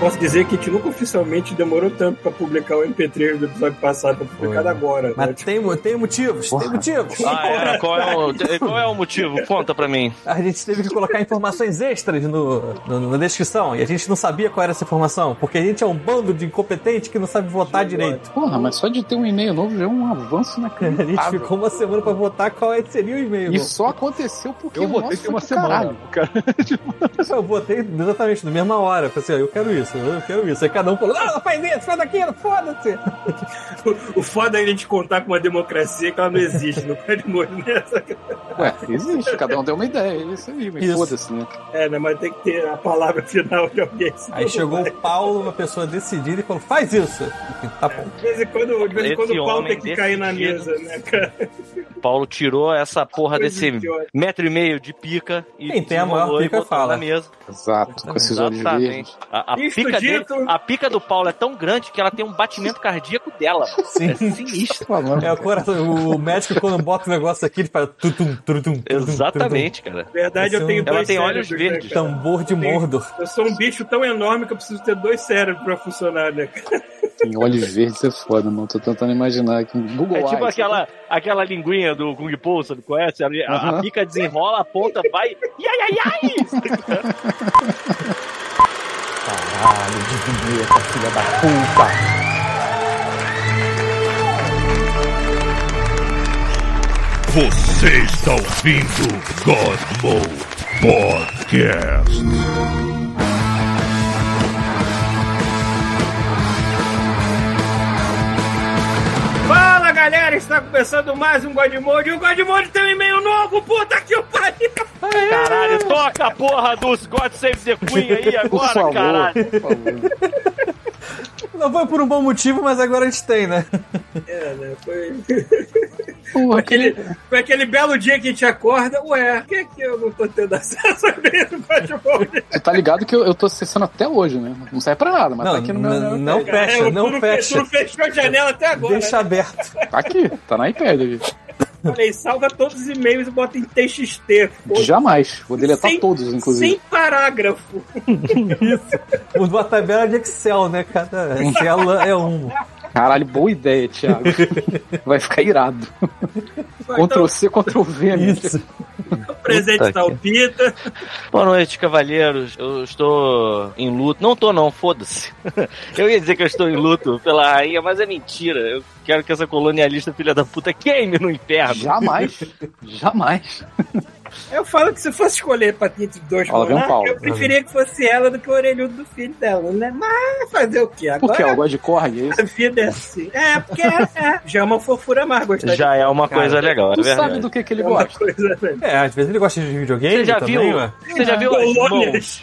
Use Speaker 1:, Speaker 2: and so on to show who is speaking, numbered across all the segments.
Speaker 1: posso dizer que a gente nunca oficialmente demorou tanto pra publicar o MP3 do episódio passado, pra publicar
Speaker 2: Foi.
Speaker 1: agora. né?
Speaker 3: Mas tem, mo- tem motivos,
Speaker 2: Porra.
Speaker 3: tem motivos.
Speaker 4: Ah, é, qual, é o, qual é o motivo? Conta pra mim.
Speaker 3: A gente teve que colocar informações extras no, no- na descrição e a gente não sabia qual era essa informação, porque a gente é um bando de incompetente que não sabe votar direito.
Speaker 2: Porra, mas só de ter um e-mail novo já é um avanço na
Speaker 3: A gente ficou uma semana pra votar qual é que seria o e-mail.
Speaker 2: E só aconteceu porque
Speaker 5: Eu
Speaker 2: o
Speaker 5: votei
Speaker 2: nosso
Speaker 5: tem uma
Speaker 2: foi pro caralho.
Speaker 5: semana. Cara.
Speaker 3: Eu botei exatamente na mesma hora. Falei assim, ó, eu quero isso, eu quero isso. Aí cada um falou, não, faz isso, faz aquilo, foda-se.
Speaker 1: O foda é a gente contar com uma democracia que ela não existe, não pode morrer nessa.
Speaker 2: Ué, existe, cada um deu uma ideia, é isso aí, mas
Speaker 3: Isso.
Speaker 2: foda-se, né?
Speaker 1: É, né? Mas tem que ter a palavra final de alguém. senão
Speaker 3: Aí
Speaker 1: não
Speaker 3: chegou
Speaker 1: vai.
Speaker 3: o Paulo, uma pessoa decidida, e falou, faz isso. Enfim, tá bom.
Speaker 1: De vez em quando, de vez em
Speaker 4: Esse
Speaker 1: quando o pau
Speaker 4: homem
Speaker 1: tem que cair na
Speaker 4: decidido.
Speaker 1: mesa, né, cara?
Speaker 4: Paulo tirou essa porra
Speaker 1: Coisa
Speaker 4: desse
Speaker 1: idiota.
Speaker 4: metro e meio de pica e
Speaker 3: Quem tem a maior
Speaker 4: desenrolou e
Speaker 3: pica
Speaker 4: botou
Speaker 3: fala.
Speaker 4: na mesa.
Speaker 2: Exato, com esses olhos verdes.
Speaker 4: Exatamente. A, a
Speaker 1: Isso
Speaker 4: pica dele,
Speaker 1: dito.
Speaker 4: a pica do Paulo é tão grande que ela tem um batimento cardíaco dela. mano.
Speaker 3: Sim.
Speaker 4: É sinistro.
Speaker 3: É o coração. O médico, quando bota o negócio aqui, ele faz tutum, tutum, tutum, tutum,
Speaker 4: Exatamente, cara.
Speaker 1: Na verdade, eu
Speaker 3: Esse
Speaker 1: tenho
Speaker 3: homem-
Speaker 1: dois
Speaker 4: Ela tem
Speaker 1: cérebros,
Speaker 4: olhos
Speaker 1: né,
Speaker 4: verdes.
Speaker 1: cara?
Speaker 3: Tambor de Mordor.
Speaker 1: Eu sou um bicho tão enorme que eu preciso ter dois cérebros pra funcionar, né? cara?
Speaker 2: Tem olhos verdes é foda, mano. Tô tentando imaginar aqui. Google
Speaker 4: É tipo
Speaker 2: Eyes.
Speaker 4: aquela, aquela linguinha do Kung Po, sabe? Conhece? A, a- a
Speaker 2: Aham.
Speaker 4: pica desenrola, a ponta vai. E ai, ai, ai!
Speaker 3: Caralho, de vinheta, filha da puta.
Speaker 6: Você está ouvindo Godmo Podcast.
Speaker 1: Fala, galera! Está começando mais um Godmode. E o Godmode tem um e-mail novo, puta que o pariu!
Speaker 4: Caralho, toca a porra dos God Save the Queen aí
Speaker 2: Por
Speaker 4: agora,
Speaker 2: favor,
Speaker 4: caralho.
Speaker 2: por favor.
Speaker 3: Não foi por um bom motivo, mas agora a gente tem, né?
Speaker 1: É, né? Foi...
Speaker 2: Porra,
Speaker 1: Aquele, foi aquele belo dia que a gente acorda. Ué, por que, que eu não tô tendo acesso a mesmo Godmode?
Speaker 2: Tu tá ligado que eu, eu tô acessando até hoje, né? Não serve pra nada, mas
Speaker 3: Não,
Speaker 2: tá aqui no meu.
Speaker 3: não- não
Speaker 4: É,
Speaker 3: fecha,
Speaker 1: É, o
Speaker 3: não
Speaker 1: Bruno
Speaker 3: fecha.
Speaker 1: Bruno fechou a janela até
Speaker 4: né?
Speaker 1: agora.
Speaker 3: Deixa aberto.
Speaker 2: Tá aqui, tá na iPad aqui.
Speaker 1: Né? Falei, salva todos os e-mails e bota em TXT. pô.
Speaker 2: Jamais. Vou deletar
Speaker 1: Sem-
Speaker 2: é todos, inclusive.
Speaker 1: Sem parágrafo.
Speaker 3: Mudou a tabela de Excel, né? Cada célula é um.
Speaker 2: Caralho, boa ideia, Thiago. Vai ficar irado.
Speaker 1: Vai,
Speaker 2: Ctrl C, Ctrl V, né? amigo.
Speaker 3: Isso.
Speaker 1: então, presente
Speaker 4: Puta
Speaker 1: talpita.
Speaker 4: Boa noite, cavaleiros. Eu estou em luto. Não tô, não, foda-se. Eu ia dizer que eu estou em luto pela rainha, mas é mentira. Eu quero que essa colonialista filha da puta queime no inferno.
Speaker 2: Jamais. Jamais.
Speaker 1: Eu falo que se fosse escolher pra ter entre dois
Speaker 2: Ó, lá vem um pau.
Speaker 1: monarcas, eu preferia que fosse ela do que o orelhudo do filho dela, né? Mas fazer o quê?
Speaker 2: Por
Speaker 1: Agora
Speaker 2: que ela gosta de corre? É isso?
Speaker 1: a vida é assim. É, porque é, é. já é uma fofura mais gostosa.
Speaker 4: Já é uma
Speaker 3: Cara,
Speaker 4: coisa legal, é
Speaker 2: Tu sabe
Speaker 4: verdade.
Speaker 2: do que, que ele
Speaker 1: é uma
Speaker 2: gosta.
Speaker 1: coisa, né?
Speaker 3: É, às vezes ele gosta de videogame
Speaker 4: Você já
Speaker 3: também,
Speaker 4: viu?
Speaker 3: ué.
Speaker 4: Você já viu as mãos?
Speaker 1: Colônias.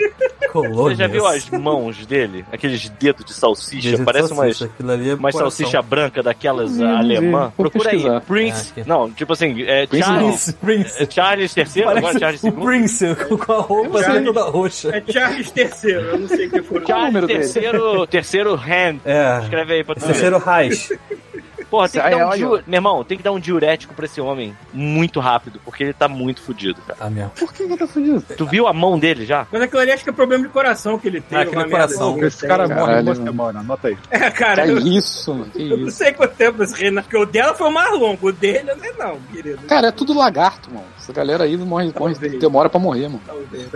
Speaker 3: Colônias.
Speaker 4: Você já viu as mãos dele? Aqueles dedos de salsicha,
Speaker 3: Dedo de
Speaker 4: parece
Speaker 3: salsicha,
Speaker 4: umas.
Speaker 3: Aquilo ali é
Speaker 4: Uma
Speaker 3: coração.
Speaker 4: salsicha branca daquelas
Speaker 2: Meu
Speaker 4: alemã.
Speaker 2: Deus, vou
Speaker 4: Procura aí.
Speaker 2: pesquisar.
Speaker 4: Prince.
Speaker 3: Ah, aqui.
Speaker 4: Não, tipo assim, é
Speaker 2: Prince
Speaker 4: Charles.
Speaker 3: Prince, Prince.
Speaker 4: é Charles III, agora Charles
Speaker 3: Parece o
Speaker 4: II.
Speaker 3: Prince é com a roupa
Speaker 1: Charles.
Speaker 3: dele toda roxa.
Speaker 1: É Charles III, eu não sei que foi.
Speaker 2: Qual o número
Speaker 4: Charles
Speaker 2: dele?
Speaker 4: terceiro, terceiro hand.
Speaker 3: É.
Speaker 4: Escreve aí pra tu ver.
Speaker 3: Terceiro Reich.
Speaker 1: é-
Speaker 4: Porra, tem que
Speaker 2: Aí,
Speaker 4: dar um
Speaker 2: olha.
Speaker 4: diu- Meu irmão, tem que dar um diurético pra esse homem muito rápido, porque ele tá muito fudido, cara.
Speaker 3: Tá mesmo.
Speaker 2: Por que que tá fudido?
Speaker 4: Tu viu a mão dele já?
Speaker 1: Mas aquilo ali acho que é problema de coração que ele tem.
Speaker 3: Ah, aquele
Speaker 1: uma
Speaker 3: coração.
Speaker 1: merda assim,
Speaker 5: Esse cara
Speaker 1: né?
Speaker 5: morre em
Speaker 2: Caralho,
Speaker 5: uma
Speaker 2: mano.
Speaker 5: semana, anota aí.
Speaker 1: É, cara,
Speaker 2: Que
Speaker 1: eu,
Speaker 2: isso, mano. Que
Speaker 1: eu não
Speaker 2: isso.
Speaker 1: sei quanto tempo esse Renan. Porque o dela foi o mais longo, o dele não é, não, querido.
Speaker 2: Cara, é tudo lagarto, mano. Essa galera aí não morre, morre
Speaker 1: Talvez.
Speaker 2: demora pra morrer, mano.
Speaker 1: Talvez.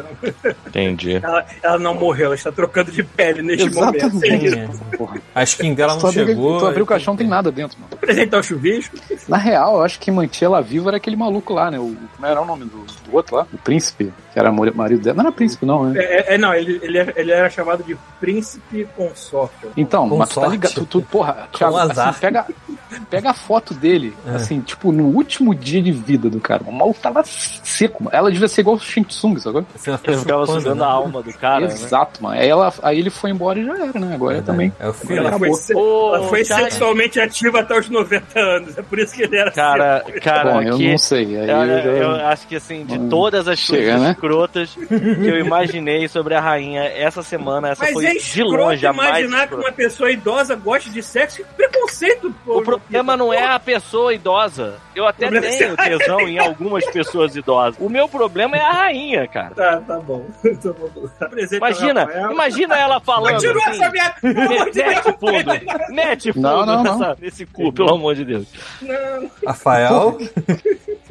Speaker 4: Entendi.
Speaker 1: Ela, ela não morreu, ela está trocando de pele neste momento. É isso.
Speaker 2: Porra.
Speaker 3: A skin dela não
Speaker 2: Tu abriu,
Speaker 3: chegou.
Speaker 2: tu abriu o caixão, não tem nada dentro, mano.
Speaker 1: Apresentar o chuvisco.
Speaker 2: Na real, eu acho que mantinha ela viva era aquele maluco lá, né? O, como era o nome do, do outro lá? O príncipe, que era mori- marido dela. Não era príncipe, não, né?
Speaker 1: É, é, não, ele, ele, era, ele era chamado de príncipe consorte.
Speaker 2: Então,
Speaker 3: Com
Speaker 2: mas tu tá
Speaker 3: sorte.
Speaker 2: ligado. Tu, tu- porra, Thiago,
Speaker 3: azar.
Speaker 2: assim, pega, pega a foto dele,
Speaker 3: É.
Speaker 2: assim, tipo, no último dia de vida do cara. O maluco tava seco, mano. Ela devia ser igual o Shih Tsung, sacou?
Speaker 3: Assim, ela
Speaker 4: Ele ficava
Speaker 3: chupando,
Speaker 4: sugando
Speaker 3: né?
Speaker 4: a alma do cara, né?
Speaker 2: Exato, mano. Aí, ela, aí ele foi embora e já era, né? Agora também.
Speaker 3: É o filho.
Speaker 1: Ela foi, se-
Speaker 4: Ô,
Speaker 1: ela foi
Speaker 4: Charles-
Speaker 1: sexualmente ativa até os 90 anos. É por isso que ele era
Speaker 4: Cara, cara, é
Speaker 2: Bom, eu
Speaker 4: que...
Speaker 2: não sei. Aí
Speaker 4: Olha,
Speaker 2: eu já- Hum,
Speaker 4: eu acho que assim, de todas as
Speaker 2: Chega,
Speaker 4: coisas
Speaker 2: né?
Speaker 4: escrotas que eu imaginei sobre a rainha essa semana, essa
Speaker 1: Mas
Speaker 4: foi
Speaker 1: é
Speaker 4: de
Speaker 1: escroto
Speaker 4: longe a mais.
Speaker 1: imaginar é que
Speaker 4: escrota.
Speaker 1: uma pessoa idosa goste de sexo. Que preconceito.
Speaker 4: O problema não é a pessoa idosa. Eu até
Speaker 1: O problema é
Speaker 4: tenho
Speaker 1: que você-
Speaker 4: tesão em algumas pessoas idosas. O meu problema é a rainha, cara.
Speaker 1: Tá, tá bom. Tá bom. Apresenta o
Speaker 4: Imagina,
Speaker 1: Rafael.
Speaker 4: imagina ela falando.
Speaker 1: Continua
Speaker 4: assim,
Speaker 1: essa minha...
Speaker 4: "Me- Mete fundo, mete fundo
Speaker 2: Não, não, não.
Speaker 4: nessa- nesse cu, pelo amor de Deus.
Speaker 1: Não,
Speaker 3: Rafael.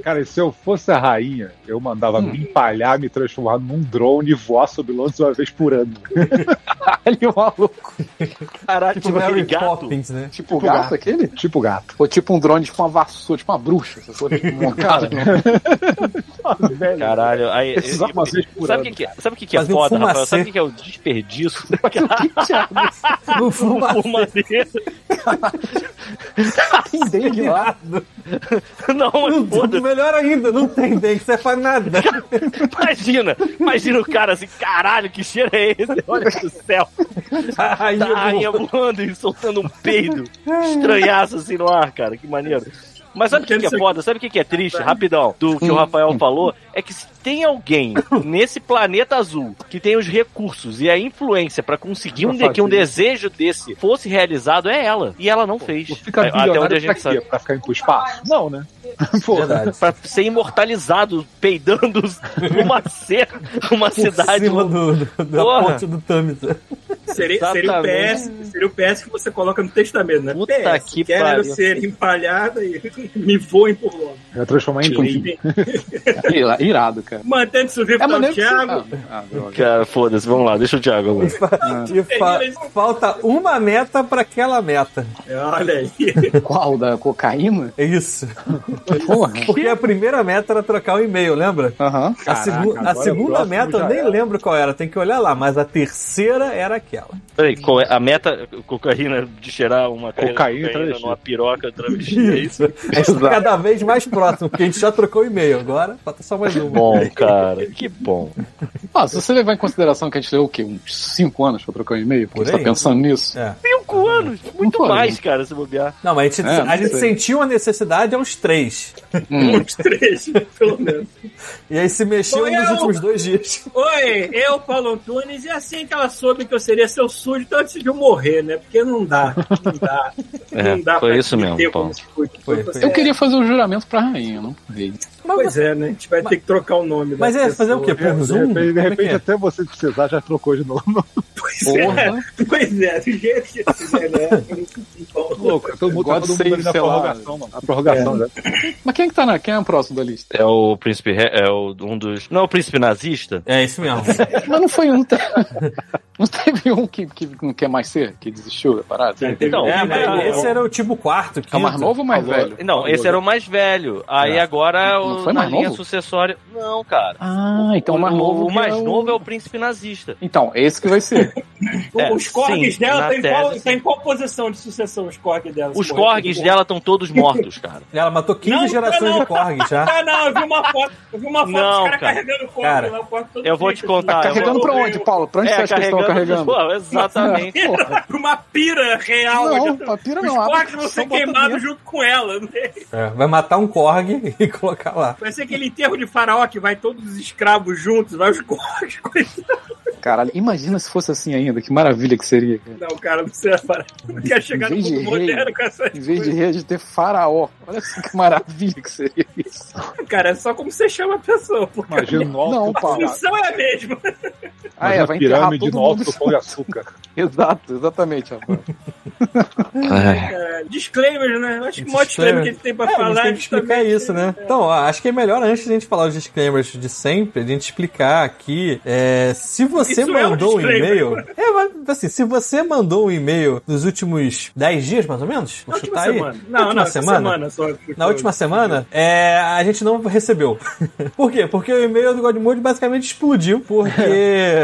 Speaker 5: Cara, e se eu fosse a rainha, eu mandava me empalhar, me transformar num drone e voar sobre Londres uma vez por ano.
Speaker 2: Ele maluco.
Speaker 4: Caralho, tipo aquele
Speaker 3: Mary
Speaker 4: gato.
Speaker 3: Poppins, né?
Speaker 2: Tipo o gato, aquele?
Speaker 5: Tipo gato.
Speaker 2: Ou tipo um drone, tipo uma vassoura, tipo uma bruxa. Se for tipo, montado.
Speaker 5: Velho,
Speaker 4: Caralho, aí.
Speaker 5: Precisava uma vez por
Speaker 4: Sabe o
Speaker 5: ano.
Speaker 4: que que é, sabe o que que é
Speaker 3: Fazer um
Speaker 4: foda, Rafael?
Speaker 3: fumacê.
Speaker 4: Sabe o que que é o desperdício?
Speaker 3: No fuma
Speaker 4: Fumacê.
Speaker 2: Tem dengue lá.
Speaker 4: Não, mas assim, foda-se. Tá
Speaker 3: Melhor ainda, não tem dengue, você faz nada.
Speaker 4: Imagina, imagina o cara assim, caralho, que cheiro é esse? Olha pro céu,
Speaker 3: Aí
Speaker 4: tá a rainha voando e soltando um peido. Estranhaço assim no ar, cara, que maneiro. Mas sabe o que, que é foda? Sabe o que, que é triste? Rapidão, do que o Rafael falou, é que se tem alguém nesse planeta azul que tem os recursos e a influência pra conseguir um, de- que um desejo desse fosse realizado, é ela. E ela não fez.
Speaker 5: Fica
Speaker 4: É, Até onde a
Speaker 5: bilionário pra
Speaker 4: gente sabe.
Speaker 5: quê? Pra ficar indo pro espaço? Não, né? Pô,
Speaker 3: Verdade.
Speaker 4: Pra ser imortalizado, peidando numa, ce- numa cidade
Speaker 3: Cima do, do- da
Speaker 4: Porra.
Speaker 3: ponte do Tamisa.
Speaker 1: seria, seria o PS, seria o PS que você coloca no testamento, né?
Speaker 4: Puta
Speaker 1: PS,
Speaker 4: que
Speaker 1: quero
Speaker 4: pariu.
Speaker 1: ser empalhada e me voem por logo.
Speaker 5: eu ia transformar em pudim.
Speaker 2: Ira- Irado, cara.
Speaker 1: Mantendo isso
Speaker 4: Então,
Speaker 1: vivo para
Speaker 2: É maneiro
Speaker 1: o
Speaker 2: que você-
Speaker 1: Thiago.
Speaker 2: Ah, ah, droga.
Speaker 4: Cara, foda-se, vamos lá, deixa o Thiago agora.
Speaker 3: E fa- falta uma meta pra aquela meta.
Speaker 1: É, Olha aí.
Speaker 2: Qual? Da cocaína?
Speaker 3: É isso.
Speaker 2: Porra.
Speaker 3: Porque a primeira meta era trocar o e-mail, lembra?
Speaker 2: Aham.
Speaker 3: A, segu- a
Speaker 5: agora o
Speaker 3: segunda
Speaker 5: próximo
Speaker 3: meta eu
Speaker 5: já
Speaker 3: nem
Speaker 5: era.
Speaker 3: lembro qual era, tem que olhar lá, mas a terceira era aquela.
Speaker 4: Peraí, qual é a meta cocaína de cheirar uma
Speaker 5: Cocaína, travesti.
Speaker 4: numa piroca travesti? É isso?
Speaker 2: Exato.
Speaker 3: Cada vez mais próximo, porque a gente já trocou o e-mail agora, falta só mais uma.
Speaker 4: Bom, cara, que bom.
Speaker 2: Ah, se você levar em consideração que a gente levou o quê? Uns 5 anos pra trocar um e-mail? Por
Speaker 3: Por
Speaker 2: você tá
Speaker 3: aí.
Speaker 2: pensando nisso?
Speaker 3: É.
Speaker 4: Cinco um anos, muito
Speaker 2: Pô,
Speaker 4: mais, cara, se bobear.
Speaker 3: Não, mas a gente,
Speaker 2: É,
Speaker 3: a
Speaker 2: não
Speaker 3: gente
Speaker 2: sei.
Speaker 3: sentiu a necessidade aos três.
Speaker 2: Hum.
Speaker 1: Os três, pelo menos.
Speaker 3: E aí se mexeu
Speaker 1: Foi
Speaker 3: nos
Speaker 1: eu.
Speaker 3: últimos dois dias.
Speaker 1: Oi, eu, Paulo Antunes, e assim que ela soube que eu seria seu súdito, ela decidiu morrer, né? Porque não dá, não dá.
Speaker 4: É,
Speaker 1: não dá
Speaker 4: foi
Speaker 1: pra
Speaker 4: isso
Speaker 1: ter
Speaker 4: mesmo,
Speaker 1: como
Speaker 4: Paulo.
Speaker 1: súdito.
Speaker 3: Foi,
Speaker 1: Você-
Speaker 3: foi.
Speaker 2: Eu queria fazer um juramento pra rainha, não rei.
Speaker 1: é, Pois é, né? A gente vai ter que trocar o nome.
Speaker 3: Mas
Speaker 1: da
Speaker 3: é fazer o quê?
Speaker 1: pessoa.
Speaker 3: Por
Speaker 5: De
Speaker 3: Zoom?
Speaker 5: repente, de
Speaker 3: Como é que
Speaker 5: repente
Speaker 3: é?
Speaker 5: até você precisar já trocou de novo.
Speaker 1: Pois é.
Speaker 2: Porra.
Speaker 1: Pois é, do jeito que você né? Então,
Speaker 5: Louco, todo mundo,
Speaker 2: God
Speaker 5: todo mundo
Speaker 2: save,
Speaker 5: ali na
Speaker 2: sei lá.
Speaker 5: prorrogação, mano. A prorrogação, né?
Speaker 2: Mas quem é que tá na. Quem é o próximo da lista?
Speaker 4: É o príncipe, re- é o, um dos... Não, o príncipe nazista?
Speaker 3: É isso mesmo.
Speaker 2: Mas não foi um. Não, te- não teve um que, que não quer mais ser, que desistiu da parada?
Speaker 1: já teve-
Speaker 4: Então,
Speaker 1: é,
Speaker 4: mas-
Speaker 1: mas-
Speaker 3: É, esse era o tipo quarto. Quinto.
Speaker 2: É o mais novo ou mais velho?
Speaker 4: Não, esse era um o mais velho. Aí
Speaker 2: É.
Speaker 4: agora,
Speaker 2: Não
Speaker 4: o-
Speaker 2: foi
Speaker 4: na
Speaker 2: mais
Speaker 4: linha
Speaker 2: novo?
Speaker 4: sucessória... Não, cara.
Speaker 2: Ah, então o mais
Speaker 4: O-
Speaker 2: novo.
Speaker 4: o
Speaker 2: que
Speaker 4: mais
Speaker 2: é
Speaker 4: novo é o príncipe nazista.
Speaker 2: Então, é esse que vai ser.
Speaker 4: É,
Speaker 1: os corgis
Speaker 4: sim,
Speaker 1: dela
Speaker 4: na
Speaker 1: tem qual,
Speaker 4: tese,
Speaker 1: tem qual posição de sucessão os corgis dela?
Speaker 4: Os
Speaker 1: Pô,
Speaker 4: corgis
Speaker 1: tudo
Speaker 4: dela estão todos mortos, cara.
Speaker 3: Ela matou 15
Speaker 1: Não,
Speaker 3: gerações
Speaker 1: não.
Speaker 3: de Korg
Speaker 1: bom.
Speaker 3: já.
Speaker 1: Ah, não, eu vi uma foto, eu vi uma foto
Speaker 4: Não,
Speaker 1: dos caras
Speaker 4: cara.
Speaker 1: carregando o corgi
Speaker 3: Cara,
Speaker 1: lá, o corgi todo
Speaker 4: eu vou te
Speaker 1: triste, assim.
Speaker 4: contar, eu
Speaker 2: Tá Carregando pra onde, Paulo? Pra onde você acha que eles estão carregando?
Speaker 4: É, Pô, exatamente.
Speaker 1: Pra uma pira real. né?
Speaker 2: Não, tá
Speaker 1: onde-
Speaker 2: papira
Speaker 1: os
Speaker 2: não abre.
Speaker 1: corgis
Speaker 2: que
Speaker 1: vão ser
Speaker 2: só bota
Speaker 1: queimados
Speaker 2: dentro.
Speaker 1: junto com ela. né?
Speaker 3: É, vai matar um Korg e colocar lá.
Speaker 1: Vai ser aquele enterro de faraó que vai todos os escravos juntos, vai os corgis.
Speaker 2: Caralho, imagina se fosse assim ainda, que maravilha que seria. cara.
Speaker 1: Não, cara, você é faraó. Não quer chegar no
Speaker 2: Em vez
Speaker 1: mundo
Speaker 2: de rei,
Speaker 1: moderno com essa
Speaker 2: Em vez de rei, a gente ter faraó. Olha só que maravilha que seria isso.
Speaker 1: Cara, é só como você chama a pessoa. Porque
Speaker 5: Imagina o
Speaker 2: Não,
Speaker 5: Alto.
Speaker 1: a
Speaker 2: Paulo.
Speaker 1: função é a mesma.
Speaker 2: Ah, é, vai enterrar
Speaker 5: pirâmide
Speaker 2: todo
Speaker 5: no alto
Speaker 2: mundo.
Speaker 5: do pão de açúcar.
Speaker 2: Exato, exatamente, rapaz.
Speaker 1: É, disclaimer, né? Acho que o maior
Speaker 3: Disclaimer.
Speaker 1: disclaimer que a gente tem pra
Speaker 3: É, a
Speaker 1: falar
Speaker 3: gente tem que explicar
Speaker 1: justamente-
Speaker 3: isso, né? Então, ó, acho que é melhor antes de a gente falar os disclaimers de sempre, a gente explicar aqui. é, se você
Speaker 1: Isso é um
Speaker 3: mandou um
Speaker 1: disclaimer.
Speaker 3: e-mail. É, mas assim, se você mandou um e-mail nos últimos 10 dias, mais ou menos? Vou
Speaker 1: Na última
Speaker 3: chutar aí.
Speaker 1: semana.
Speaker 3: Na
Speaker 1: Não,
Speaker 3: última
Speaker 1: não, essa
Speaker 3: semana.
Speaker 1: semana só.
Speaker 3: Na última semana, é, a gente não recebeu. Por quê? Porque o e-mail do Godmode basicamente explodiu, porque.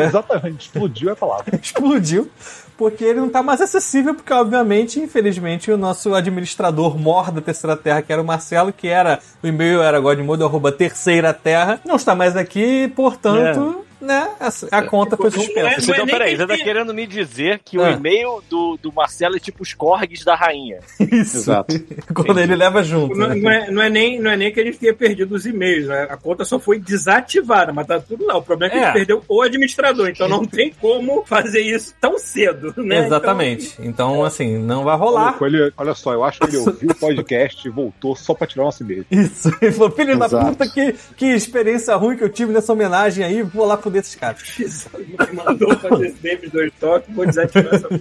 Speaker 5: Exatamente, explodiu é a palavra.
Speaker 3: explodiu. Porque ele não tá mais acessível, porque, obviamente, infelizmente, o nosso administrador mor da Terceira Terra, que era o Marcelo, que era. O e-mail era godmode.terceira terra, não está mais aqui, portanto.
Speaker 2: É.
Speaker 3: né? A, a conta foi suspensa.
Speaker 1: Não é
Speaker 4: Então,
Speaker 1: nem
Speaker 4: peraí,
Speaker 1: quem
Speaker 4: você tá
Speaker 1: tem-
Speaker 4: querendo me dizer que
Speaker 3: Ah.
Speaker 4: o e-mail do, do Marcelo é tipo os corgis da rainha.
Speaker 3: Isso.
Speaker 2: Exato.
Speaker 3: Quando ele leva junto.
Speaker 1: Não,
Speaker 3: né?
Speaker 1: não é, não é nem, não é nem que a gente tenha perdido os e-mails, né? a conta só foi desativada, mas tá tudo lá. O problema é que a
Speaker 3: É.
Speaker 1: gente perdeu o administrador, então não tem como fazer isso tão cedo, né?
Speaker 3: Exatamente. Então, assim, não vai rolar.
Speaker 5: Maluco, ele- olha só, eu acho que ele ouviu o podcast e voltou só pra tirar nosso e-mail.
Speaker 3: Isso. Ele falou, filho da
Speaker 2: Exato.
Speaker 3: puta, que, que experiência ruim que eu tive nessa homenagem aí, vou lá fuder esses caras.
Speaker 1: Então, me mandou fazer esses memes dois toques, vou desativar essa porra.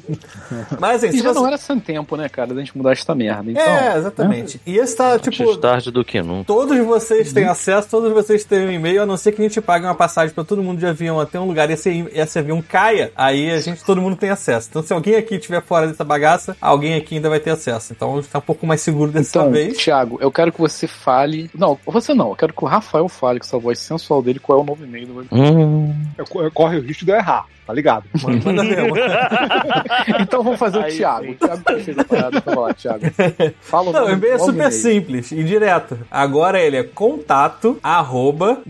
Speaker 3: Mas, assim,
Speaker 2: E
Speaker 3: se
Speaker 2: já
Speaker 3: você...
Speaker 2: não era sem tempo, né, cara, da gente mudar esta merda. Então,
Speaker 3: É, exatamente. E esse tá, tipo,
Speaker 4: Mais tarde do que nunca.
Speaker 3: todos vocês têm acesso, todos vocês têm um e-mail, a não ser que a gente pague uma passagem pra todo mundo de avião até um lugar e esse, e- esse avião caia, aí a gente, todo mundo tem acesso. Então, se alguém aqui estiver fora dessa bagaça, alguém aqui ainda vai ter acesso. Então, a gente tá um pouco mais seguro dessa
Speaker 2: Então,
Speaker 3: vez.
Speaker 2: Thiago, eu quero que você fale. Não, você não, eu quero que o Rafael fale com essa voz sensual dele qual é o novo e-mail do
Speaker 4: Hum.
Speaker 5: Eu É co- eu Corre o risco de eu errar, tá ligado?
Speaker 3: Manda mesmo.
Speaker 2: Então vamos fazer
Speaker 4: Aí,
Speaker 2: o Thiago.
Speaker 4: sim.
Speaker 2: O Thiago que fez a parada. Então vai lá, Thiago. Fala o
Speaker 3: Não,
Speaker 2: nome
Speaker 3: o e-mail é
Speaker 2: do novo
Speaker 3: super simples e direto. Agora ele é contato arroba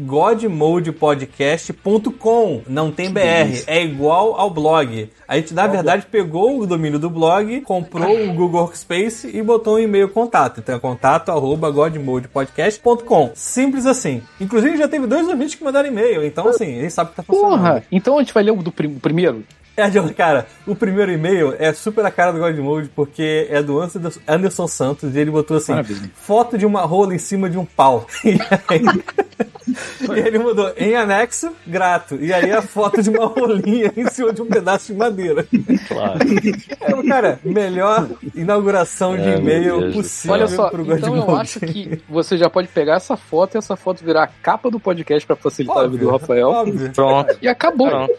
Speaker 3: godmodepodcast.com. Não tem BR, é igual ao blog. A gente, na verdade, pegou o domínio do blog, comprou o Google Workspace e botou um e-mail contato. Então é contato arroba godmodepodcast.com. Simples assim. Inclusive já teve dois ouvintes que mandaram e-mail, então assim, ele sabe o que tá funcionando.
Speaker 2: Porra! Então a gente vai ler o do prim- o primeiro?
Speaker 3: É, John, cara, o primeiro e-mail é super a cara do God Mode, porque é do Anderson- Anderson Santos e ele botou assim:
Speaker 2: Maravilha.
Speaker 3: foto de uma rola em cima de um pau. E aí, e ele mudou em anexo, grato. E aí a foto de uma rolinha em cima de um pedaço de madeira.
Speaker 4: Claro.
Speaker 3: Então, cara, melhor inauguração de
Speaker 4: É, meu
Speaker 3: e-mail
Speaker 4: Deus do
Speaker 3: possível
Speaker 2: Olha
Speaker 4: céu.
Speaker 2: só,
Speaker 3: pro God
Speaker 2: então eu
Speaker 3: Mode.
Speaker 2: acho que você já pode pegar essa foto e essa foto virar a capa do podcast pra facilitar a vida do Rafael.
Speaker 3: Óbvio.
Speaker 4: Pronto,
Speaker 2: E acabou.
Speaker 4: pronto.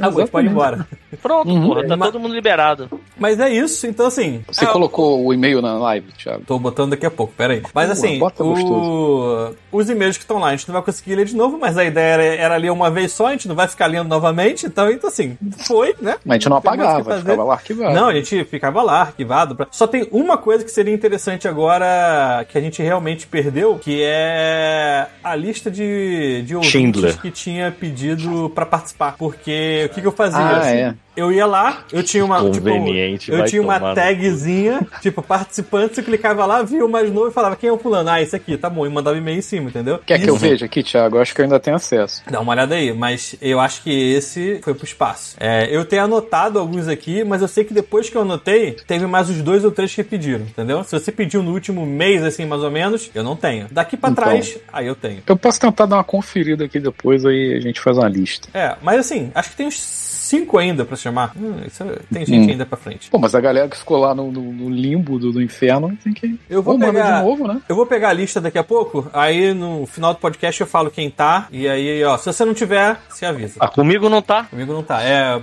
Speaker 3: Acabou, pode ir embora.
Speaker 4: Pronto,
Speaker 2: Uhum.
Speaker 4: porra. Tá
Speaker 3: Mas-
Speaker 4: todo mundo liberado.
Speaker 3: Mas é isso, então assim.
Speaker 2: Você
Speaker 3: é-
Speaker 2: colocou o e-mail na live, Thiago?
Speaker 3: Tô botando daqui a pouco, peraí. Mas
Speaker 2: Boa,
Speaker 3: assim,
Speaker 2: bota
Speaker 3: o-
Speaker 2: gostoso.
Speaker 3: os e-mails que estão lá, a gente não vai conseguir ler de novo, mas a ideia era, era ler uma vez só, a gente não vai ficar lendo novamente, então, então assim, foi, né?
Speaker 2: Mas a gente não
Speaker 3: Tem mais o que
Speaker 2: apagava,
Speaker 3: fazer.
Speaker 2: ficava lá arquivado.
Speaker 3: Não, a gente ficava lá, arquivado. pra- Só tem uma coisa que seria interessante agora, que a gente realmente perdeu, que é a lista de, de ouvintes
Speaker 4: Schindler.
Speaker 3: que tinha pedido pra participar. Porque o que, que eu fazia?
Speaker 2: Ah,
Speaker 3: assim?
Speaker 2: é.
Speaker 3: Eu ia lá, eu tinha uma. tipo,
Speaker 4: Conveniente,
Speaker 3: eu
Speaker 4: vai
Speaker 3: tinha uma
Speaker 4: tomar no
Speaker 3: tagzinha, tipo, participante, você clicava lá, via o mais novo e falava quem é o fulano. Ah, esse aqui, tá bom, e mandava e-mail em cima, entendeu?
Speaker 2: Quer que eu
Speaker 3: Isso-
Speaker 2: veja aqui, Thiago? Eu acho que eu ainda tenho acesso.
Speaker 3: Dá uma olhada aí, mas eu acho que esse foi pro espaço. É, eu tenho anotado alguns aqui, mas eu sei que depois que eu anotei, teve mais uns dois ou três que pediram, entendeu? Se você pediu no último mês, assim, mais ou menos, eu não tenho. Daqui pra
Speaker 2: Então.
Speaker 3: trás, aí eu tenho.
Speaker 2: Eu posso tentar dar uma conferida aqui depois, aí a gente faz uma lista.
Speaker 3: É, mas assim, acho que tem uns cinco ainda pra chamar. Hum, isso- tem gente
Speaker 2: Hum.
Speaker 3: ainda pra frente.
Speaker 2: Pô, mas a galera que ficou lá no, no- no limbo do, do inferno tem que.
Speaker 3: Eu vou
Speaker 2: Ou manda
Speaker 3: pegar-
Speaker 2: de novo, né?
Speaker 3: Eu vou pegar a lista daqui a pouco, aí no final do podcast eu falo quem tá, e aí, ó, se você não tiver, se avisa.
Speaker 4: Ah, comigo não tá?
Speaker 3: Comigo não tá. É,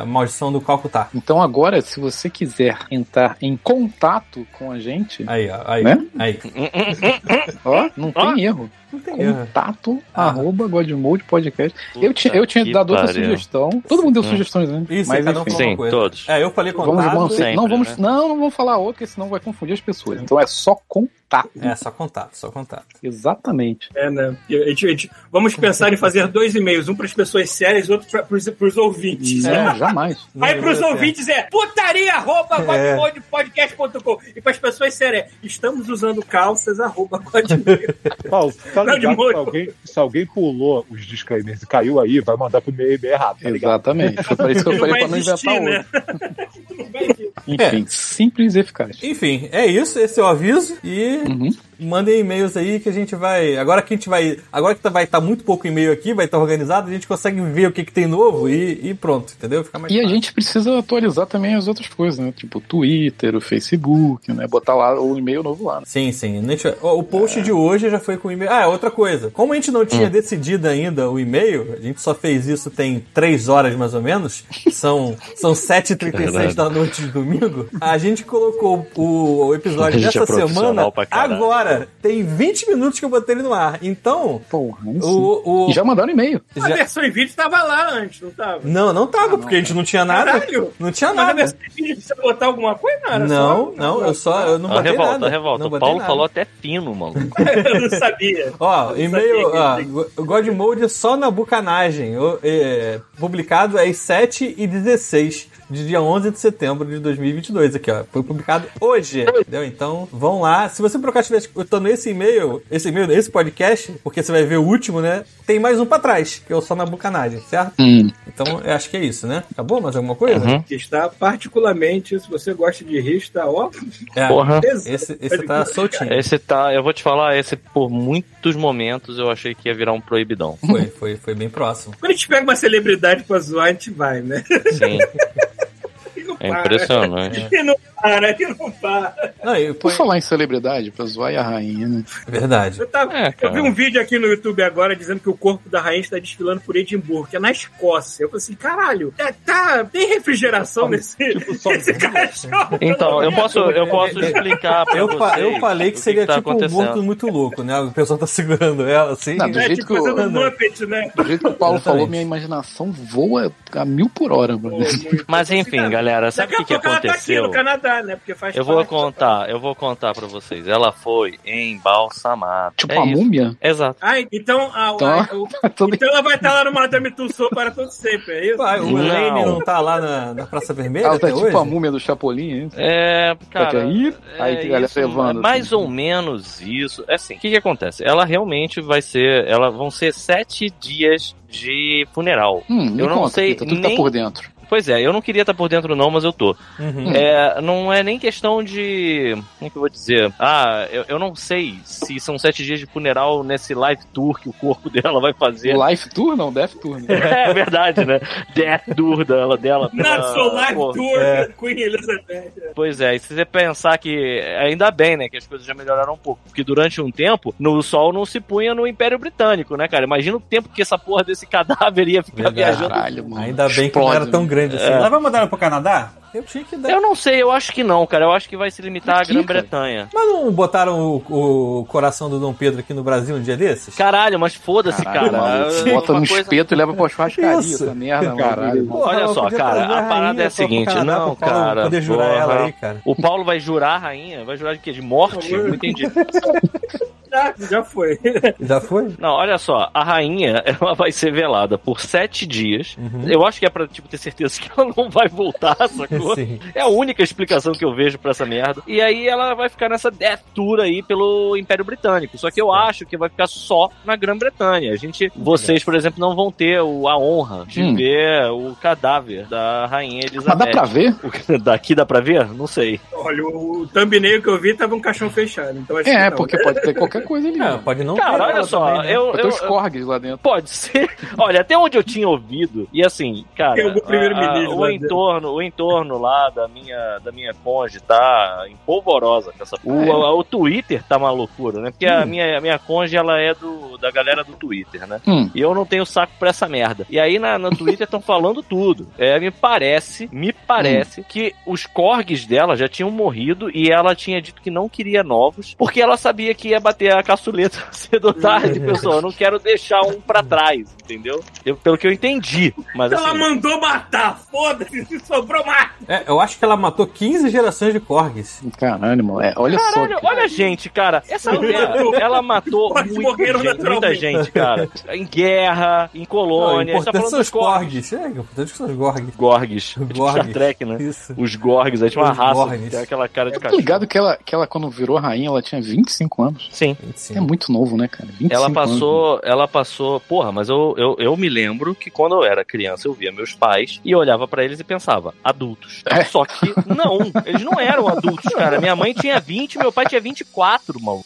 Speaker 3: é maldição do Calcutá.
Speaker 2: Então agora, se você quiser entrar em contato com a gente,
Speaker 3: Aí, ó, aí,
Speaker 2: Né?
Speaker 3: aí.
Speaker 2: ó, não
Speaker 4: Ó.
Speaker 2: tem erro.
Speaker 3: Não tem
Speaker 2: é.
Speaker 3: erro.
Speaker 2: Contato
Speaker 3: Ah.
Speaker 2: arroba Godmode Podcast. Eu,
Speaker 4: Puta
Speaker 2: ti- eu tinha
Speaker 4: que
Speaker 2: dado outra
Speaker 4: pariu.
Speaker 2: sugestão. Todo mundo deu
Speaker 4: Hum.
Speaker 2: sugestões, né?
Speaker 3: Isso,
Speaker 2: mas
Speaker 3: cada um
Speaker 2: enfim.
Speaker 3: falou uma
Speaker 4: Sim,
Speaker 3: coisa.
Speaker 4: todos.
Speaker 3: É, eu falei
Speaker 2: Vamos
Speaker 3: contato.
Speaker 2: manter.
Speaker 4: sempre,
Speaker 2: não, vamos,
Speaker 4: né?
Speaker 2: não, não vamos falar outro, porque senão vai confundir as pessoas. Então é só contato.
Speaker 3: É, só contato, só contato.
Speaker 2: Exatamente.
Speaker 1: É, né? E a gente- a gente- vamos pensar em fazer dois e-mails, um para as pessoas sérias e outro para os ouvintes. né?
Speaker 2: Não, jamais.
Speaker 1: Aí pros ouvintes é putaria arroba
Speaker 3: É.
Speaker 1: godmodepodcast.com. e para as pessoas sérias, estamos usando calças arroba godmode.
Speaker 5: Paulo, tá
Speaker 1: Não, de
Speaker 5: ligado? Se
Speaker 1: molho.
Speaker 5: alguém, se alguém pulou os disclaimers e caiu aí, vai mandar pro meu e-mail errado, tá ligado?
Speaker 2: Exatamente. Foi para isso que Então, eu
Speaker 1: Não
Speaker 2: falei
Speaker 1: vai
Speaker 2: para não
Speaker 1: existir,
Speaker 2: inventar
Speaker 1: né?
Speaker 2: outro.
Speaker 1: Não vai existir. né?
Speaker 3: É.
Speaker 2: Enfim, simples e eficaz.
Speaker 3: Enfim, é isso, esse é o aviso e
Speaker 2: Uhum.
Speaker 3: mandem e-mails aí que a gente vai, agora que a gente vai, agora que tá- vai estar muito pouco e-mail aqui, vai estar organizado, a gente consegue ver o que, que tem novo e, e pronto, entendeu? Fica mais
Speaker 2: E a
Speaker 3: fácil.
Speaker 2: gente precisa atualizar também as outras coisas, né? Tipo o Twitter, o Facebook, né? Botar lá o e-mail novo lá. Né?
Speaker 3: Sim, sim. A gente- ó, O post de hoje já foi com e-mail. Ah, outra coisa. Como a gente não
Speaker 4: Hum.
Speaker 3: tinha decidido ainda o e-mail, a gente só fez isso tem três horas mais ou menos. São, são
Speaker 4: É
Speaker 3: 7h36 da noite de domingo. A gente colocou o, o episódio
Speaker 4: A gente é
Speaker 3: dessa
Speaker 4: profissional
Speaker 3: semana
Speaker 4: pra caralho.
Speaker 3: agora. agora. Tem 20 minutos que eu botei ele no ar. Então,
Speaker 2: Porra, aí sim.
Speaker 3: o. o
Speaker 2: E já mandaram e-mail.
Speaker 1: A
Speaker 3: já-
Speaker 1: versão em vídeo tava lá antes, não tava?
Speaker 3: Não, Ah, não tava, porque a gente não tinha nada.
Speaker 1: Caralho!
Speaker 3: Não tinha
Speaker 1: Mas a
Speaker 3: nada.
Speaker 1: versão em vídeo precisa botar alguma coisa? Não, era
Speaker 3: Não,
Speaker 1: só- um
Speaker 3: não, eu só. Eu não
Speaker 4: Ó,
Speaker 3: botei
Speaker 4: Ah, revolta,
Speaker 3: nada.
Speaker 4: revolta.
Speaker 3: Não
Speaker 4: O
Speaker 3: botei
Speaker 4: Paulo
Speaker 3: nada.
Speaker 4: falou até fino, mano.
Speaker 1: eu não sabia.
Speaker 3: Ó, e-mail, ó,
Speaker 1: Sabia que
Speaker 3: o God Mode é só na bucanagem. O- é, publicado às 7 e 16 de dia 11 de setembro de 2022 aqui, ó. Foi publicado hoje, entendeu? Então, vão lá. Se você procurar estiver escutando esse e-mail, esse e-mail, esse podcast, porque você vai ver o último, né? Tem mais um pra trás, que é o só na bucanagem, certo? Então, eu acho que é isso, né? Acabou mais alguma coisa?
Speaker 4: Uhum.
Speaker 1: Que está particularmente, se você gosta de rir, está ó.
Speaker 3: É,
Speaker 4: Porra.
Speaker 3: Esse, esse tá soltinho.
Speaker 4: Esse tá, eu vou te falar, esse por muitos momentos eu achei que ia virar um proibidão.
Speaker 3: Foi, foi, foi bem próximo.
Speaker 1: Quando a gente pega uma celebridade pra zoar, a gente vai, né?
Speaker 4: Sim,
Speaker 1: E não
Speaker 4: é
Speaker 1: para.
Speaker 4: impressionante.
Speaker 1: E não para, e não para.
Speaker 3: Não, e
Speaker 2: Por
Speaker 3: foi...
Speaker 2: falar em celebridade, pra zoar e a rainha, né?
Speaker 3: Verdade.
Speaker 1: Eu, tava-
Speaker 4: É,
Speaker 1: eu
Speaker 4: cara.
Speaker 1: vi um vídeo aqui no YouTube agora dizendo que o corpo da rainha está desfilando por Edimburgo, que é na Escócia. Eu falei assim, caralho, é, tá, tem refrigeração nesse,
Speaker 5: Tipo,
Speaker 1: nesse caixão?
Speaker 4: Então, eu posso, eu posso explicar pra
Speaker 3: Eu,
Speaker 4: vocês
Speaker 3: fa- eu falei que
Speaker 4: o
Speaker 3: seria
Speaker 4: tá
Speaker 3: tipo um morto muito louco, né? O pessoal tá segurando ela assim.
Speaker 2: Não, do
Speaker 1: É
Speaker 2: jeito
Speaker 1: tipo
Speaker 2: que eu-
Speaker 1: fazendo um Muppet, né?
Speaker 2: Do jeito que o Paulo
Speaker 3: Exatamente.
Speaker 2: falou, minha imaginação voa a mil por hora, mano.
Speaker 4: Mas enfim, galera, sabe
Speaker 1: Daqui
Speaker 4: o que,
Speaker 1: a
Speaker 4: que
Speaker 1: pouco ela tá aqui
Speaker 4: aconteceu?
Speaker 1: no Canadá, né? Porque faz
Speaker 4: Eu vou
Speaker 1: parte.
Speaker 4: contar, eu vou contar pra vocês. Ela foi embalsamada.
Speaker 2: Tipo
Speaker 4: é
Speaker 2: uma
Speaker 4: isso.
Speaker 2: múmia.
Speaker 4: Exato.
Speaker 1: Ah, então, a-
Speaker 2: Tá.
Speaker 1: a- o-
Speaker 2: Tô
Speaker 1: então ela vai estar lá no Madame Tussauds para todo sempre, é isso?
Speaker 3: Pai, tipo, "Ah, o
Speaker 4: Não.
Speaker 3: Elaine não tá lá na, na Praça Vermelha
Speaker 2: Ela
Speaker 3: até
Speaker 2: tá tipo
Speaker 3: É, hoje?
Speaker 2: a múmia do Chapolin, hein?
Speaker 4: É,
Speaker 2: Só que
Speaker 4: cara.
Speaker 2: aí, aí tem galera
Speaker 4: isso,
Speaker 2: levando.
Speaker 4: é mais
Speaker 2: assim.
Speaker 4: ou menos isso. É assim, o que, que acontece? Ela realmente vai ser. Ela vão ser sete dias de funeral.
Speaker 2: Hum, me
Speaker 4: Eu não
Speaker 2: conta,
Speaker 4: sei
Speaker 2: Pita, tu que tá
Speaker 4: nem-
Speaker 2: por dentro.
Speaker 4: Pois é, eu não queria estar por dentro, não, mas eu tô.
Speaker 3: Uhum.
Speaker 4: É, não é nem questão de. Como é que eu vou dizer? Ah, eu, eu não sei se são sete dias de funeral nesse live tour que o corpo dela vai fazer.
Speaker 2: Life Tour, não, Death Tour. Né?
Speaker 4: É verdade, né? Death tour dela. dela
Speaker 1: Na
Speaker 4: pela-
Speaker 1: Soul Live
Speaker 4: Ah, pô,
Speaker 1: Tour,
Speaker 3: é.
Speaker 1: Queen Elizabeth.
Speaker 4: Pois é, e se você pensar que. Ainda bem, né? Que as coisas já melhoraram um pouco. Porque durante um tempo, no sol não se punha no Império Britânico, né, cara? Imagina o tempo que essa porra desse cadáver ia ficar
Speaker 3: Verdade.
Speaker 4: viajando.
Speaker 2: Tá Caralho, mano.
Speaker 3: Ainda bem que
Speaker 2: Explode,
Speaker 3: não era tão
Speaker 2: mano.
Speaker 3: grande assim.
Speaker 4: É.
Speaker 3: Ela vai mandar ela pro Canadá? Eu tinha que dar.
Speaker 4: Eu não sei, eu acho que não, cara. Eu acho que vai se limitar à
Speaker 2: Aqui, cara.
Speaker 4: Grã-Bretanha.
Speaker 3: Mas não botaram o, o coração do Dom Pedro aqui no Brasil um dia desses?
Speaker 4: Caralho, mas foda-se,
Speaker 2: Caralho,
Speaker 4: cara.
Speaker 2: maluco.
Speaker 4: Uma
Speaker 2: Bota no
Speaker 4: coisa-
Speaker 2: espeto e leva pra churrascaria
Speaker 3: Isso.
Speaker 2: essa merda, mano.
Speaker 5: Caralho.
Speaker 3: Pô,
Speaker 4: Olha
Speaker 3: ela
Speaker 4: só,
Speaker 3: podia
Speaker 4: cara,
Speaker 3: trazer
Speaker 4: a parada
Speaker 3: rainha
Speaker 4: é a
Speaker 3: só pro
Speaker 4: seguinte,
Speaker 3: Canadá
Speaker 4: não,
Speaker 3: pro Paulo
Speaker 4: cara,
Speaker 3: Poder jurar
Speaker 4: porra.
Speaker 3: ela aí, cara.
Speaker 4: O Paulo vai jurar a rainha? Vai jurar de quê? De morte? Não entendi.
Speaker 1: Ah, já foi.
Speaker 3: Já foi?
Speaker 4: Não, olha só, a rainha, ela vai ser velada por sete dias.
Speaker 3: Uhum.
Speaker 4: Eu acho que é pra, tipo, ter certeza que ela não vai voltar, sacou?
Speaker 3: Sim.
Speaker 4: É a única explicação que eu vejo pra essa merda. E aí ela vai ficar nessa death tour aí pelo Império Britânico. Só que eu acho que vai ficar só na Grã-Bretanha. A gente, vocês, por exemplo, não vão ter o- a honra de
Speaker 2: Hum.
Speaker 4: ver o cadáver da rainha Elizabeth.
Speaker 2: Mas dá pra ver?
Speaker 4: O- Daqui dá pra ver? Não sei.
Speaker 1: Olha, o thumbnail que eu vi tava um caixão fechado. Então acho que
Speaker 2: É,
Speaker 1: não.
Speaker 2: porque pode ter qualquer coisa ali.
Speaker 3: Ah,
Speaker 2: mano.
Speaker 3: pode não ter
Speaker 4: Cara, olha
Speaker 3: ela
Speaker 4: só,
Speaker 3: também, né?
Speaker 4: eu,
Speaker 2: Pode ter
Speaker 4: eu-
Speaker 2: os corgues lá dentro.
Speaker 4: né? Pode ser. Olha, até onde eu tinha ouvido, e assim, cara,
Speaker 1: Tem algum primeiro-ministro né?
Speaker 4: a- a-
Speaker 1: lá
Speaker 4: o,
Speaker 1: dentro.
Speaker 4: entorno, o entorno lá da minha, da minha conge tá em polvorosa com essa o,
Speaker 2: É. Hum.
Speaker 4: a- o Twitter tá uma loucura, né? Porque a, minha, a minha conge, ela é do, da galera do Twitter, né?
Speaker 2: Hum.
Speaker 4: E eu não tenho saco pra essa merda. E aí na, no Twitter estão falando tudo. É, me parece, me parece
Speaker 2: Hum.
Speaker 4: que os corgis dela já tinham morrido e ela tinha dito que não queria novos, porque ela sabia que ia bater a caçuleta cedo ou tarde,
Speaker 3: Uhum.
Speaker 4: pessoal. Eu não quero deixar um pra trás, entendeu? Eu- pelo que eu entendi. Mas
Speaker 1: Então ela
Speaker 4: assim,
Speaker 1: mandou matar, foda-se, se sobrou mais.
Speaker 3: É, eu acho que ela matou 15 gerações de Corgis.
Speaker 2: Caralho, mano. É, olha só.
Speaker 4: Caralho,
Speaker 2: cara.
Speaker 4: olha a gente, cara. Essa
Speaker 1: Não,
Speaker 4: mulher,
Speaker 1: não.
Speaker 4: ela matou
Speaker 1: Mas
Speaker 4: muita
Speaker 1: morreram
Speaker 4: gente, muita
Speaker 1: naturalmente.
Speaker 4: gente, cara. Em guerra, em
Speaker 3: Não, o
Speaker 4: colônia. a gente tá
Speaker 3: importante
Speaker 4: falando
Speaker 3: são os
Speaker 4: dos corgis.
Speaker 3: Corgis. É, o importante são os Gorgs.
Speaker 4: Gorgs. Tipo Star
Speaker 3: Gorgs.
Speaker 4: Trek, né?
Speaker 3: Isso.
Speaker 4: Os Gorgs, aí tinha uma
Speaker 3: Os
Speaker 4: raça,
Speaker 3: Gorgs.
Speaker 4: tem aquela cara de
Speaker 2: Tá
Speaker 4: cachorro.
Speaker 2: ligado que ela, que ela, quando virou rainha, ela tinha 25 anos.
Speaker 4: Sim.
Speaker 2: É muito novo, né, cara? 25
Speaker 4: Uhum. Ela
Speaker 2: anos. né?
Speaker 4: passou, ela passou, porra, mas eu, eu, eu me lembro que quando eu era criança eu via meus pais e eu olhava pra eles e pensava, adultos.
Speaker 2: É.
Speaker 4: Só que não, eles não eram adultos, cara. Minha mãe tinha 20, meu pai tinha 24, mano.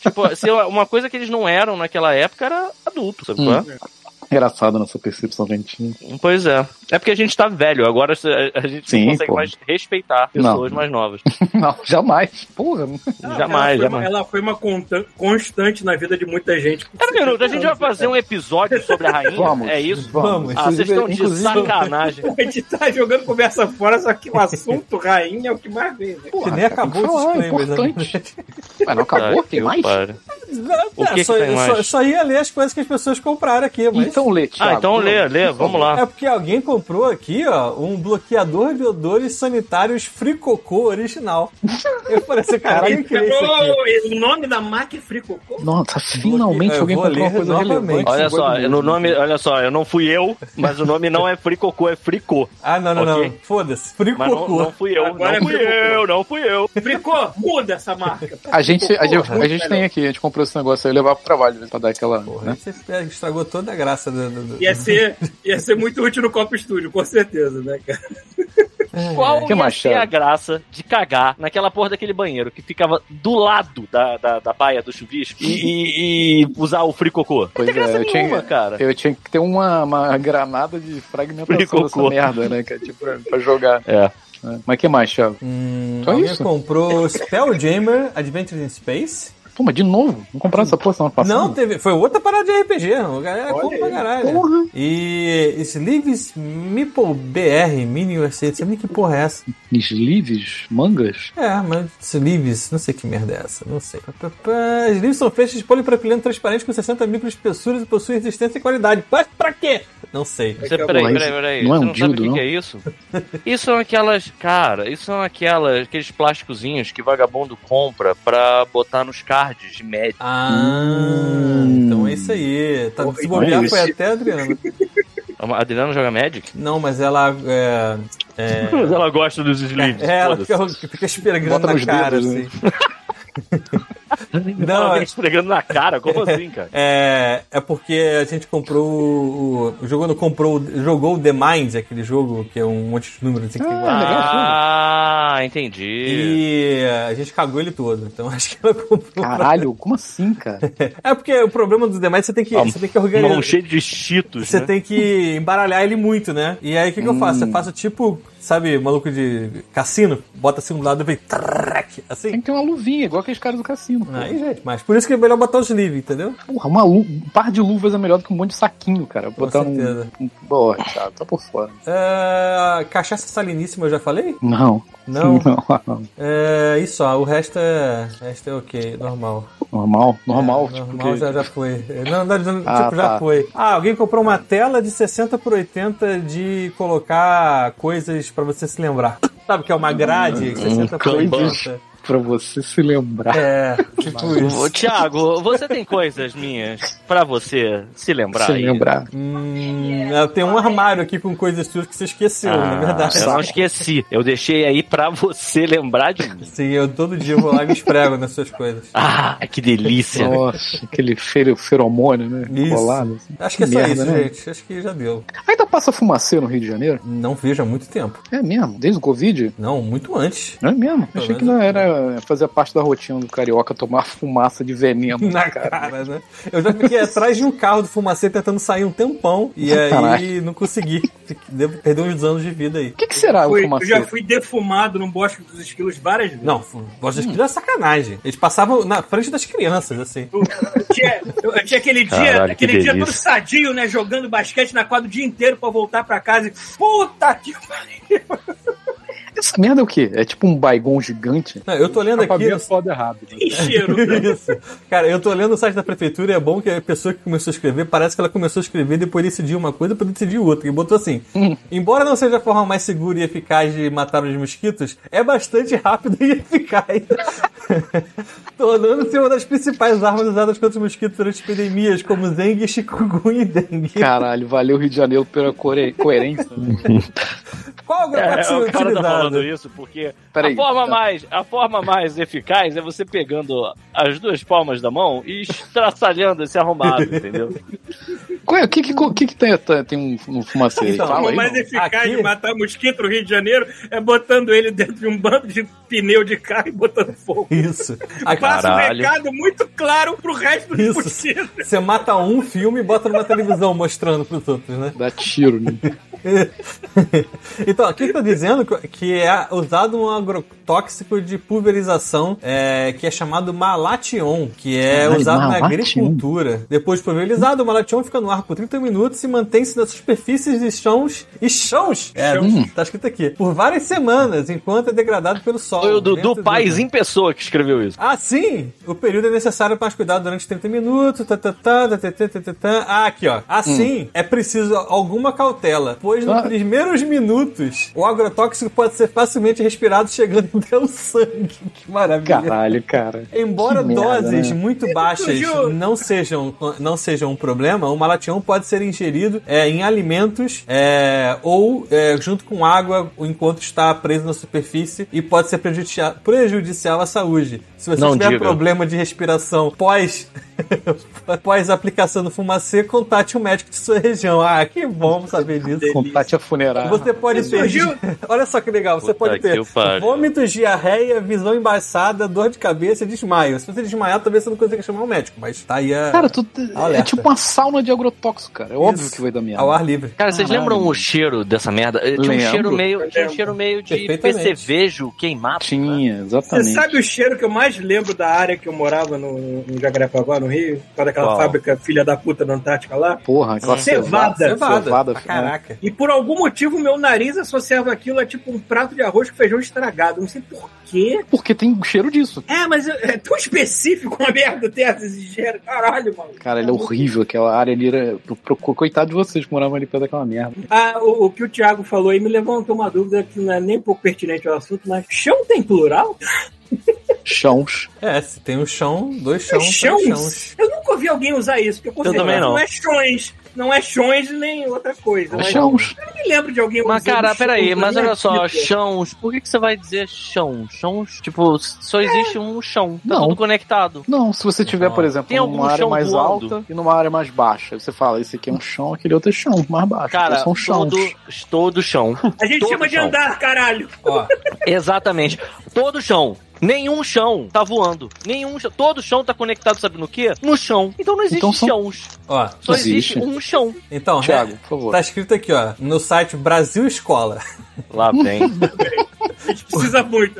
Speaker 4: Tipo, se eu- uma coisa que eles não eram naquela época era adulto, sabe? qual é?
Speaker 2: Engraçado nossa percepção que a gente tinha.
Speaker 4: Pois é. É porque a gente tá velho, agora a- a gente
Speaker 2: Hum. Sim,
Speaker 4: não consegue
Speaker 2: pô.
Speaker 4: mais respeitar pessoas mais novas.
Speaker 2: Não, jamais. Porra, não-
Speaker 1: Não,
Speaker 4: Jamais,
Speaker 1: ela foi, uma,
Speaker 4: jamais.
Speaker 1: ela foi uma conta- constante na vida de muita gente.
Speaker 4: Pera um minuto, a gente vai fazer um episódio sobre a rainha?
Speaker 2: vamos.
Speaker 4: É isso?
Speaker 3: Vamos.
Speaker 4: Ah, vocês estão de
Speaker 2: inclusive-
Speaker 4: sacanagem.
Speaker 1: A gente tá jogando conversa fora, só que o assunto rainha é o que mais vem. Né?
Speaker 3: Que
Speaker 2: Porra,
Speaker 3: nem acabou os
Speaker 2: falar, é
Speaker 3: disclaimers. né?
Speaker 2: importante. Mas não acabou?
Speaker 4: Ai,
Speaker 2: Tem
Speaker 4: que
Speaker 2: mais?
Speaker 4: pariu. O que
Speaker 3: É,
Speaker 4: que
Speaker 3: só,
Speaker 4: tem mais?
Speaker 3: só- só ia ler as coisas que as pessoas compraram aqui, mas.
Speaker 2: Então lê, Thiago.
Speaker 4: Ah, então lê, lê, vamos lá.
Speaker 3: É porque alguém comprou aqui, ó, um bloqueador de odores sanitários Fricocô original. Eu falei assim, cara, quem criou isso aqui?
Speaker 1: Ô, O nome da marca é Fricocô?
Speaker 2: Nossa, finalmente
Speaker 3: Eu
Speaker 2: alguém
Speaker 3: vou
Speaker 2: comprou uma
Speaker 3: ler
Speaker 2: coisa
Speaker 3: novamente.
Speaker 2: relevante.
Speaker 4: Olha só,
Speaker 2: Agora do
Speaker 4: no
Speaker 2: mundo.
Speaker 4: nome, olha só, eu não fui eu, mas o nome não é Fricocô, é Fricô.
Speaker 3: Ah, não, não,
Speaker 4: Ok.
Speaker 3: não. Foda-se.
Speaker 4: Mas não,
Speaker 3: Fricocô.
Speaker 4: não fui eu,
Speaker 1: Agora é
Speaker 4: não fui
Speaker 1: Fricocô.
Speaker 4: eu, não fui eu.
Speaker 1: Fricô, muda essa marca.
Speaker 2: A gente, a, gente, a gente tem aqui, a gente comprou esse negócio aí, levar pro trabalho pra dar aquela. né?
Speaker 3: Você estragou toda a graça do. do- do-
Speaker 2: é
Speaker 1: Ia ser, ia ser muito útil no Copa Estúdio, com certeza, né, cara?
Speaker 4: Qual
Speaker 2: Que
Speaker 4: ia
Speaker 2: machado.
Speaker 4: ser a graça de cagar naquela porra daquele banheiro que ficava do lado da, da, da baia do chuvisco e, e- e usar o fricocô? Não
Speaker 2: Pois
Speaker 4: tem graça
Speaker 2: é, eu tinha-
Speaker 4: nenhuma, cara.
Speaker 2: Eu tinha que ter uma, uma granada de fragmentação dessa
Speaker 4: Fricocô.
Speaker 2: merda, né? Que é tipo pra, pra jogar.
Speaker 4: É.
Speaker 2: né? Mas que mais, Thiago?
Speaker 3: Hum,
Speaker 2: Só
Speaker 3: alguém
Speaker 2: isso?
Speaker 3: comprou Spelljammer Adventure in Space?
Speaker 2: Pô, mas de novo? Não compraram essa porra semana passada?
Speaker 3: Não, teve. Foi outra parada de RPG. A galera compra é pra caralho.
Speaker 2: Porra.
Speaker 3: E Sleeves Meeple BR Mini USA. Sabe que porra é essa?
Speaker 2: Sleeves? Mangas?
Speaker 3: É, mas sleeves, não sei que merda é essa, não sei. Pá, pá, pá. Sleeves são feixes de polipropileno transparente com 60 microespessuras e possuem resistência e qualidade. Mas pra quê? Não sei.
Speaker 4: Você, peraí,
Speaker 2: Mas
Speaker 4: peraí, peraí.
Speaker 2: não é
Speaker 4: Você
Speaker 2: um
Speaker 4: não sabe o
Speaker 2: dildo,
Speaker 4: que,
Speaker 2: não?
Speaker 4: que é isso? Isso são aquelas. Cara, isso são aquelas, aqueles plásticozinhos que vagabundo compra pra botar nos cards de médico.
Speaker 3: Ah,
Speaker 2: Hum.
Speaker 3: então é isso aí. Tá, se bobear foi até a Adriana.
Speaker 4: A Adriana joga Magic?
Speaker 3: Não, mas ela é.
Speaker 4: Mas ela gosta dos sleeves.
Speaker 3: é, ela
Speaker 4: foda-se.
Speaker 3: fica, fica esfregando
Speaker 2: Bota
Speaker 3: na
Speaker 2: nos
Speaker 3: cara,
Speaker 2: dedos, né?
Speaker 3: assim.
Speaker 4: Ela
Speaker 3: Não,
Speaker 4: fica esfregando na cara, como assim, cara?
Speaker 3: É, é porque a gente comprou o. o jogou, comprou, o- jogou o The Mind, aquele jogo que é um monte de números assim, que tem guardado.
Speaker 4: Ah, entendi.
Speaker 3: E a gente cagou ele todo, então acho que ela comprou.
Speaker 2: Caralho, como assim, cara?
Speaker 3: É porque o problema dos demais você tem que,
Speaker 4: Ah,
Speaker 3: você tem que
Speaker 4: Mão
Speaker 3: organizar.
Speaker 4: cheia de cheetos,
Speaker 3: Você
Speaker 4: né?
Speaker 3: tem que embaralhar ele muito, né? E aí o que, que eu faço? Eu faço tipo, sabe, maluco de cassino, bota assim do lado e vem trrrrac,
Speaker 2: Tem
Speaker 3: assim.
Speaker 2: que ter uma luvinha, igual aqueles caras do cassino. pô.
Speaker 3: Aí, gente, mas por isso que é melhor botar os livres, entendeu?
Speaker 2: Porra, uma lu- um par de luvas é melhor do que um monte de saquinho, cara. Botar
Speaker 3: certeza.
Speaker 2: um. um... Boa, Thiago, tá por fora.
Speaker 3: É, cachaça saliníssima eu já falei?
Speaker 2: Não.
Speaker 3: Não.
Speaker 2: Não.
Speaker 3: É, isso, ó, o resto é, o resto é ok, normal.
Speaker 2: Normal, normal.
Speaker 3: É,
Speaker 2: tipo
Speaker 3: normal
Speaker 2: que-
Speaker 3: já, já foi. É, Não, não, não,
Speaker 2: Ah,
Speaker 3: tipo, já
Speaker 2: tá.
Speaker 3: foi. Ah, alguém comprou uma tela de 60 por 80 de colocar coisas pra você se lembrar. Sabe que é uma grade? 60 por
Speaker 2: coisas.
Speaker 3: 80.
Speaker 2: Pra você se lembrar.
Speaker 3: É, tipo
Speaker 4: Ô,
Speaker 3: isso.
Speaker 4: Tiago, você tem coisas minhas pra você se lembrar
Speaker 2: se
Speaker 4: aí?
Speaker 2: lembrar.
Speaker 3: Hum, eu tenho um armário aqui com coisas suas que você esqueceu,
Speaker 4: Ah,
Speaker 3: na verdade.
Speaker 4: eu não esqueci. Eu deixei aí pra você lembrar de mim.
Speaker 3: Sim, eu todo dia vou lá e me esprego nas suas coisas.
Speaker 4: Ah, que delícia.
Speaker 2: Nossa, aquele fer- feromônio, né?
Speaker 3: Isso.
Speaker 2: Colado.
Speaker 3: Acho que é
Speaker 2: Que
Speaker 3: só
Speaker 2: merda,
Speaker 3: isso,
Speaker 2: né?
Speaker 3: gente. Acho que já deu.
Speaker 2: Ainda tá, passa fumacê no Rio de Janeiro?
Speaker 3: Não vejo há muito tempo.
Speaker 2: É mesmo? Desde o Covid?
Speaker 3: Não, muito antes.
Speaker 2: Não é mesmo? Achei que não era fazer parte da rotina do carioca tomar fumaça de veneno.
Speaker 3: Na cara, né? Eu já fiquei atrás de um carro do fumacê tentando sair um tempão. E aí
Speaker 2: Caraca.
Speaker 3: não consegui. Devo perder uns anos de vida aí.
Speaker 2: O que, que será o
Speaker 1: Fui- eu
Speaker 2: fumacê?
Speaker 4: assim?
Speaker 1: já fui defumado num bosque dos esquilos várias vezes.
Speaker 3: Não, gosto das crianças é sacanagem. Eles passavam na frente das crianças, assim.
Speaker 1: Tinha, eu tinha aquele dia,
Speaker 4: Caralho, que
Speaker 1: aquele dia
Speaker 4: delícia.
Speaker 1: todo sadio, né? Jogando basquete na quadra o dia inteiro pra voltar pra casa. E, Puta que pariu!
Speaker 2: Essa merda é o quê? É tipo um baigon gigante?
Speaker 3: Não, eu tô lendo aqui.
Speaker 5: Acabamento foda errado. né?
Speaker 1: Que cheiro!
Speaker 3: Isso. Cara, eu tô lendo o site da prefeitura e é bom que a pessoa que começou a escrever, parece que ela começou a escrever e depois decidiu uma coisa depois decidiu outra. E botou assim: embora não seja a forma mais segura e eficaz de matar os mosquitos, é bastante rápida e eficaz. Tornando-se é uma das principais armas usadas contra os mosquitos durante epidemias, como dengue, chikungunya e dengue.
Speaker 2: Caralho, valeu Rio de Janeiro pela core- coerência. né?
Speaker 3: Qual a
Speaker 4: É, o cara tá falando
Speaker 3: utilidade?
Speaker 4: isso porque
Speaker 2: Peraí.
Speaker 4: a
Speaker 3: tá.
Speaker 4: forma mais a forma mais eficaz é você pegando as duas palmas da mão e estraçalhando esse arrombado, entendeu?
Speaker 2: Qual é? O que que, o que que tem, tem um, um fumacê aí?
Speaker 3: Então,
Speaker 2: Fala
Speaker 1: forma
Speaker 2: aí.
Speaker 1: mais
Speaker 3: mano.
Speaker 1: eficaz
Speaker 3: Aqui-
Speaker 1: é de matar mosquito no Rio de Janeiro é botando ele dentro de um bando de pneu de carro e botando fogo.
Speaker 3: Isso. Aqui,
Speaker 1: Passa um
Speaker 4: Caralho.
Speaker 1: recado muito claro pro resto dos
Speaker 3: Isso.
Speaker 1: mosquitos.
Speaker 3: Você mata um filme e bota numa televisão mostrando pros outros, né?
Speaker 2: Dá tiro, né?
Speaker 3: Então, aqui tá dizendo que- que é usado um agrotóxico de pulverização é, que é chamado malation, que é
Speaker 2: Caralho,
Speaker 3: usado na
Speaker 2: malation.
Speaker 3: agricultura. Depois de pulverizado, o malation fica no ar por 30 minutos e mantém-se nas superfícies de chãos e chãos. É, tá escrito aqui. Por várias semanas, enquanto é degradado pelo solo.
Speaker 4: Foi o Dudu
Speaker 3: Dentro um do-
Speaker 4: Paz em pessoa que escreveu isso.
Speaker 3: ah, sim! O período é necessário para cuidar durante 30 minutos. Tá, tá, tá, tá, tá, tá, tá, tá, tá. Ah, aqui, ó. Assim, é preciso alguma cautela, pois nos
Speaker 2: Ah.
Speaker 3: primeiros minutos o agrotóxico pode ser facilmente respirado chegando até o sangue. Que maravilha!
Speaker 2: Caralho, cara.
Speaker 3: Embora
Speaker 2: Que merda,
Speaker 3: doses
Speaker 2: né?
Speaker 3: muito baixas
Speaker 1: Juro.
Speaker 3: não sejam, não sejam um problema, o malation pode ser ingerido é, em alimentos é, ou é, junto com água enquanto está preso na superfície e pode ser prejudicia- prejudicial à saúde. Se você
Speaker 4: Não
Speaker 3: tiver
Speaker 4: diga.
Speaker 3: problema de respiração pós, pós aplicação do fumacê, contate um médico de sua região. Ah, que bom saber disso.
Speaker 2: Contate a funerária.
Speaker 3: Ah. Você pode ter.
Speaker 1: Surgiu?
Speaker 3: Olha só que legal, você
Speaker 4: Puta
Speaker 3: pode ter
Speaker 4: que pariu.
Speaker 3: vômitos, diarreia, visão embaçada, dor de cabeça e desmaio. Se você desmaiar, talvez você não consiga chamar um médico, mas tá aí a.
Speaker 2: Cara, tu, é
Speaker 3: Alerta.
Speaker 2: tipo uma sauna de agrotóxico, cara. É óbvio
Speaker 3: Isso.
Speaker 2: que vai dar merda.
Speaker 3: Ao ar livre.
Speaker 4: Cara, vocês
Speaker 2: Caralho.
Speaker 4: lembram o cheiro dessa merda? Eh, Tinha um
Speaker 2: Lembro.
Speaker 4: cheiro meio, tinha um cheiro meio de
Speaker 3: Perfeitamente.
Speaker 4: percevejo queimado. né?
Speaker 2: Tinha,
Speaker 1: Você
Speaker 2: exatamente.
Speaker 1: sabe o cheiro que eu mais lembro da área que eu morava no, no Jacarepaguá, no Rio? Para aquela
Speaker 4: Qual?
Speaker 1: fábrica filha da puta da Antártica lá?
Speaker 2: Porra, aquela
Speaker 1: Cevada.
Speaker 3: Cevada.
Speaker 2: Cevada, né?
Speaker 3: Ah, caraca.
Speaker 1: E por algum motivo meu nariz associava aquilo a tipo um prato de arroz com feijão estragado. Não sei por quê.
Speaker 2: Porque tem um cheiro disso.
Speaker 1: É, mas eu- é tão específico uma merda dessa, esse cheiro. Caralho, mano.
Speaker 2: Cara, ele é horrível. Aquela área ali era. pro- pro- Coitado de vocês que moravam ali perto daquela merda.
Speaker 1: Ah, o, o que o Thiago falou aí me levantou uma dúvida que não é nem um pouco pertinente ao assunto, mas chão tem plural?
Speaker 2: Chãos.
Speaker 3: É, se tem um chão, dois chãos,
Speaker 1: chãos?
Speaker 3: três chãos.
Speaker 1: é Eu nunca ouvi alguém usar isso, porque eu, confesso,
Speaker 4: também não. É
Speaker 1: é chões. Não é chões nem outra coisa. Mas eu
Speaker 2: Chãos.
Speaker 1: não me lembro de alguém
Speaker 4: Mas,
Speaker 1: usando
Speaker 4: cara,
Speaker 1: chão
Speaker 4: peraí,
Speaker 1: na
Speaker 4: mas
Speaker 1: minha
Speaker 4: olha só,
Speaker 1: vida.
Speaker 4: chãos. Por que, que você vai dizer chão? Chãos, tipo, só existe um chão. Tá
Speaker 2: Não.
Speaker 4: tudo conectado.
Speaker 2: Não, se você tiver,
Speaker 3: Não.
Speaker 2: por exemplo,
Speaker 4: Tem algum
Speaker 2: numa área
Speaker 4: chão
Speaker 2: mais
Speaker 4: voando?
Speaker 2: alta e numa área mais baixa. Você fala, esse aqui é um chão, aquele outro é chão, mais baixo.
Speaker 4: Cara,
Speaker 2: Então são chãos.
Speaker 4: todo, todo chão.
Speaker 1: A gente
Speaker 4: Todo
Speaker 1: chama de
Speaker 4: chão.
Speaker 1: andar, caralho.
Speaker 3: Ó,
Speaker 4: Exatamente. Todo chão. Nenhum chão tá voando. Nenhum chão. Todo chão tá conectado, sabe no quê? No chão. Então não existe
Speaker 2: Então são-
Speaker 4: chãos.
Speaker 3: ó.
Speaker 4: Só
Speaker 2: Existe.
Speaker 4: existe. um chão.
Speaker 3: Então,
Speaker 2: Thiago, por favor.
Speaker 3: tá escrito aqui, ó, no site Brasil Escola.
Speaker 4: Lá vem.
Speaker 1: A gente precisa muito.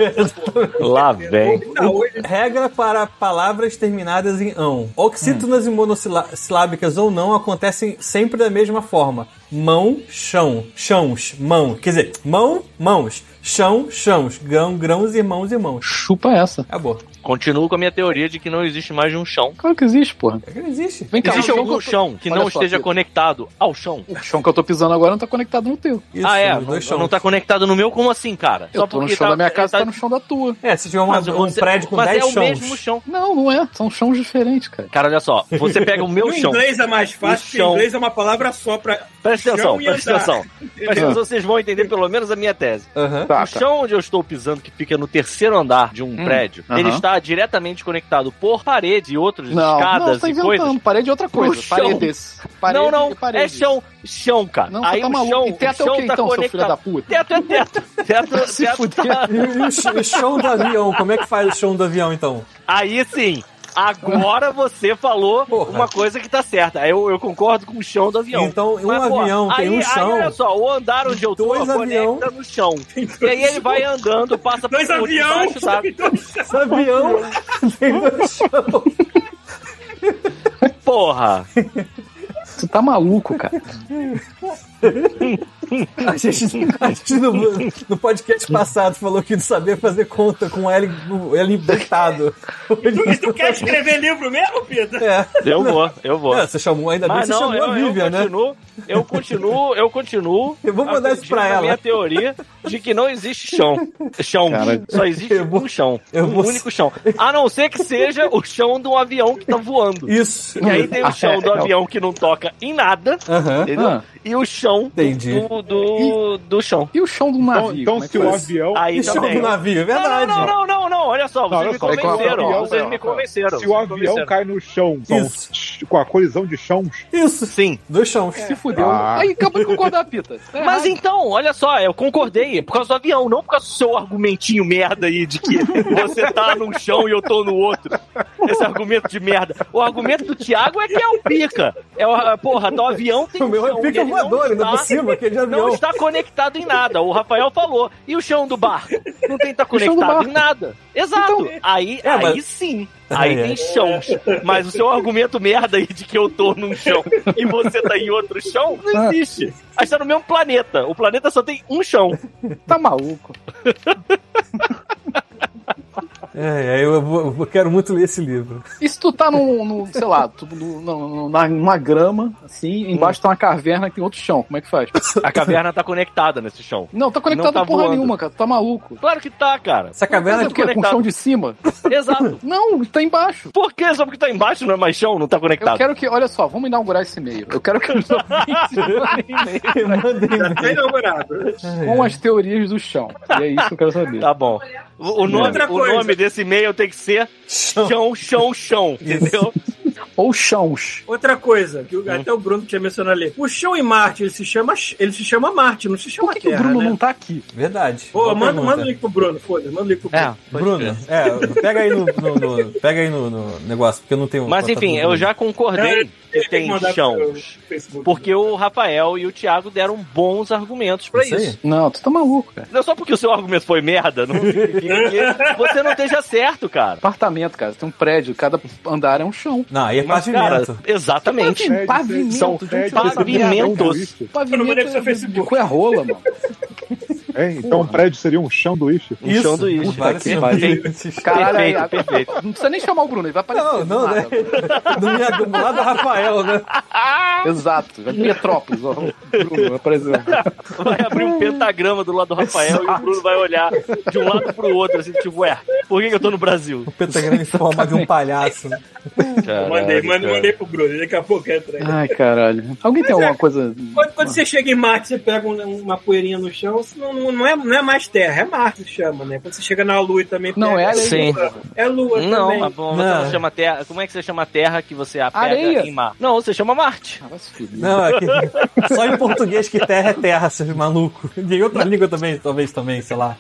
Speaker 4: Lá vem.
Speaker 1: Não, hoje
Speaker 3: Regra para palavras terminadas em ão. Oxítonas e monossilábicas ou não acontecem sempre da mesma forma. Mão, chão, chãos, mão. Quer dizer, mão, mãos, chão, chãos, grão, grãos, irmãos, irmãos.
Speaker 2: Chupa essa.
Speaker 3: Acabou.
Speaker 4: Continuo com a minha teoria de que não existe mais de um chão.
Speaker 2: Claro que existe, porra.
Speaker 3: É que não existe.
Speaker 2: Vem cá,
Speaker 4: Existe
Speaker 2: o
Speaker 4: algum
Speaker 2: que eu tô-
Speaker 4: chão que
Speaker 2: Olha
Speaker 4: não
Speaker 2: só,
Speaker 4: esteja
Speaker 2: Pedro,
Speaker 4: conectado ao chão.
Speaker 2: O chão que eu tô pisando agora não tá conectado no teu.
Speaker 3: Isso,
Speaker 4: ah, é?
Speaker 3: os
Speaker 4: Não,
Speaker 3: dois chão.
Speaker 4: não tá conectado no meu? Como assim, cara?
Speaker 2: eu tô no chão da minha casa, tá... no chão da tua.
Speaker 3: É, se tiver uma-
Speaker 4: Mas
Speaker 3: um
Speaker 4: você-
Speaker 3: prédio com
Speaker 4: mas
Speaker 3: 10
Speaker 4: é o
Speaker 3: chãos.
Speaker 4: mesmo chão.
Speaker 2: Não, não é. São chãos diferentes, cara.
Speaker 4: Cara, olha só. Você pega o meu
Speaker 1: no
Speaker 4: chão.
Speaker 1: inglês é mais fácil, porque
Speaker 4: chão.
Speaker 1: em inglês é uma palavra só pra.
Speaker 4: Presta
Speaker 1: chão
Speaker 4: atenção,
Speaker 1: e
Speaker 4: presta
Speaker 1: andar.
Speaker 4: atenção. Presta atenção, vocês vão entender pelo menos a minha tese.
Speaker 3: Aham.
Speaker 2: Tá, Hum.
Speaker 4: o chão onde eu estou pisando, que fica no terceiro andar de um prédio, ele
Speaker 2: aham.
Speaker 4: está diretamente conectado por parede e outros
Speaker 2: Não, não,
Speaker 4: escadas
Speaker 2: você tá
Speaker 4: e coisas.
Speaker 2: inventando. Parede é outra
Speaker 4: No
Speaker 2: coisa.
Speaker 4: chão.
Speaker 2: Paredes. Parede
Speaker 4: não, não,
Speaker 2: é parede.
Speaker 4: é chão, chão, cara.
Speaker 2: Não,
Speaker 4: Aí
Speaker 2: você tá
Speaker 4: o
Speaker 2: maluco.
Speaker 4: chão,
Speaker 2: e teto
Speaker 4: o chão
Speaker 2: é o quê,
Speaker 4: tá
Speaker 2: então, seu filho da
Speaker 4: conectado.
Speaker 2: puta?
Speaker 4: Teto é teto. Teto,
Speaker 2: Se
Speaker 4: teto
Speaker 2: fuder.
Speaker 4: tá...
Speaker 3: E, e o ch- o chão do avião, como é que faz o chão do avião, então?
Speaker 4: Aí sim. Agora você falou
Speaker 3: Porra.
Speaker 4: uma coisa que tá certa. Eu, eu concordo com o chão do avião.
Speaker 3: Então, um
Speaker 4: Mas, pô,
Speaker 3: avião tem
Speaker 4: aí-
Speaker 3: um chão.
Speaker 4: Aí, olha só, o andar onde eu tô
Speaker 3: Dois
Speaker 4: conecta
Speaker 3: avião.
Speaker 4: no chão. E aí ele vai andando, passa
Speaker 1: Dois
Speaker 4: por
Speaker 1: aviões!
Speaker 4: debaixo da
Speaker 3: Esse avião tem dois chão.
Speaker 4: porra.
Speaker 2: Você tá maluco, cara.
Speaker 3: A gente, a gente no, no podcast passado falou que não sabia fazer conta com L, com L limitado.
Speaker 1: E tu quer escrever livro mesmo, Pedro?
Speaker 3: É.
Speaker 4: Eu vou, eu vou.
Speaker 3: É, você chamou, ainda bem que
Speaker 4: Mas
Speaker 3: você
Speaker 4: Ah, não,
Speaker 3: chamou
Speaker 4: eu,
Speaker 3: a
Speaker 4: eu
Speaker 3: Vivian, né?
Speaker 4: continuo, eu continuo, eu continuo.
Speaker 3: Eu vou mandar isso pra
Speaker 4: acreditando na
Speaker 3: ela.
Speaker 4: Minha teoria de que não existe chão. Chão.
Speaker 2: Cara,
Speaker 4: Só existe
Speaker 3: eu vou-
Speaker 4: um chão.
Speaker 3: eu
Speaker 4: um
Speaker 3: vou-
Speaker 4: único chão. A não ser que seja o chão de um avião que tá voando.
Speaker 3: Isso.
Speaker 5: Ah, é,
Speaker 4: E aí tem o chão do avião que não toca em nada,
Speaker 3: Aham.
Speaker 4: entendeu?
Speaker 2: Ah.
Speaker 4: e o chão do-
Speaker 3: Entendi.
Speaker 4: do, do, do chão.
Speaker 2: E o chão do
Speaker 5: Então,
Speaker 2: navio?
Speaker 5: então
Speaker 2: como é que
Speaker 5: se o
Speaker 2: foi?
Speaker 5: avião.
Speaker 4: Aí
Speaker 3: Isso é
Speaker 4: também.
Speaker 3: um navio, é verdade.
Speaker 4: Não, não, não, não, não, olha só, vocês
Speaker 5: Não, olha
Speaker 4: me
Speaker 5: só, é que o
Speaker 4: convenceram.
Speaker 5: avião-
Speaker 4: vocês me convenceram.
Speaker 5: Se
Speaker 4: vocês
Speaker 5: o
Speaker 4: me
Speaker 5: avião
Speaker 4: convenceram.
Speaker 5: cai no chão, só
Speaker 3: Isso.
Speaker 5: um- com a colisão de chãos,
Speaker 3: Isso,
Speaker 4: Sim.
Speaker 3: dois chãos.
Speaker 4: É.
Speaker 2: Se fudeu.
Speaker 5: Ah.
Speaker 2: Aí acabou de concordar, Pita. Tá
Speaker 4: Mas
Speaker 2: errado.
Speaker 4: então, olha só, eu concordei, é por causa do avião, não por causa do seu argumentinho merda aí de que você tá num chão e eu tô no outro. Esse argumento de merda. O argumento do Thiago é que é o pica. É o, porra, do avião tem um
Speaker 3: O meu
Speaker 4: chão,
Speaker 3: é
Speaker 4: e
Speaker 3: pica
Speaker 4: Então, ele não tá.
Speaker 3: voador, ainda por
Speaker 4: está-
Speaker 3: cima, aquele de
Speaker 4: Não
Speaker 3: avião.
Speaker 4: está conectado em nada, o Rafael falou. E o chão do barco? Não tem que estar
Speaker 2: O chão do
Speaker 4: conectado
Speaker 2: barco.
Speaker 4: em nada. Exato. aí,
Speaker 3: É,
Speaker 4: aí
Speaker 3: mas-
Speaker 4: sim. Aí
Speaker 3: É.
Speaker 4: tem chão. Mas o seu argumento merda aí de que eu tô num chão e você tá em outro chão, não existe. A gente tá no mesmo planeta. O planeta só tem um chão.
Speaker 2: Tá maluco.
Speaker 3: É, é, eu, vou- eu quero muito ler esse livro.
Speaker 2: E se tu tá num, num, sei lá, tu, no, no- no- na, numa grama,
Speaker 4: Hum.
Speaker 2: assim, embaixo tá uma caverna que tem outro chão. Como é que faz?
Speaker 4: A caverna tá conectada nesse chão.
Speaker 2: Não, tá
Speaker 4: Não
Speaker 2: conectado
Speaker 4: tá
Speaker 2: a porra
Speaker 4: voando. tipo
Speaker 2: nenhuma, cara. Tu tá maluco.
Speaker 4: Claro que tá, cara.
Speaker 3: Essa caverna
Speaker 2: Mas é
Speaker 3: de
Speaker 2: o quê? Com o chão de cima?
Speaker 4: Exato.
Speaker 2: Não, tá embaixo.
Speaker 4: Por que só porque tá embaixo não é mais chão? Não tá
Speaker 2: Eu
Speaker 4: conectado.
Speaker 2: quero que, olha só, vamos inaugurar esse e-mail. Eu quero que os ouvintes mandem e-mail
Speaker 1: Já tá inaugurado.
Speaker 2: com as teorias do chão. E é isso que eu quero saber.
Speaker 4: Tá bom. O, o nome,
Speaker 1: Outra
Speaker 4: o
Speaker 1: coisa.
Speaker 4: nome desse e-mail tem que ser
Speaker 3: chão.
Speaker 4: chão, chão, chão. Entendeu?
Speaker 2: Ou chãos.
Speaker 1: Outra coisa, que o- até o Bruno tinha mencionado ali. O chão em Marte, ele se chama, ele se chama Marte, não se chama
Speaker 2: Por que, que o
Speaker 1: Terra,
Speaker 2: Bruno
Speaker 1: né?
Speaker 2: não tá aqui?
Speaker 3: Verdade.
Speaker 1: Pô,
Speaker 3: Boa
Speaker 1: manda,
Speaker 3: pergunta.
Speaker 1: manda o link pro Bruno, foda-se, manda o link pro Bruno.
Speaker 4: É, pode
Speaker 3: Bruno,
Speaker 4: crer.
Speaker 3: é, pega aí no, no- no- pega aí no, no negócio, porque eu não tenho.
Speaker 4: Mas enfim, eu já concordei que tem chão. Porque o Rafael e o Thiago deram bons argumentos pra isso.
Speaker 3: Isso aí.
Speaker 2: Não, tu tá maluco, cara.
Speaker 4: Não só porque o seu argumento foi merda, não significa que você não esteja certo, cara.
Speaker 2: Apartamento, cara. Tem um prédio, cada andar é um chão.
Speaker 3: Não, aí é
Speaker 4: Mas, cara,
Speaker 3: pavimento.
Speaker 4: exatamente.
Speaker 2: Pavimento, pavimento,
Speaker 5: são
Speaker 2: gente,
Speaker 5: prédios, um
Speaker 2: pavimento.
Speaker 4: Pavimentos.
Speaker 1: Eu não mandei pro seu
Speaker 2: é
Speaker 1: Facebook.
Speaker 2: De Cuiarola, mano.
Speaker 5: é, então o prédio seria um chão do Ishi.
Speaker 4: Um chão
Speaker 3: com
Speaker 4: do Ishi.
Speaker 3: vários
Speaker 2: que
Speaker 3: sementes.
Speaker 2: Caralho, aí,
Speaker 4: Perfeito, né? perfeito.
Speaker 2: não precisa nem chamar o Bruno, ele vai aparecer.
Speaker 3: Não,
Speaker 2: do
Speaker 3: não, né?
Speaker 2: nada.
Speaker 3: Do minha- do lado do Rafael, né?
Speaker 2: Exato. Vai Metrópolis, ó. O Bruno vai aparecer.
Speaker 4: Vai abrir um pentagrama do lado do Rafael e o Bruno vai olhar de um lado pro outro, assim, tipo, ué, por que que eu tô no Brasil?
Speaker 3: O pentagrama em forma de um palhaço.
Speaker 1: Mandei, mandei, mandei pro Bruno, daqui a pouco entra aí.
Speaker 2: Ai, caralho. Alguém tem alguma coisa.
Speaker 1: Quando, quando você chega em Marte, você pega um- uma poeirinha no chão, isso não, não, não é, não é mais Terra, é Marte que chama, né? Quando você chega na Lua e também
Speaker 2: Não,
Speaker 1: pega,
Speaker 2: é areia.
Speaker 4: Sim.
Speaker 1: É Lua
Speaker 4: Não,
Speaker 1: também.
Speaker 4: mas bom, você não
Speaker 3: Não.
Speaker 4: chama terra. Como é que você chama a terra que você a pega
Speaker 2: Areia.
Speaker 4: em mar? Não, você chama Marte.
Speaker 2: Ah, vai se fuder.
Speaker 3: Não, é que- só em português que terra é terra, seus maluco. E em outra língua também, talvez também, sei lá.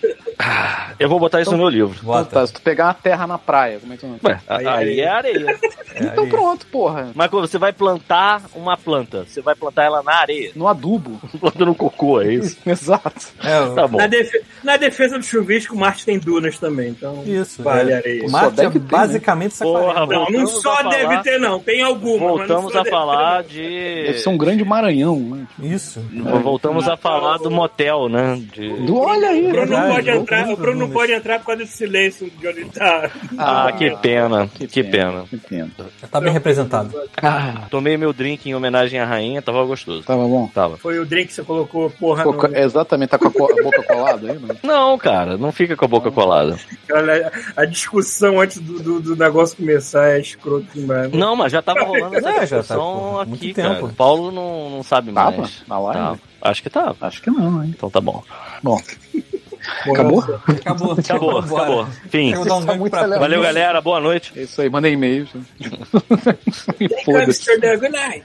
Speaker 4: Eu vou botar isso no meu livro.
Speaker 2: Então
Speaker 3: Bota.
Speaker 2: tá, se tu pegar uma terra na praia, como é que é o nome?
Speaker 4: Aí, é areia.
Speaker 3: É,
Speaker 2: Então
Speaker 3: aí.
Speaker 2: pronto, porra.
Speaker 4: Mas quando você vai plantar uma planta, você vai plantar ela na areia.
Speaker 2: No adubo.
Speaker 4: Planta no cocô, é isso?
Speaker 2: Exato.
Speaker 3: É, eu-
Speaker 4: Tá bom.
Speaker 1: Na, defe- na defesa do chuvisco, Marte tem dunas também, então.
Speaker 3: Isso.
Speaker 1: Vale
Speaker 3: é.
Speaker 1: areia.
Speaker 3: Marte
Speaker 2: Só
Speaker 3: é
Speaker 2: deve ter, né?
Speaker 3: basicamente
Speaker 4: Porra,
Speaker 3: Saquarema.
Speaker 1: Não, não
Speaker 4: Voltamos a
Speaker 1: só
Speaker 4: falar-
Speaker 1: deve ter, não. Tem alguma.
Speaker 4: Voltamos a falar
Speaker 2: Deve
Speaker 4: de.
Speaker 2: ser um grande Maranhão, né?
Speaker 3: Isso.
Speaker 4: um Voltamos a falar do motel, né? De...
Speaker 2: Do, olha aí,
Speaker 1: O Bruno não
Speaker 3: Verdade,
Speaker 1: pode
Speaker 3: loucura,
Speaker 1: entrar, o Bruno não
Speaker 3: Bruno.
Speaker 1: pode entrar por causa do silêncio de onde tá.
Speaker 4: Ah, que pena, que,
Speaker 2: que pena.
Speaker 4: pena.
Speaker 2: Entendo.
Speaker 3: Tá bem representado.
Speaker 2: Ah,
Speaker 4: Tomei meu drink em homenagem à rainha, tava gostoso.
Speaker 2: tava bom.
Speaker 4: Tava.
Speaker 1: Foi o drink que você colocou, porra.
Speaker 2: Pô,
Speaker 1: no-
Speaker 2: é exatamente, tá com a co- a boca colada aí, mano?
Speaker 4: Não, cara, não fica com a boca colada.
Speaker 1: Olha, a discussão antes do, do, do negócio começar é escroto demais.
Speaker 4: Não, mas já tava rolando essa
Speaker 3: É, já tá,
Speaker 4: discussão
Speaker 3: porra,
Speaker 4: aqui,
Speaker 3: muito
Speaker 4: cara.
Speaker 3: tempo.
Speaker 4: Paulo não, não sabe
Speaker 2: Tava?
Speaker 4: mais.
Speaker 2: Na live?
Speaker 4: Tava. Acho que tava.
Speaker 2: Acho que não, hein?
Speaker 4: Então tá bom.
Speaker 2: Bom, acabou?
Speaker 3: Acabou.
Speaker 4: Acabou,
Speaker 3: Bora.
Speaker 4: acabou. Fim.
Speaker 3: Quero dar um
Speaker 2: Tá
Speaker 3: ganho
Speaker 2: muito
Speaker 3: pra
Speaker 2: aleatório.
Speaker 4: Valeu, galera. Boa noite.
Speaker 2: É isso aí, mandei e-mail. Me foda-se.
Speaker 1: Amsterdã, good night.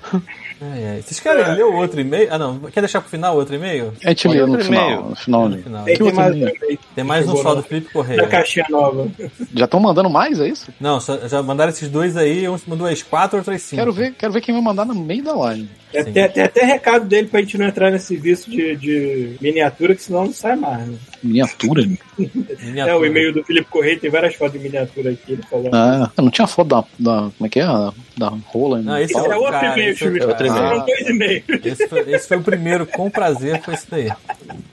Speaker 3: Ai, ai. Vocês querem ler o outro e-mail? Ah, não. Quer deixar pro final o outro e-mail?
Speaker 2: A gente lê no
Speaker 4: Olha o e-mail.
Speaker 2: final. No final
Speaker 3: No
Speaker 2: né?
Speaker 3: final.
Speaker 1: Tem,
Speaker 2: Que
Speaker 1: tem mais
Speaker 2: outro
Speaker 1: também,
Speaker 3: Tem mais um só do Felipe
Speaker 1: da
Speaker 3: Correia.
Speaker 1: caixinha nova.
Speaker 2: Já estão mandando mais, é isso?
Speaker 3: Não, só- já mandaram esses dois aí, um mandou as quatro, outras cinco.
Speaker 2: Quero ver, quero ver quem vai mandar no meio da live.
Speaker 1: É,
Speaker 3: Sim.
Speaker 1: Tem, até- até recado dele pra gente não entrar nesse vício de, de miniatura, que senão não sai mais. Né?
Speaker 2: Miniatura?
Speaker 3: Miniatura.
Speaker 1: É, o e-mail do Felipe Correia tem várias fotos de miniatura aqui. Ele falou.
Speaker 2: Ah, eu não tinha foto da, da. Como é que é? Da, da rola né? ainda.
Speaker 3: Não, esse
Speaker 1: Isso é
Speaker 3: é
Speaker 1: outro
Speaker 3: outro cara,
Speaker 1: e-mail,
Speaker 3: esse é outro
Speaker 1: Chubis.
Speaker 3: cara.
Speaker 1: Foram dois e-mails.
Speaker 3: Esse foi, esse foi o primeiro, com prazer, foi esse daí.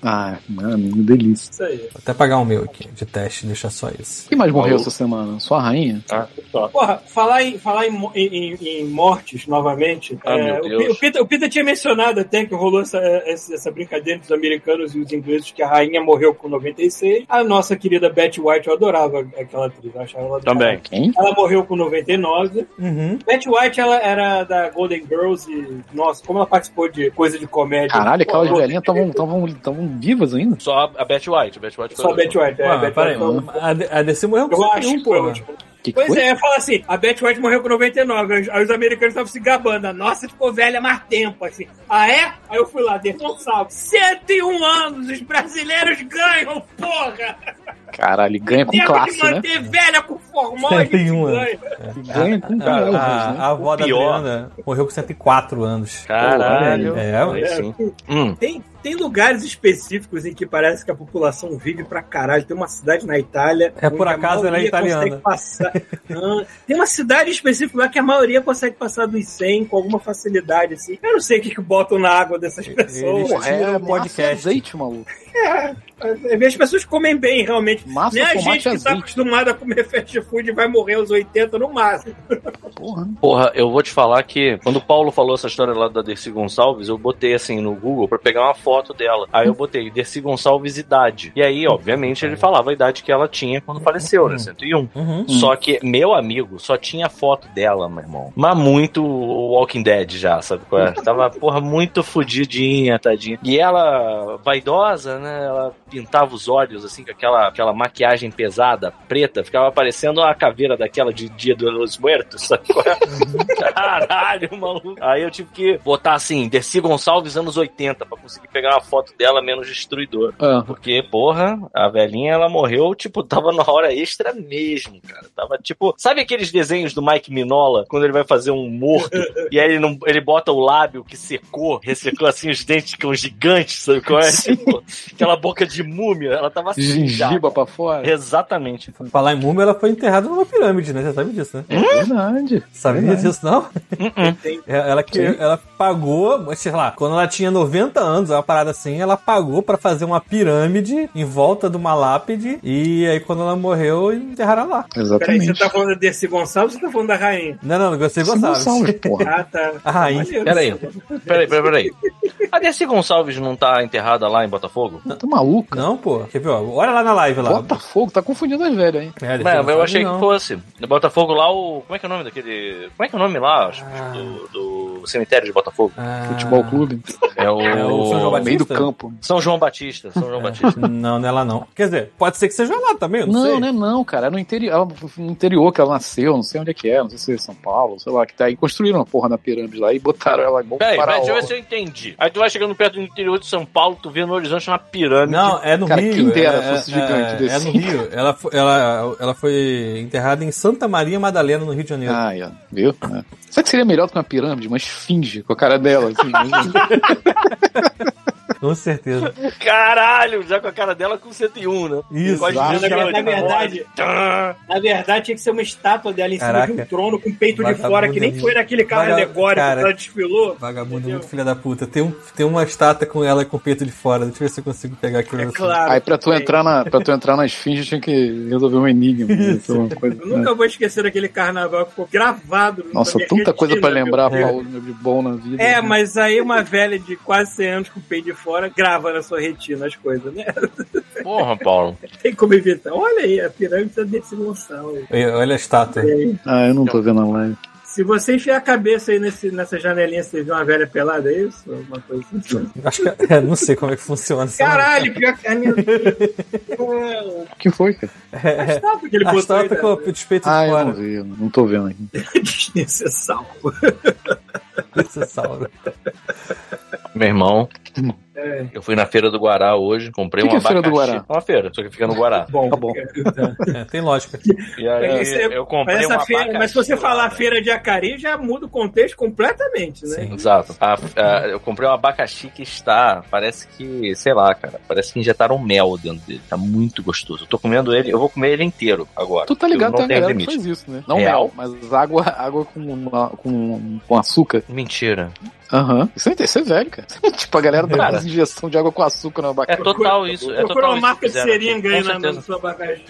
Speaker 2: Ah, mano, delícia.
Speaker 1: Isso aí.
Speaker 3: Vou até pagar o meu aqui de teste, deixar só esse.
Speaker 2: Quem mais morreu
Speaker 4: Falou.
Speaker 2: essa semana? Só a rainha?
Speaker 4: Ah, só.
Speaker 1: Porra, falar em, falar em, mo- em- em- em mortes novamente,
Speaker 4: Ah,
Speaker 1: é,
Speaker 4: meu
Speaker 1: o,
Speaker 4: Deus.
Speaker 1: Pi- o Peter, o Peter tinha mencionado até que rolou essa, essa, essa brincadeira dos americanos e os ingleses que a rainha morreu com 96. A nossa querida Betty White, eu adorava aquela atriz, eu achava ela do
Speaker 4: Também.
Speaker 1: caralho.
Speaker 2: Quem?
Speaker 1: Ela morreu com 99.
Speaker 3: Uhum.
Speaker 1: Betty White, ela era da Golden Girls e, nossa, como ela participou de coisa de comédia.
Speaker 2: Caralho, aquelas
Speaker 1: Pô,
Speaker 2: velhinhas estavam vivas ainda.
Speaker 4: Só a a Betty White. A Betty White foi
Speaker 1: Só Betty White, é,
Speaker 3: Ué, mas
Speaker 1: Betty
Speaker 3: peraí, um,
Speaker 1: White foi-
Speaker 3: a, a DC morreu com
Speaker 1: Eu acho
Speaker 3: 101,
Speaker 1: que foi a
Speaker 3: porra.
Speaker 1: última.
Speaker 2: Que que
Speaker 1: Pois
Speaker 2: foi?
Speaker 1: é, eu falo assim, a Betty White morreu com 99, aí os americanos estavam se gabando, a nossa ficou velha há mais tempo, assim. Ah, é? Aí eu fui lá, um Defon Salvo, 101 anos, os brasileiros ganham, porra!
Speaker 2: Caralho, ganha com
Speaker 1: Tempo de
Speaker 2: classe, né?
Speaker 1: manter velha com formose,
Speaker 3: 101 anos.
Speaker 1: ganha.
Speaker 5: É.
Speaker 2: Ganha
Speaker 1: Ah,
Speaker 3: Ah,
Speaker 2: com
Speaker 3: A,
Speaker 2: caralho,
Speaker 3: a-
Speaker 2: né?
Speaker 3: a avó da
Speaker 4: pior.
Speaker 3: Adriana morreu com 104 anos.
Speaker 4: Caralho.
Speaker 3: É, ué.
Speaker 4: Aí sim. Hum.
Speaker 1: Tem, tem lugares específicos em que parece que a população vive pra caralho. Tem uma cidade na Itália.
Speaker 3: É, por
Speaker 1: onde a
Speaker 3: acaso, ela é
Speaker 1: maioria
Speaker 3: italiana.
Speaker 1: consegue Passar... Ah, tem uma cidade específica lá que a maioria consegue passar dos 100 com alguma facilidade, assim. Eu não sei o que, que botam na água dessas pessoas.
Speaker 3: Eles-
Speaker 2: Porra, é
Speaker 3: Tira o
Speaker 2: massa
Speaker 3: podcast.
Speaker 2: azeite, maluco.
Speaker 1: É, As pessoas comem bem, realmente.
Speaker 2: Massa,
Speaker 1: Nem a
Speaker 2: tomate
Speaker 1: gente que tá
Speaker 2: azeite.
Speaker 1: acostumada a comer fast food vai morrer aos 80 no máximo.
Speaker 2: Porra.
Speaker 4: Porra, eu vou te falar que quando o Paulo falou essa história lá da Dercy Gonçalves, eu botei assim no Google pra pegar uma foto dela. Aí eu botei Dercy Gonçalves idade. E aí, obviamente, ele falava a idade que ela tinha quando faleceu, né? 101.
Speaker 3: Uhum.
Speaker 4: Só que meu amigo só tinha foto dela, meu irmão. Mas muito Walking Dead já, sabe qual é? Tava, porra, muito fudidinha, tadinha. E ela, vaidosa, né? Ela pintava os olhos, assim, com aquela, aquela maquiagem pesada, preta. Ficava parecendo uma caveira daquela de Dia dos Muertos, sabe qual é? Caralho, maluco. Aí eu tive que botar, assim, Dercy Gonçalves anos 80 pra conseguir pegar uma foto dela menos destruidora.
Speaker 2: Ah,
Speaker 4: Porque, porra, a velhinha, ela morreu, tipo, tava na hora extra mesmo, cara. Tava, tipo, sabe aqueles desenhos do Mike Minola, quando ele vai fazer um morto, e aí ele, não, ele bota o lábio que secou, ressecou, assim, os dentes que são gigantes, sabe qual é? Tipo, aquela boca de múmia, ela tava assim, já.
Speaker 2: gengiba pra fora.
Speaker 4: Exatamente.
Speaker 3: Falar em múmia, ela foi enterrada numa pirâmide, né? Você sabe disso, né?
Speaker 2: É verdade.
Speaker 3: Sabia
Speaker 2: Verdade.
Speaker 3: disso, não?
Speaker 4: Uh-uh.
Speaker 3: É, Ela, que,
Speaker 2: Sim.
Speaker 3: ela pagou, mas sei lá, quando ela tinha 90 anos, uma parada assim, ela pagou pra fazer uma pirâmide em volta de uma lápide. E aí, quando ela morreu, enterraram lá.
Speaker 1: Peraí, você
Speaker 2: Exatamente.
Speaker 1: tá falando da Dercy Gonçalves ou você tá falando da rainha?
Speaker 3: Não, não, você
Speaker 2: Esse Gonçalves,
Speaker 3: Gonçalves.
Speaker 2: porra.
Speaker 1: Ah, tá.
Speaker 3: A rainha.
Speaker 1: Maneiro.
Speaker 4: Peraí, peraí, peraí, peraí. A Dercy Gonçalves não tá enterrada lá em Botafogo?
Speaker 2: Tá maluco?
Speaker 3: Não, pô. Quer ver, ó? Olha lá na live lá.
Speaker 2: Botafogo, tá confundindo as velhas, hein?
Speaker 3: É,
Speaker 4: Não,
Speaker 3: não
Speaker 4: eu
Speaker 3: sabe,
Speaker 4: achei
Speaker 3: não.
Speaker 4: que fosse. No Botafogo lá, o. Como é que é o nome daquele. Como é que é o nome lá? acho,
Speaker 3: Ah.
Speaker 4: do- do, cemitério de Botafogo?
Speaker 3: Ah,
Speaker 2: Futebol clube.
Speaker 4: É o.
Speaker 3: É o São João Batista.
Speaker 2: Meio do campo.
Speaker 4: São João Batista. São João Batista.
Speaker 3: Não, não é lá não. Quer dizer, pode ser que seja lá também, eu não, sei.
Speaker 2: Não, né? Não, cara. É no interior, ela- no interior que ela nasceu, não sei onde é que é, não sei se é São Paulo, sei lá, que tá aí. Construíram uma porra na pirâmide lá e botaram ela igual
Speaker 4: Peraí,
Speaker 2: faraó.
Speaker 4: peraí, deixa eu ver se eu entendi. Aí tu vai chegando perto do interior de São Paulo, tu vê no horizonte uma pirâmide.
Speaker 3: Não, é no
Speaker 2: Cara,
Speaker 3: Rio.
Speaker 2: quem dera
Speaker 3: é,
Speaker 2: fosse
Speaker 3: é,
Speaker 2: gigante
Speaker 3: é,
Speaker 2: desse.
Speaker 3: É no Rio. Ela, fo- ela, ela foi enterrada em Santa Maria Madalena, no Rio de Janeiro.
Speaker 2: Ah, é. viu? É. Será que seria melhor do que uma pirâmide? Uma esfinge com a cara dela, assim. imagina?
Speaker 3: Com certeza.
Speaker 4: Caralho, já com a cara dela com 101, né?
Speaker 3: Isso.
Speaker 4: Gosto
Speaker 2: Exato.
Speaker 4: disso,
Speaker 1: Na
Speaker 4: aquela-
Speaker 1: é verdade-
Speaker 4: Tã.
Speaker 1: Na verdade, tinha que ser uma estátua dela em
Speaker 3: Caraca.
Speaker 1: cima de um trono com peito de
Speaker 3: Vagabundo
Speaker 1: fora, que nem
Speaker 3: é
Speaker 1: foi naquele carro
Speaker 3: Vaga-
Speaker 1: alegórico
Speaker 3: cara.
Speaker 1: que ela desfilou.
Speaker 3: Vagabundo é
Speaker 1: Entendeu?
Speaker 3: muito filha da puta. Tem, um, tem uma estátua com ela com o peito de fora. Deixa eu ver se eu consigo pegar aquilo.
Speaker 1: É
Speaker 3: assim.
Speaker 1: claro.
Speaker 2: Aí pra tu,
Speaker 1: Sim.
Speaker 2: entrar na, pra tu entrar na esfinge tinha que resolver um enigma. né? Sei lá, uma coisa,
Speaker 1: Eu nunca vou esquecer daquele carnaval que ficou gravado. na
Speaker 2: Nossa,
Speaker 1: minha
Speaker 2: tanta
Speaker 1: retina,
Speaker 2: coisa pra
Speaker 1: né, meu.
Speaker 2: lembrar,
Speaker 3: Deus.
Speaker 2: Paulo, né, de bom na vida.
Speaker 1: É, mas aí uma velha de quase 100 anos com o peito de fora grava na sua retina as coisas, né?
Speaker 4: Porra, Paulo.
Speaker 1: Tem como evitar. Olha aí, a pirâmide da Dercy Gonçalves.
Speaker 3: Olha olha a estátua.
Speaker 2: Ah, eu não tô vendo a live.
Speaker 1: Se você enfiar a cabeça aí nesse, nessa janelinha, você vê uma velha pelada, é isso? Alguma coisa assim.
Speaker 3: Acho que. é, não sei como é que funciona. essa-
Speaker 1: Caralho, pior que a minha. Ué,
Speaker 2: O que foi, cara?
Speaker 1: A
Speaker 2: É.
Speaker 1: estátua que ele
Speaker 3: A
Speaker 1: botou aí,
Speaker 3: estátua com o
Speaker 1: né?
Speaker 3: peito
Speaker 2: Ah,
Speaker 3: de
Speaker 2: eu não
Speaker 3: fora.
Speaker 2: vi, eu não tô vendo aqui.
Speaker 1: Desnecessário.
Speaker 3: Esse sauro.
Speaker 4: Meu irmão.
Speaker 1: É.
Speaker 4: Eu fui na feira do Guará hoje, comprei
Speaker 2: Que
Speaker 4: um
Speaker 2: que é feira do
Speaker 4: abacaxi.
Speaker 2: Guará?
Speaker 4: É Uma feira, só que fica no Guará.
Speaker 1: Bom,
Speaker 2: Tá bom.
Speaker 3: É, tem lógica.
Speaker 4: E aí
Speaker 1: Esse é-
Speaker 4: eu comprei
Speaker 1: Mas,
Speaker 4: um
Speaker 1: essa
Speaker 4: abacaxi.
Speaker 1: feira, mas se você falar
Speaker 4: lá, né?
Speaker 1: feira de Acari, já muda o contexto completamente, né?
Speaker 3: Sim.
Speaker 4: Exato. A- a- eu comprei um abacaxi que está, parece que, sei lá, cara, parece que injetaram mel dentro dele. Tá muito gostoso. Eu tô comendo ele, eu vou comer ele inteiro agora.
Speaker 2: Tu tá ligado,
Speaker 4: Eu
Speaker 2: tem
Speaker 4: não
Speaker 2: uma
Speaker 4: tem
Speaker 2: galera que
Speaker 4: limite.
Speaker 2: faz isso, né? Não
Speaker 4: Real?
Speaker 2: mel, mas água, água com, com, com açúcar.
Speaker 4: Mentira.
Speaker 2: Aham. Isso, é, isso é velho, cara. tipo, a galera tá
Speaker 4: Cara,
Speaker 2: quase injeção de água com açúcar na
Speaker 4: É
Speaker 2: abacaxi.
Speaker 4: total isso. É
Speaker 1: Procura
Speaker 4: total
Speaker 1: uma
Speaker 4: isso
Speaker 1: marca
Speaker 4: que
Speaker 1: de
Speaker 4: fizeram aqui,
Speaker 1: seringa
Speaker 4: com
Speaker 1: aí na,
Speaker 4: certeza.
Speaker 1: na sua bagagem.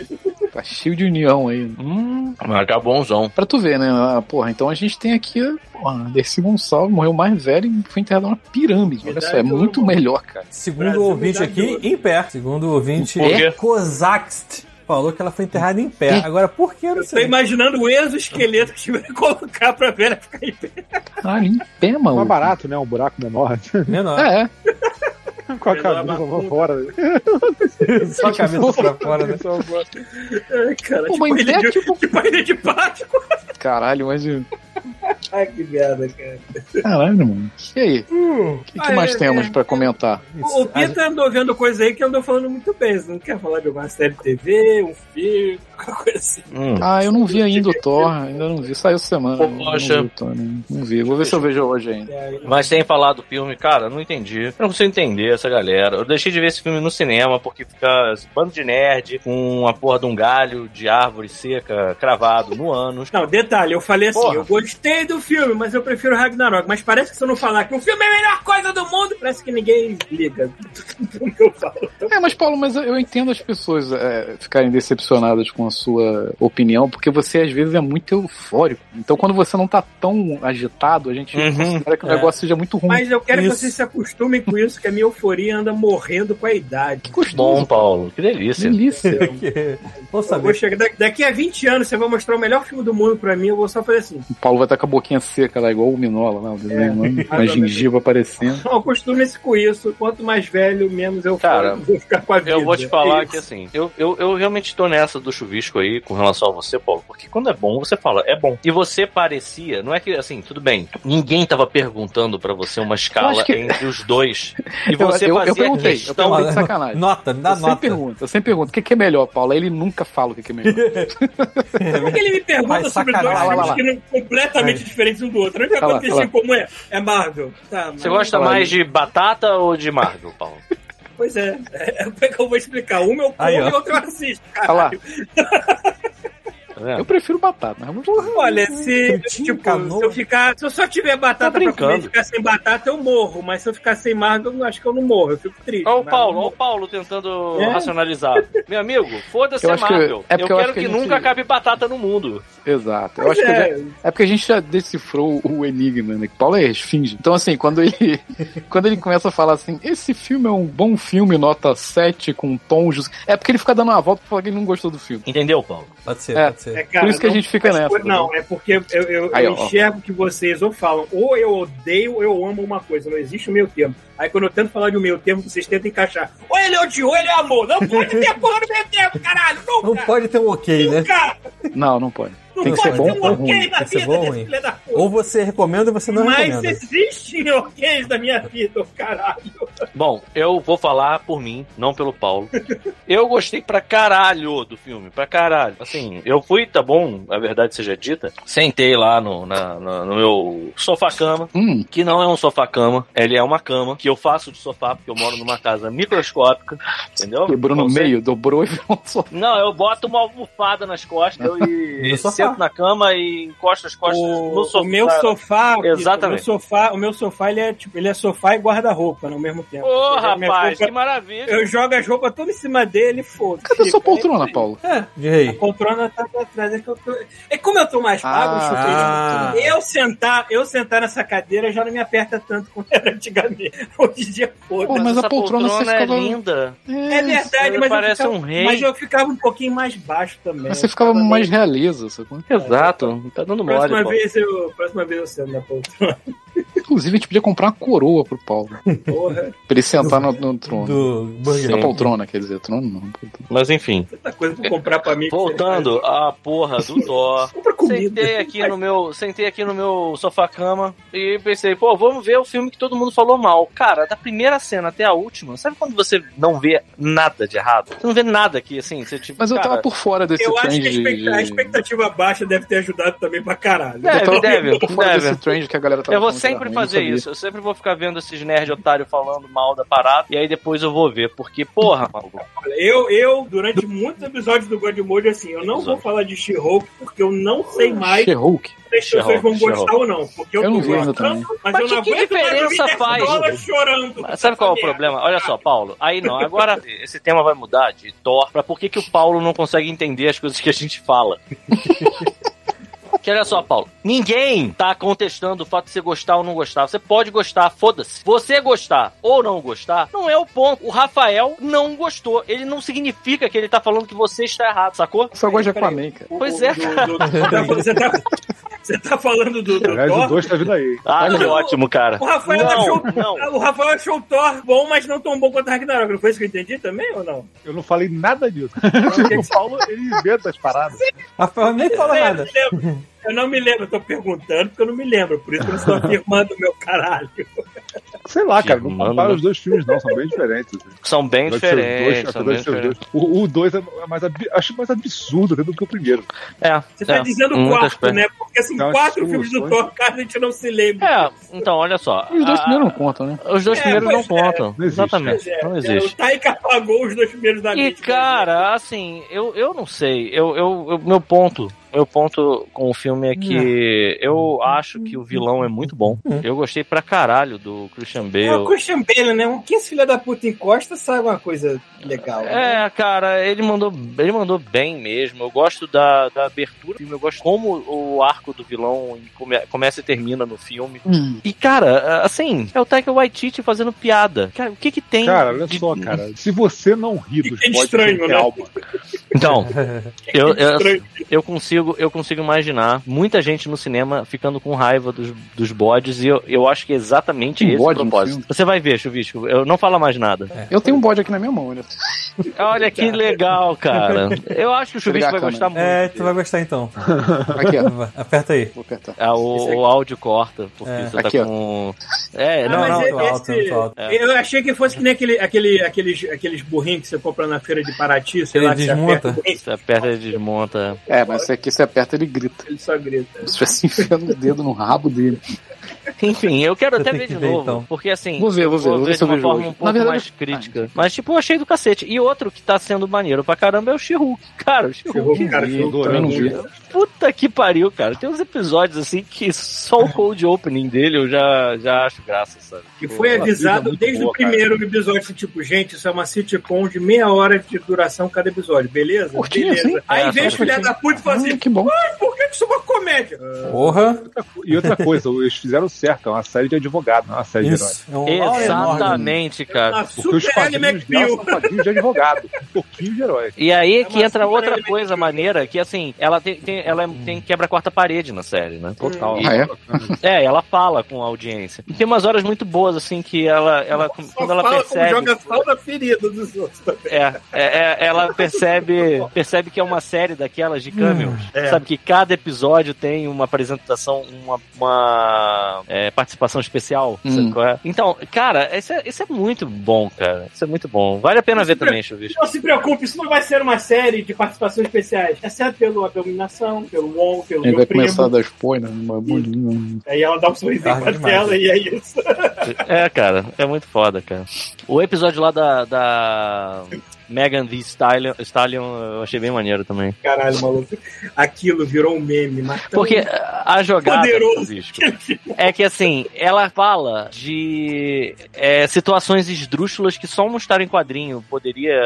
Speaker 2: Tá cheio de união aí.
Speaker 4: Hum, mas tá bonzão.
Speaker 2: Pra tu ver, né? Ah, porra, então a gente tem aqui, porra, Dercy Gonçalves morreu mais velho e foi enterrado numa pirâmide. Olha só, é
Speaker 1: Verdade,
Speaker 2: muito
Speaker 1: eu-
Speaker 2: melhor, cara.
Speaker 3: Segundo
Speaker 1: Brasil
Speaker 3: o ouvinte
Speaker 1: me dá
Speaker 3: aqui,
Speaker 1: dor.
Speaker 3: em pé. Segundo o ouvinte,
Speaker 4: Por quê?
Speaker 3: Kozakst falou que ela foi enterrada em pé. Agora, por que eu não
Speaker 1: Tô
Speaker 3: sei?
Speaker 1: imaginando o exoesqueleto que tiver que colocar pra velha ficar em pé.
Speaker 2: Caralho, em pé, mano.
Speaker 5: Mais barato, né? Um buraco menor.
Speaker 3: Menor.
Speaker 2: É, é.
Speaker 5: Com a
Speaker 1: Menor
Speaker 5: cabeça
Speaker 1: barbuda.
Speaker 5: fora.
Speaker 2: É,
Speaker 3: Só a cabeça
Speaker 2: tipo,
Speaker 3: pra fora, né?
Speaker 5: Só fora.
Speaker 1: Ai, Cara,
Speaker 2: Pô,
Speaker 1: tipo,
Speaker 2: mas em pé
Speaker 1: ilha
Speaker 2: é
Speaker 1: de,
Speaker 2: tipo.
Speaker 1: tipo a ilha de Páscoa.
Speaker 2: Caralho, mas.
Speaker 1: Ai, que merda, cara.
Speaker 2: Caralho, mano. Hum, E aí? O que, que
Speaker 1: Aí,
Speaker 2: mais
Speaker 1: é,
Speaker 4: né?
Speaker 2: temos pra comentar?
Speaker 1: O, o Pita andou vendo coisa aí que andou falando muito bem. Você não quer falar de alguma série de TV, um filme, qualquer coisa assim.
Speaker 4: Hum.
Speaker 2: Ah, eu não vi ainda o Thor, ainda não vi. Saiu semana.
Speaker 4: Pô,
Speaker 2: não-
Speaker 4: poxa.
Speaker 2: Não vi, o Thor, né? não vi. Vou ver se eu vejo hoje ainda.
Speaker 1: É,
Speaker 4: Mas sem falar do filme, cara, não entendi. Eu não consigo entender essa galera. Eu deixei de ver esse filme no cinema porque fica esse bando de nerd com a porra de um galho de árvore seca cravado no ânus.
Speaker 1: Não, detalhe, eu falei assim,
Speaker 4: Porra.
Speaker 1: eu gostei do filme, mas eu prefiro Ragnarok. Mas parece que se eu não falar que o filme é a melhor coisa do mundo, parece que ninguém liga do que eu falo.
Speaker 2: É, mas Paulo, mas eu- eu entendo as pessoas é, ficarem decepcionadas com a sua opinião, porque você às vezes é muito eufórico. Então, quando você não tá tão agitado, a gente
Speaker 4: Uhum,
Speaker 2: considera que o
Speaker 3: é.
Speaker 2: negócio seja muito ruim.
Speaker 1: Mas eu quero
Speaker 3: Isso.
Speaker 1: que vocês se acostumem com isso, que a minha euforia anda morrendo com a idade.
Speaker 4: Bom, Paulo, que delícia.
Speaker 2: Delícia.
Speaker 3: Porque- Vou
Speaker 1: Eu vou
Speaker 3: saber.
Speaker 1: chegar, da- daqui a 20 anos você vai mostrar o melhor filme do mundo pra mim, eu vou só fazer assim.
Speaker 2: O Paulo vai estar com a boquinha seca lá, igual o Minola, né? O desenho, né? com a gengiva aparecendo.
Speaker 1: Não, acostumem-se com isso. Quanto mais velho, menos eu
Speaker 4: Cara,
Speaker 1: vou ficar com a vida.
Speaker 4: Eu vou te falar
Speaker 2: É
Speaker 1: Isso.
Speaker 4: que assim, eu, eu, eu realmente tô nessa do chuvisco aí com relação a você, Paulo, porque quando é bom, você fala, é bom. E você parecia, não é que assim, tudo bem, ninguém tava perguntando pra você uma escala
Speaker 2: acho que-
Speaker 4: entre os dois. E
Speaker 2: Então, Eu-
Speaker 4: você
Speaker 2: eu- eu
Speaker 4: fazia
Speaker 2: perguntei, eu
Speaker 4: questão.
Speaker 2: perguntei. Tá de sacanagem.
Speaker 3: Nota, me
Speaker 2: Eu
Speaker 3: dá
Speaker 2: sempre
Speaker 3: nota.
Speaker 2: pergunto, eu sempre pergunto, o que que é melhor, Paulo? Aí ele nunca fala o que que é melhor.
Speaker 1: Como é que ele me pergunta
Speaker 3: Mas
Speaker 1: sobre dois filmes
Speaker 3: sacanagem.
Speaker 2: Lá, lá,
Speaker 1: que não completamente diferentes um do outro? A única
Speaker 2: Lá,
Speaker 1: coisa que eles
Speaker 2: lá.
Speaker 1: têm em comum é, é Marvel. Tá, mas-
Speaker 4: Você gosta
Speaker 2: Olha.
Speaker 4: mais de batata ou de Marvel, Paulo?
Speaker 1: Pois é. é. Como é que eu vou explicar? Um eu como
Speaker 3: Aí, ó.
Speaker 1: e outro eu assisto.
Speaker 2: Olha lá,
Speaker 4: Tá vendo?
Speaker 2: eu prefiro batata, mas vamos lá.
Speaker 1: Olha,
Speaker 2: Uhum.
Speaker 1: se,
Speaker 3: Frutinho,
Speaker 1: tipo,
Speaker 3: canoa.
Speaker 1: se eu ficar. Se eu só tiver batata pra comer e
Speaker 4: brincando.
Speaker 1: ficar sem batata, eu morro. Mas se eu ficar sem Marvel, eu acho que eu não morro. Eu fico triste. né?
Speaker 4: Olha o
Speaker 1: mas-
Speaker 4: Paulo, olha o Paulo tentando
Speaker 1: É.
Speaker 4: racionalizar. Meu amigo, foda-se
Speaker 2: Eu
Speaker 4: a
Speaker 2: acho que-
Speaker 4: Marvel.
Speaker 2: é
Speaker 4: eu
Speaker 2: porque eu
Speaker 4: quero
Speaker 2: acho
Speaker 4: que,
Speaker 2: que a gente-
Speaker 4: nunca acabe batata no mundo.
Speaker 2: Exato. Eu
Speaker 1: Pois
Speaker 2: acho que eu já-
Speaker 1: é.
Speaker 2: É porque a gente já decifrou o enigma, né? Que Paulo é esfinge. Então, assim, quando ele, quando ele começa a falar assim, esse filme é um bom filme, nota 7, com tom justo. É porque ele fica dando uma volta pra falar que ele não gostou do filme.
Speaker 4: Entendeu, Paulo?
Speaker 3: Pode ser,
Speaker 2: É.
Speaker 3: pode ser.
Speaker 1: É, cara,
Speaker 2: Por isso que a gente fica
Speaker 1: mas
Speaker 2: nessa, né?
Speaker 1: foi- Não, é porque eu, eu-
Speaker 2: Aí,
Speaker 1: eu
Speaker 2: ó.
Speaker 1: enxergo que vocês ou falam, ou eu odeio ou eu amo uma coisa, não existe o meio termo. Aí quando eu tento falar de um meio termo, vocês tentam encaixar. Ou ele odiou, ou ele amou. Não pode ter porra no meio termo, caralho!
Speaker 3: Não
Speaker 1: Nunca!
Speaker 3: pode ter um ok, né?
Speaker 1: Nunca!
Speaker 2: Não, não pode.
Speaker 1: Não
Speaker 2: Tem que
Speaker 1: pode
Speaker 2: ser bom
Speaker 1: ter um
Speaker 2: ou tá
Speaker 1: ok
Speaker 2: ruim.
Speaker 1: na
Speaker 3: Tem que ser
Speaker 1: vida
Speaker 3: bom ou
Speaker 1: desse
Speaker 3: ruim.
Speaker 1: filho da puta.
Speaker 3: Ou você recomenda ou você não
Speaker 1: Mas
Speaker 3: recomenda.
Speaker 1: existem oks na minha vida, ô caralho.
Speaker 4: Bom, eu vou falar por mim, não pelo Paulo. Eu gostei pra caralho do filme, pra caralho. Assim, eu fui, tá bom, a verdade seja dita, sentei lá no, na- na- no meu sofá-cama,
Speaker 2: Hum,
Speaker 4: que não é um sofá-cama, ele é uma cama, que eu faço de sofá, porque eu moro numa casa microscópica, entendeu?
Speaker 2: quebrou no
Speaker 4: Então,
Speaker 2: meio, dobrou e virou um só.
Speaker 4: Não, eu boto uma almofada nas costas eu e
Speaker 3: No
Speaker 4: e
Speaker 3: sofá.
Speaker 4: sento na cama e encosto as costas no sofá.
Speaker 1: sofá,
Speaker 4: Exatamente.
Speaker 1: O meu sofá, o meu sofá ele é tipo, ele é sofá e guarda-roupa no mesmo tempo.
Speaker 4: Ô, rapaz,
Speaker 1: Minha
Speaker 4: que maravilha.
Speaker 1: Eu jogo as roupas todas em cima dele e foda-se.
Speaker 2: Cadê
Speaker 1: Fica.
Speaker 2: sua poltrona, Paulo?
Speaker 3: É, de
Speaker 1: A
Speaker 3: rei.
Speaker 1: poltrona tá pra trás. É, que eu tô- é como eu tô mais pago,
Speaker 3: Ah.
Speaker 1: chupei. Eu sentar, eu sentar nessa cadeira já não me aperta tanto como era antigamente. Hoje em dia,
Speaker 2: Pô,
Speaker 1: foda.
Speaker 2: mas a
Speaker 4: essa
Speaker 2: poltrona, você
Speaker 4: é
Speaker 2: ficava-
Speaker 4: linda.
Speaker 1: É verdade,
Speaker 4: Você
Speaker 1: mas eu,
Speaker 4: parece
Speaker 1: ficava,
Speaker 4: um rei.
Speaker 1: mas eu ficava um pouquinho mais baixo também.
Speaker 2: Mas você ficava
Speaker 1: Eu
Speaker 2: mais realeza, sacou?
Speaker 4: Exato, tá dando mole.
Speaker 1: Próxima
Speaker 4: pô.
Speaker 1: vez, eu, próxima vez eu sento na poltrona.
Speaker 2: Inclusive, a gente podia comprar uma coroa pro Paulo. Pra
Speaker 1: Porra,
Speaker 2: ele sentar no, no trono.
Speaker 3: Do Burger
Speaker 2: Na
Speaker 3: King.
Speaker 2: poltrona, quer dizer, trono não. poltrona.
Speaker 4: Mas enfim,
Speaker 1: tanta coisa pra comprar pra mim. que
Speaker 4: voltando à porra do Thor.
Speaker 1: você- Compra comida.
Speaker 4: Sentei aqui no meu, sentei aqui no meu sofá-cama e pensei, pô, vamos ver o filme que todo mundo falou mal. Cara, da primeira cena até a última, sabe quando você não vê nada de errado? Você não vê nada aqui, assim, você tipo,
Speaker 2: Mas eu
Speaker 4: cara,
Speaker 2: tava por fora desse
Speaker 1: Eu acho
Speaker 2: trend
Speaker 1: que a
Speaker 2: de-
Speaker 1: expecta- a
Speaker 2: de...
Speaker 1: expectativa baixa deve ter ajudado também pra caralho.
Speaker 4: É,
Speaker 2: Eu tava
Speaker 4: deve,
Speaker 2: por fora
Speaker 4: deve.
Speaker 1: é
Speaker 2: desse trend que a galera tava
Speaker 4: Eu vou
Speaker 2: falando que era
Speaker 4: sempre
Speaker 2: ruim,
Speaker 4: fazer
Speaker 2: sabia.
Speaker 4: isso. Eu sempre vou ficar vendo esses nerd otário falando mal da parada e aí depois eu vou ver. Porque, porra, maluco.
Speaker 1: Olha, Eu, eu, durante muitos episódios do God Mode, assim, eu não vou falar de She-Hulk porque eu não sei mais
Speaker 2: She-Hulk.
Speaker 1: se as pessoas
Speaker 4: She-Hulk,
Speaker 1: vão gostar
Speaker 4: She-Hulk.
Speaker 1: ou não. Porque eu,
Speaker 2: Eu
Speaker 1: tô
Speaker 2: não vi ainda
Speaker 1: gostando, mas, eu
Speaker 4: Mas
Speaker 1: não
Speaker 4: que
Speaker 1: aguento mais
Speaker 4: diferença
Speaker 1: ouvir
Speaker 4: faz?
Speaker 1: 10 dólares chorando.
Speaker 4: Mas Sabe qual é o
Speaker 1: Essa merda.
Speaker 4: problema? Olha só, Paulo. Aí não, agora esse tema vai mudar de Thor pra por que, que o Paulo não consegue entender as coisas que a gente fala. Que olha só, Paulo. Ninguém tá contestando o fato de você gostar ou não gostar. Você pode gostar, foda-se. Você gostar ou não gostar não é o ponto. O Rafael não gostou. Ele não significa que ele tá falando que você está errado, sacou?
Speaker 2: Só gosto de Aquaman, cara.
Speaker 1: O-
Speaker 4: Pois
Speaker 1: o-
Speaker 4: é.
Speaker 1: do- do- Você tá, você tá falando do, do
Speaker 5: Aliás, o
Speaker 1: Thor?
Speaker 5: 2 tá vindo aí.
Speaker 4: Ah,
Speaker 1: Olha,
Speaker 4: que
Speaker 1: o-
Speaker 4: ótimo, cara.
Speaker 1: O Rafael,
Speaker 4: Não,
Speaker 1: achou,
Speaker 4: não.
Speaker 1: o Rafael achou o Thor bom, mas não tão bom quanto o Ragnarok. Não foi isso que eu entendi também ou não?
Speaker 5: Eu não falei nada disso. o Paulo, ele inventa as paradas.
Speaker 3: Rafael nem fala
Speaker 1: É, eu
Speaker 3: nada.
Speaker 1: não lembro. Eu não me lembro, eu tô perguntando porque eu não me lembro. Por isso que eu não estou afirmando, meu caralho.
Speaker 5: Sei lá, cara, não
Speaker 4: Mano.
Speaker 5: compara os dois filmes, não, são bem diferentes. assim.
Speaker 4: São bem
Speaker 5: Apesar de ser os
Speaker 4: diferentes.
Speaker 5: dois-
Speaker 4: são
Speaker 5: apesar
Speaker 4: bem
Speaker 5: de ser os
Speaker 4: diferentes.
Speaker 5: dois- O o dois é mais, ab- acho mais absurdo até do que o primeiro.
Speaker 4: É,
Speaker 1: Você tá
Speaker 4: é,
Speaker 1: dizendo
Speaker 4: muitas
Speaker 1: quarto,
Speaker 4: coisas.
Speaker 1: né? Porque assim,
Speaker 5: Então,
Speaker 1: quatro
Speaker 5: acho
Speaker 1: filmes
Speaker 5: justo,
Speaker 1: do
Speaker 5: né?
Speaker 1: Thor, cara, a gente não se lembra.
Speaker 4: É, então, olha só.
Speaker 2: Os dois
Speaker 4: Ah,
Speaker 2: primeiros não contam, né?
Speaker 4: Os dois
Speaker 1: É,
Speaker 4: primeiros não
Speaker 1: pois é.
Speaker 4: contam.
Speaker 5: Não existe, É,
Speaker 4: Exatamente.
Speaker 1: cara.
Speaker 4: Não
Speaker 1: É, o
Speaker 4: existe.
Speaker 1: Taika apagou os dois primeiros da
Speaker 4: E,
Speaker 1: lista.
Speaker 4: cara, assim, eu, eu não sei. Eu, eu, eu- meu ponto. Meu ponto com o filme é que eu acho que o vilão é muito bom.
Speaker 5: Uhum.
Speaker 4: Eu gostei pra caralho do Christian
Speaker 1: É o
Speaker 4: Bale.
Speaker 1: Christian Bale, né? Um que esse filho da puta encosta sai uma coisa legal. né?
Speaker 4: É, cara, ele mandou, ele mandou bem mesmo. Eu gosto da, da abertura do filme, eu gosto como o arco do vilão come- começa e termina no filme. E, cara, assim, é o Taika Waititi fazendo piada. Cara, o que que tem?
Speaker 5: Cara, olha
Speaker 4: de-
Speaker 5: só, cara. Se você não ri dos
Speaker 1: Fica
Speaker 5: potes,
Speaker 1: estranho,
Speaker 5: você
Speaker 1: né?
Speaker 5: calma.
Speaker 4: Então, eu, eu,
Speaker 1: Estranho.
Speaker 4: eu consigo eu consigo imaginar muita gente no cinema ficando com raiva dos, dos bodes e eu, eu acho que é exatamente
Speaker 2: Tem
Speaker 4: esse o
Speaker 2: Um bode no
Speaker 4: propósito.
Speaker 2: filme?
Speaker 4: Você vai ver, Chuvisco, eu não falo mais nada.
Speaker 2: Eu tenho um bode aqui na minha mão, olha.
Speaker 4: Olha que legal, cara. Eu acho que o Chuvisco vai
Speaker 2: Obrigado,
Speaker 4: gostar muito.
Speaker 3: É, tu vai gostar então.
Speaker 2: Aqui, ó.
Speaker 3: Vai, Aperta aí.
Speaker 2: Vou apertar.
Speaker 4: Ah, o, o áudio corta, porque
Speaker 3: É.
Speaker 4: você tá
Speaker 2: Aqui, ó.
Speaker 4: com. É,
Speaker 1: Ah,
Speaker 4: não,
Speaker 1: mas
Speaker 4: não.
Speaker 1: é-
Speaker 3: muito alto,
Speaker 1: esse-
Speaker 3: muito alto.
Speaker 4: É.
Speaker 1: Eu achei que fosse que nem aquele, aquele, aqueles, aqueles burrinhos que você compra na feira de Paraty, sei
Speaker 3: Ele
Speaker 1: lá, que você aperta
Speaker 3: desmonta?
Speaker 1: o burrinho,
Speaker 4: Você aperta e desmonta.
Speaker 2: É, mas esse aqui você aperta, ele grita.
Speaker 1: ele só grita.
Speaker 2: Se estivesse enfiando o dedo no rabo dele.
Speaker 4: Enfim, eu quero até
Speaker 3: tem
Speaker 4: ver de
Speaker 3: que ver,
Speaker 4: novo.
Speaker 3: então.
Speaker 4: Porque assim,
Speaker 2: Vou ver, vou ver,
Speaker 4: eu
Speaker 2: vou ver
Speaker 4: de
Speaker 2: se eu
Speaker 4: uma
Speaker 2: vejo
Speaker 4: forma
Speaker 2: hoje.
Speaker 4: um
Speaker 2: Na
Speaker 4: pouco
Speaker 2: verdade, ah,
Speaker 4: mais
Speaker 2: eu-
Speaker 4: crítica. Mas, tipo, eu achei do cacete. E outro que tá sendo maneiro pra caramba é o She-Hulk. Cara, o She-Hulk
Speaker 1: Chegou, cara, chegou.
Speaker 2: Também não vi.
Speaker 4: Puta que pariu, cara. Tem uns episódios assim que só o cold opening dele eu já, já acho graça, sabe? Tipo,
Speaker 1: E foi
Speaker 5: Pô, a vida é
Speaker 1: avisado
Speaker 5: muito
Speaker 1: desde o
Speaker 5: boa, cara.
Speaker 1: primeiro episódio, tipo, gente, isso é uma sitcom de meia hora de duração cada episódio, beleza?
Speaker 2: Curtinho
Speaker 1: beleza.
Speaker 2: assim?
Speaker 1: Aí
Speaker 4: É,
Speaker 1: vem os
Speaker 4: curtinho.
Speaker 1: filha da puta e fala assim,
Speaker 2: Ah, que bom.
Speaker 1: "Mas por que que isso é uma comédia?
Speaker 3: Porra.
Speaker 5: E outra coisa, eles fizeram certo, é uma série de advogado, não é uma série de herói.
Speaker 3: Isso. É um mal enorme.
Speaker 4: Exatamente, cara.
Speaker 1: Ah,
Speaker 5: Porque os
Speaker 1: super Ally
Speaker 5: quadrinhos dela são
Speaker 1: McBeal.
Speaker 5: quadrinhos de advogado, um pouquinho de herói.
Speaker 4: E aí que
Speaker 1: uma
Speaker 4: entra
Speaker 1: super
Speaker 4: outra
Speaker 1: element-
Speaker 4: coisa maneira, que assim, ela tem, tem- ela é- tem quebra a quarta parede na série, né?
Speaker 5: Total.
Speaker 2: Ah, é?
Speaker 4: É, ela fala com a audiência. E tem umas horas muito boas, assim, que ela, ela
Speaker 1: Só
Speaker 4: quando ela
Speaker 1: fala como
Speaker 4: percebe.
Speaker 1: joga sal na ferida dos outros.
Speaker 4: É, é, é, ela percebe, percebe que é uma série daquelas de cameos.
Speaker 1: É.
Speaker 4: Sabe que cada episódio tem uma apresentação, uma, uma, é, participação especial.
Speaker 2: Hum.
Speaker 4: sabe qual é? Então, cara, isso é, isso é muito bom, cara. Isso é muito bom. Vale a pena ver também, Chuvisco.
Speaker 1: Não se preocupe, isso não vai ser uma série de participações especiais. É certo pelo Abominação, pelo Wong, pelo
Speaker 2: Ele
Speaker 1: meu
Speaker 2: vai
Speaker 1: primo.
Speaker 2: começar a dar spoiler, né? Um uma bolinha.
Speaker 1: Aí ela dá um sorrisinho
Speaker 3: Tarde
Speaker 1: pra
Speaker 3: demais.
Speaker 1: tela e é isso.
Speaker 4: É, cara, é muito foda, cara. O episódio lá da. da... Megan Thee Stallion, Stallion eu achei bem maneiro também.
Speaker 1: Caralho, maluco. Aquilo virou um meme, mas tão
Speaker 4: Porque a jogada.
Speaker 1: poderoso
Speaker 4: Chuvisco,
Speaker 1: que ele ficou.
Speaker 4: É que assim, ela fala de é, situações esdrúxulas que só um estar em quadrinho poderia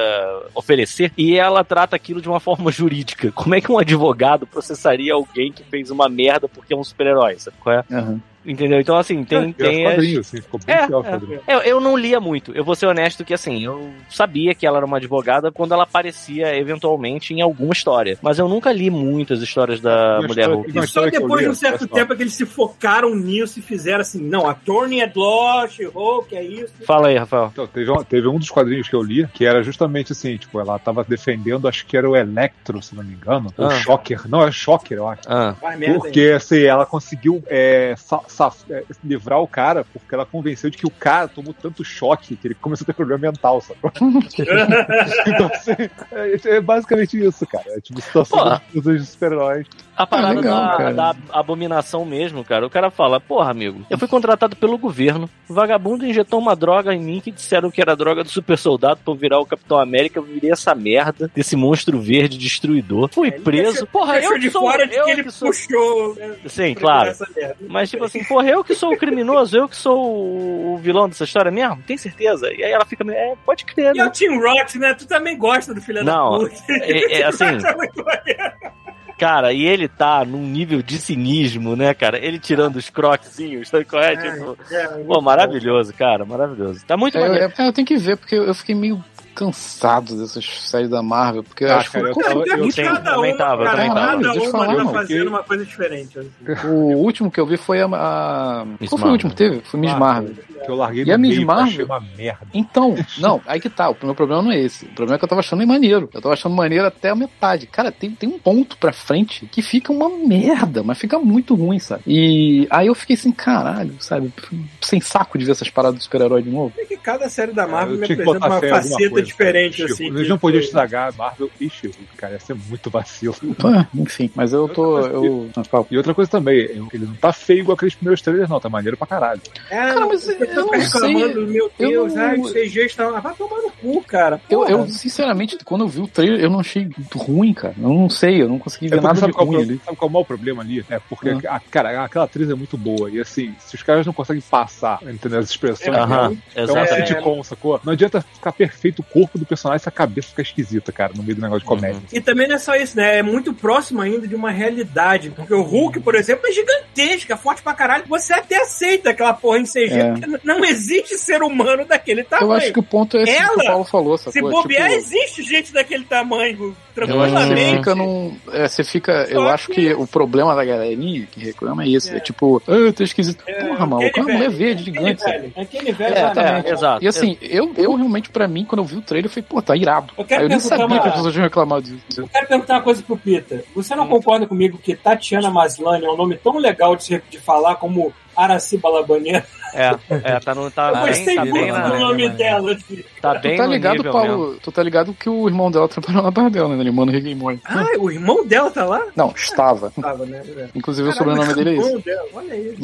Speaker 4: oferecer, e ela trata aquilo de uma forma jurídica. Como é que um advogado processaria alguém que fez uma merda porque é um super-herói? sabe qual é?
Speaker 2: Aham.
Speaker 4: Entendeu? Então, assim, tem.
Speaker 5: Tem,
Speaker 4: tem
Speaker 5: os quadrinhos, assim, ficou bem
Speaker 4: É,
Speaker 5: pior os
Speaker 4: é.
Speaker 5: quadrinhos.
Speaker 4: eu, eu não lia muito, eu vou ser honesto que assim, eu sabia que ela era uma advogada quando ela aparecia eventualmente em alguma história. Mas eu nunca li muitas histórias da
Speaker 5: Uma
Speaker 4: Mulher
Speaker 5: história
Speaker 4: Hulk.
Speaker 5: Uma
Speaker 1: E só
Speaker 5: história que eu
Speaker 1: depois de
Speaker 5: li,
Speaker 1: um certo
Speaker 5: olha só.
Speaker 1: tempo é que eles se focaram nisso e fizeram assim, não, a Tony é Law, She-Hulk, é isso.
Speaker 4: Fala aí, Rafael.
Speaker 5: Então, teve um, teve um dos quadrinhos que eu li, que era justamente assim, tipo, ela tava defendendo, acho que era o Electro, se não me engano,
Speaker 4: Ah.
Speaker 5: ou é Shocker, não, era Shocker, eu acho.
Speaker 4: Ah.
Speaker 1: Faz merda aí.
Speaker 5: Porque, assim, ela conseguiu é, sa- sa- é, livrar o cara, porque ela convenceu de que o cara tomou tanto choque que ele começou a ter problema mental, sabe? então, assim, é, é basicamente isso, cara. É tipo situação
Speaker 4: Porra.
Speaker 5: dos- dos super-heróis.
Speaker 4: A
Speaker 1: Ah,
Speaker 4: parada
Speaker 2: legal,
Speaker 4: da-
Speaker 2: cara.
Speaker 4: da, abominação mesmo, cara. O cara fala, porra, amigo, eu fui contratado pelo governo. O vagabundo injetou uma droga em mim que disseram que era droga do super soldado pra eu virar o Capitão América. Eu virei essa merda desse monstro verde destruidor. Fui preso.
Speaker 1: deixou-
Speaker 4: porra,
Speaker 1: Deixou
Speaker 4: eu
Speaker 1: de
Speaker 4: sou,
Speaker 1: fora de
Speaker 4: eu
Speaker 1: que ele
Speaker 4: que sou...
Speaker 1: puxou. né,
Speaker 4: Sim, claro.
Speaker 1: essa merda.
Speaker 4: Mas, tipo assim, porra, eu que sou o criminoso, eu que sou o- o vilão dessa história mesmo? Tem certeza? E aí ela fica, meio, é, pode crer,
Speaker 1: E o
Speaker 4: né?
Speaker 1: Tim Rock, né? Tu também gosta do filho
Speaker 4: Não,
Speaker 1: da puta.
Speaker 4: É, é, assim, Cara, e ele tá num nível de cinismo, né, cara? Ele tirando os croczinhos, sabe qual é? Tipo, pô, maravilhoso, cara, maravilhoso. Tá muito
Speaker 2: É, eu,
Speaker 4: maneiro.
Speaker 2: é- eu tenho que ver, porque eu fiquei meio cansado dessas séries da Marvel, porque eu
Speaker 5: Ah,
Speaker 2: acho que
Speaker 5: cara, eu
Speaker 2: como
Speaker 5: tava-
Speaker 2: que
Speaker 4: eu tenho- também tava,
Speaker 1: cara,
Speaker 4: também
Speaker 2: tava.
Speaker 1: Cada
Speaker 2: Deixa eu
Speaker 1: uma
Speaker 2: falar,
Speaker 1: tá
Speaker 2: mano,
Speaker 1: fazendo
Speaker 5: que-
Speaker 1: uma coisa diferente. assim.
Speaker 2: o último que eu vi foi a. a-
Speaker 4: Miss
Speaker 2: Qual foi o
Speaker 4: Marvel.
Speaker 2: último que teve? Foi Miss Marvel.
Speaker 5: Que eu larguei
Speaker 2: E a
Speaker 5: no
Speaker 2: Miss
Speaker 5: meio, porque eu
Speaker 2: Marvel?
Speaker 5: achei uma merda.
Speaker 2: Então, não, aí que tá. O meu problema não é esse. O problema é que eu tava achando ele maneiro. Eu tava achando maneiro até a metade. Cara, tem, tem um ponto pra frente que fica uma merda, mas fica muito ruim, sabe? E aí eu fiquei assim, caralho, sabe? Sem saco de ver essas paradas do super-herói de novo.
Speaker 1: É que cada série da Marvel
Speaker 5: Ah, Eu
Speaker 1: me
Speaker 5: tinha que
Speaker 1: apresenta
Speaker 5: botar
Speaker 1: uma
Speaker 5: fé em alguma
Speaker 1: faceta
Speaker 5: coisa.
Speaker 1: diferente,
Speaker 5: Tipo,
Speaker 1: assim.
Speaker 5: Eles
Speaker 1: que-
Speaker 5: não podiam estragar Marvel e She-Hulk, cara. Ia ser muito vacilo.
Speaker 2: Pô, Então, é, enfim, mas eu tô. Eu... Ah, fala.
Speaker 5: E outra coisa também, ele não tá feio igual aqueles primeiros trailers, não. Tá maneiro pra caralho.
Speaker 1: É,
Speaker 2: Cara, mas
Speaker 1: o pessoal
Speaker 2: eu
Speaker 1: fica
Speaker 2: não sei.
Speaker 1: reclamando, Meu
Speaker 2: Eu
Speaker 1: Deus,
Speaker 2: não-
Speaker 1: ai, o CG está... Ah, Vai tomar no cu, cara.
Speaker 2: Eu,
Speaker 1: Porra.
Speaker 2: eu, sinceramente, quando eu vi o trailer, eu não achei ruim, cara. Eu não sei, eu não consegui
Speaker 5: É
Speaker 2: ver
Speaker 5: porque
Speaker 2: nada de
Speaker 5: sabe, qual,
Speaker 2: ruim
Speaker 5: pro-
Speaker 2: ali.
Speaker 5: sabe qual é o maior problema ali? É porque,
Speaker 1: Ah.
Speaker 5: a, cara, aquela atriz é muito boa. E assim, se os caras não conseguem passar, entendeu? As expressões.
Speaker 4: Aham,
Speaker 5: É uma
Speaker 4: exatamente.
Speaker 5: sitcom, sacou? Não adianta ficar perfeito o corpo do personagem se a cabeça ficar esquisita, cara, no meio do negócio de comédia.
Speaker 1: E também não é só isso, né? É muito próximo ainda de uma realidade. Porque o Hulk, por exemplo, é gigantesco, é forte pra caralho. Você até aceita aquela porra em CG,
Speaker 2: É.
Speaker 1: porque n- não existe ser humano daquele tamanho.
Speaker 2: Eu acho que o ponto é esse que
Speaker 1: Ah, Ela,
Speaker 2: o Paulo falou, sacou?
Speaker 1: Se bobear,
Speaker 2: Tipo,
Speaker 1: existe gente daquele tamanho,
Speaker 2: Eu acho que você
Speaker 1: tranquilamente.
Speaker 2: fica num. é, você fica.
Speaker 1: Só
Speaker 2: eu acho que,
Speaker 1: que-
Speaker 2: o problema da galerinha que reclama é isso. É, tipo, ah, tá esquisito. Porra, maluco, é uma
Speaker 1: aquele
Speaker 2: mulher verde
Speaker 1: Aquele
Speaker 2: gigante. sabe?
Speaker 1: velho, aquele velho
Speaker 2: É,
Speaker 1: lá
Speaker 2: também.
Speaker 1: mesmo.
Speaker 4: Exato.
Speaker 2: E assim, eu, eu realmente, pra mim, quando eu vi o trailer, eu falei, pô, tá irado.
Speaker 1: Eu quero
Speaker 2: Aí eu nem
Speaker 1: perguntar
Speaker 2: sabia
Speaker 1: uma-
Speaker 2: que as pessoas tinham reclamado disso.
Speaker 1: Eu quero perguntar uma coisa pro Pita. Você não concorda comigo que Tatiana Maslany é um nome tão legal de, se- de falar como Araci Balabanian?
Speaker 4: É, é, tá, no, tá,
Speaker 1: Eu gostei
Speaker 4: bem, tá,
Speaker 1: muito do
Speaker 4: bem na,
Speaker 3: né?
Speaker 1: nome
Speaker 3: Maslany.
Speaker 1: dela. assim.
Speaker 4: tá bem
Speaker 2: Tu tá
Speaker 4: no
Speaker 2: ligado,
Speaker 4: nível
Speaker 2: Paulo?
Speaker 4: mesmo.
Speaker 2: Tu tá ligado que o irmão dela trabalhou na barra dela, né? Ele manda Reguimões.
Speaker 1: Ah, o irmão dela tá lá?
Speaker 2: Não, estava.
Speaker 1: Tava, né? É.
Speaker 2: Inclusive, o sobrenome dele é
Speaker 1: o
Speaker 2: esse.
Speaker 1: irmão dela, Olha aí.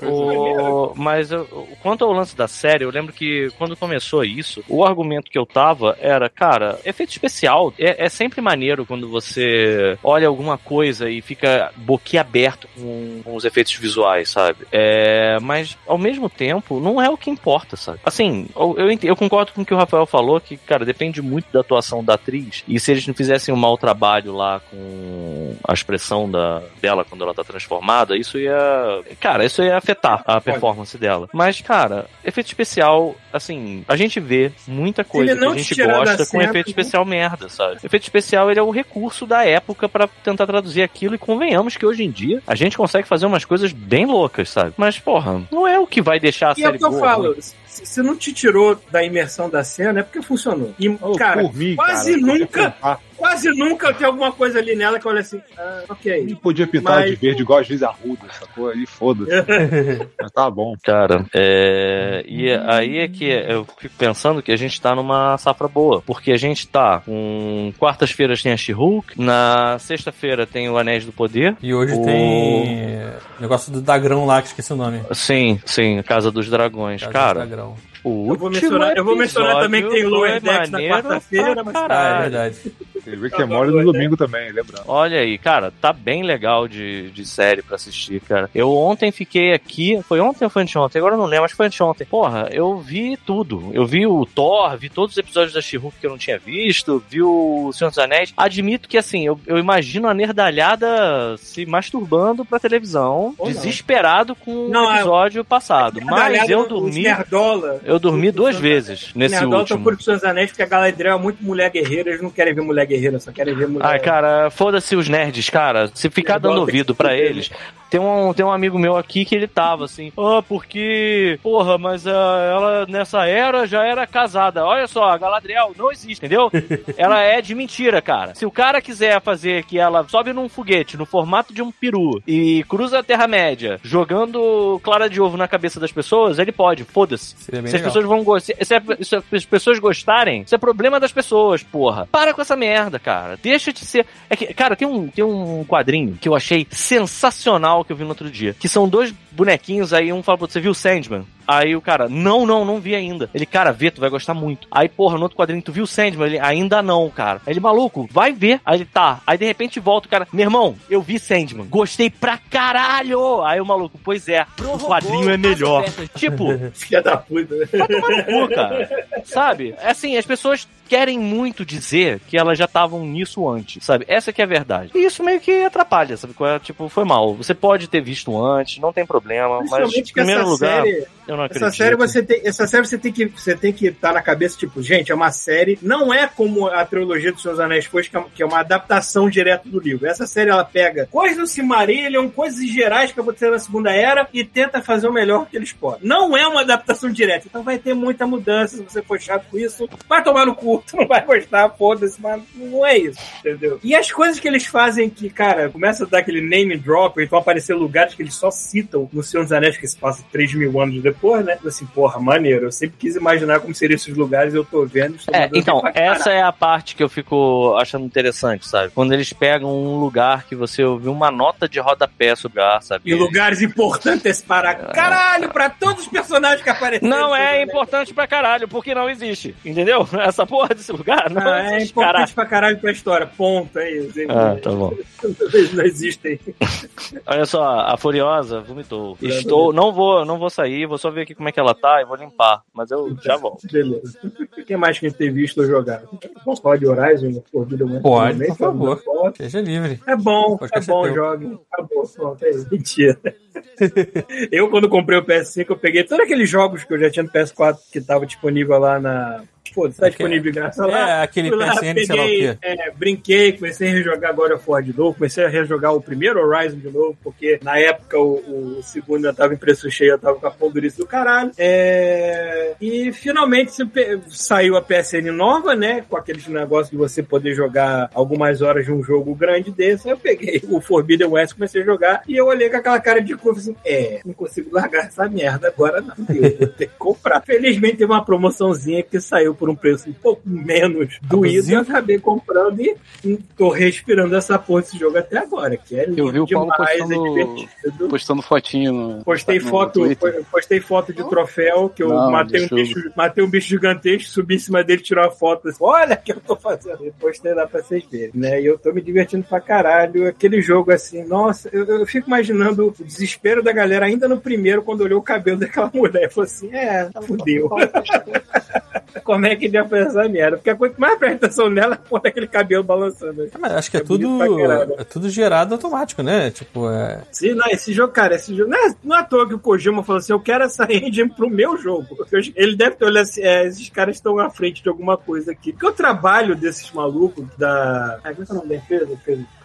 Speaker 2: É.
Speaker 4: O- mas eu- o- quanto ao lance da série, eu lembro que quando começou isso, o argumento que eu tava era, cara, efeito especial. É, é sempre maneiro quando você olha alguma coisa e fica boquiaberto com, com os efeitos visuais, sabe? É, mas ao mesmo tempo, não é o que importa, sabe? Assim, eu, eu ent- eu concordo com o que o Rafael falou, que, cara, depende muito da atuação da atriz. E se eles não fizessem um mau trabalho lá com a expressão da, dela quando ela tá transformada, isso ia. Cara, isso ia afetar a performance dela. Mas, cara, efeito especial, assim, a gente vê muita coisa
Speaker 1: ele
Speaker 4: que
Speaker 1: não
Speaker 4: a
Speaker 1: te
Speaker 4: gente
Speaker 1: tirar da
Speaker 4: gosta com
Speaker 1: cena,
Speaker 4: efeito
Speaker 1: né?
Speaker 4: especial merda, sabe? Efeito especial, ele é o recurso da época pra tentar traduzir aquilo. E convenhamos que hoje em dia a gente consegue fazer umas coisas bem loucas, sabe? Mas, porra, não é o que vai deixar a
Speaker 1: E é
Speaker 4: série
Speaker 1: o que eu
Speaker 4: boa, ruim.
Speaker 1: falo. Se se não te tirou da imersão da cena, é porque funcionou. E,
Speaker 5: Ô,
Speaker 1: Uhum. cara,
Speaker 5: por mim,
Speaker 1: quase
Speaker 5: cara, podia
Speaker 1: nunca-
Speaker 5: pintar-
Speaker 1: quase nunca tem alguma coisa ali nela que olha assim, ah,
Speaker 5: Ele
Speaker 1: ok.
Speaker 5: podia pintar
Speaker 1: Mas-
Speaker 5: de verde igual a Giz Arruda, sacou? E foda-se. Mas tá bom.
Speaker 4: Cara, é... e aí é que eu fico pensando que a gente tá numa safra boa, porque a gente tá com quartas-feiras tem a She-Hulk, na sexta-feira tem o Anéis do Poder.
Speaker 3: E hoje
Speaker 4: O-
Speaker 3: tem é, negócio do Dagrão lá, que esqueci o nome.
Speaker 4: Sim, sim, Casa dos Dragões.
Speaker 3: Casa do
Speaker 4: Cara,
Speaker 3: Dagrão.
Speaker 4: o
Speaker 1: Eu vou,
Speaker 4: último
Speaker 1: mencionar, eu vou mencionar também que tem
Speaker 4: episódio
Speaker 1: Lower
Speaker 4: foi
Speaker 1: Decks na
Speaker 4: maneiro
Speaker 1: quarta-feira,
Speaker 4: pra
Speaker 1: mas
Speaker 3: Ah, é
Speaker 4: caralho.
Speaker 3: verdade.
Speaker 5: Tem
Speaker 1: Tá
Speaker 5: Rick and Morty
Speaker 1: né?
Speaker 5: no domingo também, lembrando.
Speaker 4: Olha aí, cara, tá bem legal de, de série pra assistir, cara. Eu ontem fiquei aqui, foi ontem ou foi anteontem? Agora eu não lembro, mas foi anteontem. Porra, eu vi tudo. Eu vi o Thor, vi todos os episódios da She-Hulk que eu não tinha visto, vi o Senhor dos Anéis. Admito que, assim, eu, eu imagino a nerdalhada se masturbando pra televisão,
Speaker 1: Ou não.
Speaker 4: desesperado com
Speaker 1: Não,
Speaker 4: o
Speaker 1: é-
Speaker 4: episódio passado. Mas
Speaker 1: Caralhado,
Speaker 4: eu
Speaker 1: os
Speaker 4: dormi...
Speaker 1: Nerdola.
Speaker 4: Eu dormi duas vezes nesse
Speaker 1: Nerdola estão
Speaker 4: último.
Speaker 1: por seus anéis, porque a Galadriel é muito mulher guerreira, eles não querem ver mulher guerreira, só querem ver mulher.
Speaker 4: Ai, cara, foda-se os nerds, cara. Se ficar dando ouvido pra eles. Tem um, tem um amigo meu aqui que ele tava assim, ah, porque, porra, mas ah, ela nessa era já era casada. Olha só, a Galadriel não existe, entendeu? Ela é de mentira, cara. Se o cara quiser fazer que ela sobe num foguete no formato de um peru e cruza a Terra-média jogando clara de ovo na cabeça das pessoas, ele pode, foda-se.
Speaker 3: Seria é bem
Speaker 4: Se as
Speaker 3: legal.
Speaker 4: pessoas vão gostar. Se, a- se as pessoas gostarem, isso é problema das pessoas, porra. Para com essa merda, cara. Deixa de ser. É que, cara, tem um, tem um quadrinho que eu achei sensacional que eu vi no outro dia. Que são dois bonequinhos aí, um fala pro outro, você viu o Sandman? Aí o cara, não, não, não vi ainda. Ele, cara, vê, tu vai gostar muito. Aí, porra, no outro quadrinho, tu viu o Sandman? Ele, ainda não, cara. Aí ele, maluco, vai ver. Aí ele, tá. Aí de repente volta o cara, meu irmão, eu vi Sandman. Gostei pra caralho. Aí o maluco, pois é, o quadrinho é melhor. Tipo,
Speaker 1: Filha da puta. né?
Speaker 4: Vai tomar no cu, cara. Sabe? Assim, as pessoas querem muito dizer que elas já estavam nisso antes, sabe? Essa que é a verdade. E isso meio que atrapalha, sabe? Qual é? Tipo, foi mal. Você pode ter visto antes, não tem problema, mas em
Speaker 1: Principalmente que
Speaker 4: primeiro
Speaker 1: essa
Speaker 4: lugar,
Speaker 1: série,
Speaker 4: eu não acredito.
Speaker 1: essa série você tem, essa série você tem que você tem que estar na cabeça tipo, gente, é uma série, não é como a trilogia dos Seus Anéis foi, que é- que é uma adaptação direto do livro. Essa série ela pega coisas do Silmarillion, coisas gerais que aconteceram na Segunda Era e tenta fazer o melhor que eles podem. Não é uma adaptação direta, então vai ter muita mudança, se você for chato com isso, vai tomar no cu, tu não vai gostar, foda-se, mas não é isso, entendeu? E as coisas que eles fazem que, cara, começa a dar aquele name drop, e vão aparecer lugares que eles só citam no Senhor dos Anéis, que se passa 3 mil anos depois, né? Assim, porra, maneiro, eu sempre quis imaginar como seriam esses lugares, eu tô vendo. estou
Speaker 4: É,
Speaker 1: mandando
Speaker 4: então,
Speaker 1: pra caralho.
Speaker 4: essa é a parte que eu fico achando interessante, sabe? Quando eles pegam um lugar que você ouviu uma nota de rodapé sobre o lugar, sabe?
Speaker 1: E lugares importantes para caralho, pra todos os personagens que né? apareceram.
Speaker 4: Não é
Speaker 1: importante.
Speaker 4: importante pra caralho, porque não existe. Entendeu? Essa porra desse lugar não,
Speaker 1: Não, é
Speaker 4: existe,
Speaker 1: importante
Speaker 4: caralho.
Speaker 1: pra caralho pra história. Ponto, é isso.
Speaker 4: Ah, tá bom.
Speaker 1: Eles não existem.
Speaker 4: Olha só, a Furiosa vomitou. Estou, não vou, não vou sair, vou só ver aqui como é que ela tá e vou limpar, mas eu já volto.
Speaker 1: Beleza. O que mais que a gente tem visto ou jogado? Vamos falar de Horizon? né? Orgulho muito
Speaker 3: Pode,
Speaker 1: também,
Speaker 3: por
Speaker 1: falando
Speaker 3: favor.
Speaker 1: da foto.
Speaker 3: Seja livre.
Speaker 1: É bom,
Speaker 3: Pode
Speaker 1: é bom,
Speaker 3: caceteu.
Speaker 1: joga. Acabou, pronto, é isso. Mentira. eu, quando comprei o PS5, eu peguei todos aqueles jogos que eu já tinha no PS4 que tava disponível lá na. Pô, tá
Speaker 3: Ok.
Speaker 1: disponível graças a lá.
Speaker 3: É, aquele
Speaker 1: Fui lá,
Speaker 3: PSN, sei lá o
Speaker 1: peguei,
Speaker 3: quê.
Speaker 1: é, brinquei, comecei a rejogar God of War de novo, comecei a rejogar o primeiro Horizon de novo, porque na época o, o segundo ainda tava em preço cheio, eu tava com a pão duríssima do caralho. É, E finalmente se pe- saiu a PSN nova, né? Com aqueles negócios de você poder jogar algumas horas de um jogo grande desse. Aí eu peguei o Forbidden West, comecei a jogar e eu olhei com aquela cara de curva assim: é, não consigo largar essa merda agora, não. Eu vou ter que comprar. Felizmente teve uma promoçãozinha que saiu por um preço um pouco menos doído. Eu acabei comprando e hum, tô respirando essa porra desse jogo até agora, que é lindo
Speaker 2: Eu vi o Paulo
Speaker 1: demais, é
Speaker 2: postando-
Speaker 1: divertido.
Speaker 2: Postando fotinho no.
Speaker 1: Postei
Speaker 2: Tá, no
Speaker 1: foto,
Speaker 2: Twitter.
Speaker 1: postei foto de troféu que eu
Speaker 2: Não,
Speaker 1: matei, um
Speaker 2: deixa
Speaker 1: bicho, matei um bicho gigantesco, subi em cima dele, tirou a foto. Assim, Olha o que eu tô fazendo. E postei lá pra vocês verem, né? E eu tô me divertindo pra caralho. Aquele jogo assim, nossa, eu, eu fico imaginando o desespero da galera ainda no primeiro quando olhou o cabelo daquela mulher. Falou assim: é, fudeu. Como é que ele ia fazer essa merda? Porque a coisa que mais presta atenção nela é quando aquele cabelo balançando.
Speaker 3: Ah, mas acho que é,
Speaker 1: É bonito
Speaker 3: tudo,
Speaker 1: pra caralho.
Speaker 3: é tudo gerado automático, né? Tipo, é...
Speaker 1: Sim, não, esse jogo, cara, esse jogo. Não é, não é à toa que o Kojima falou assim: eu quero essa engine pro meu jogo. Porque eu- Ele deve ter olhado assim: é, esses caras estão à frente de alguma coisa aqui. Porque o trabalho desses malucos da. Ah, como é que é o nome da empresa?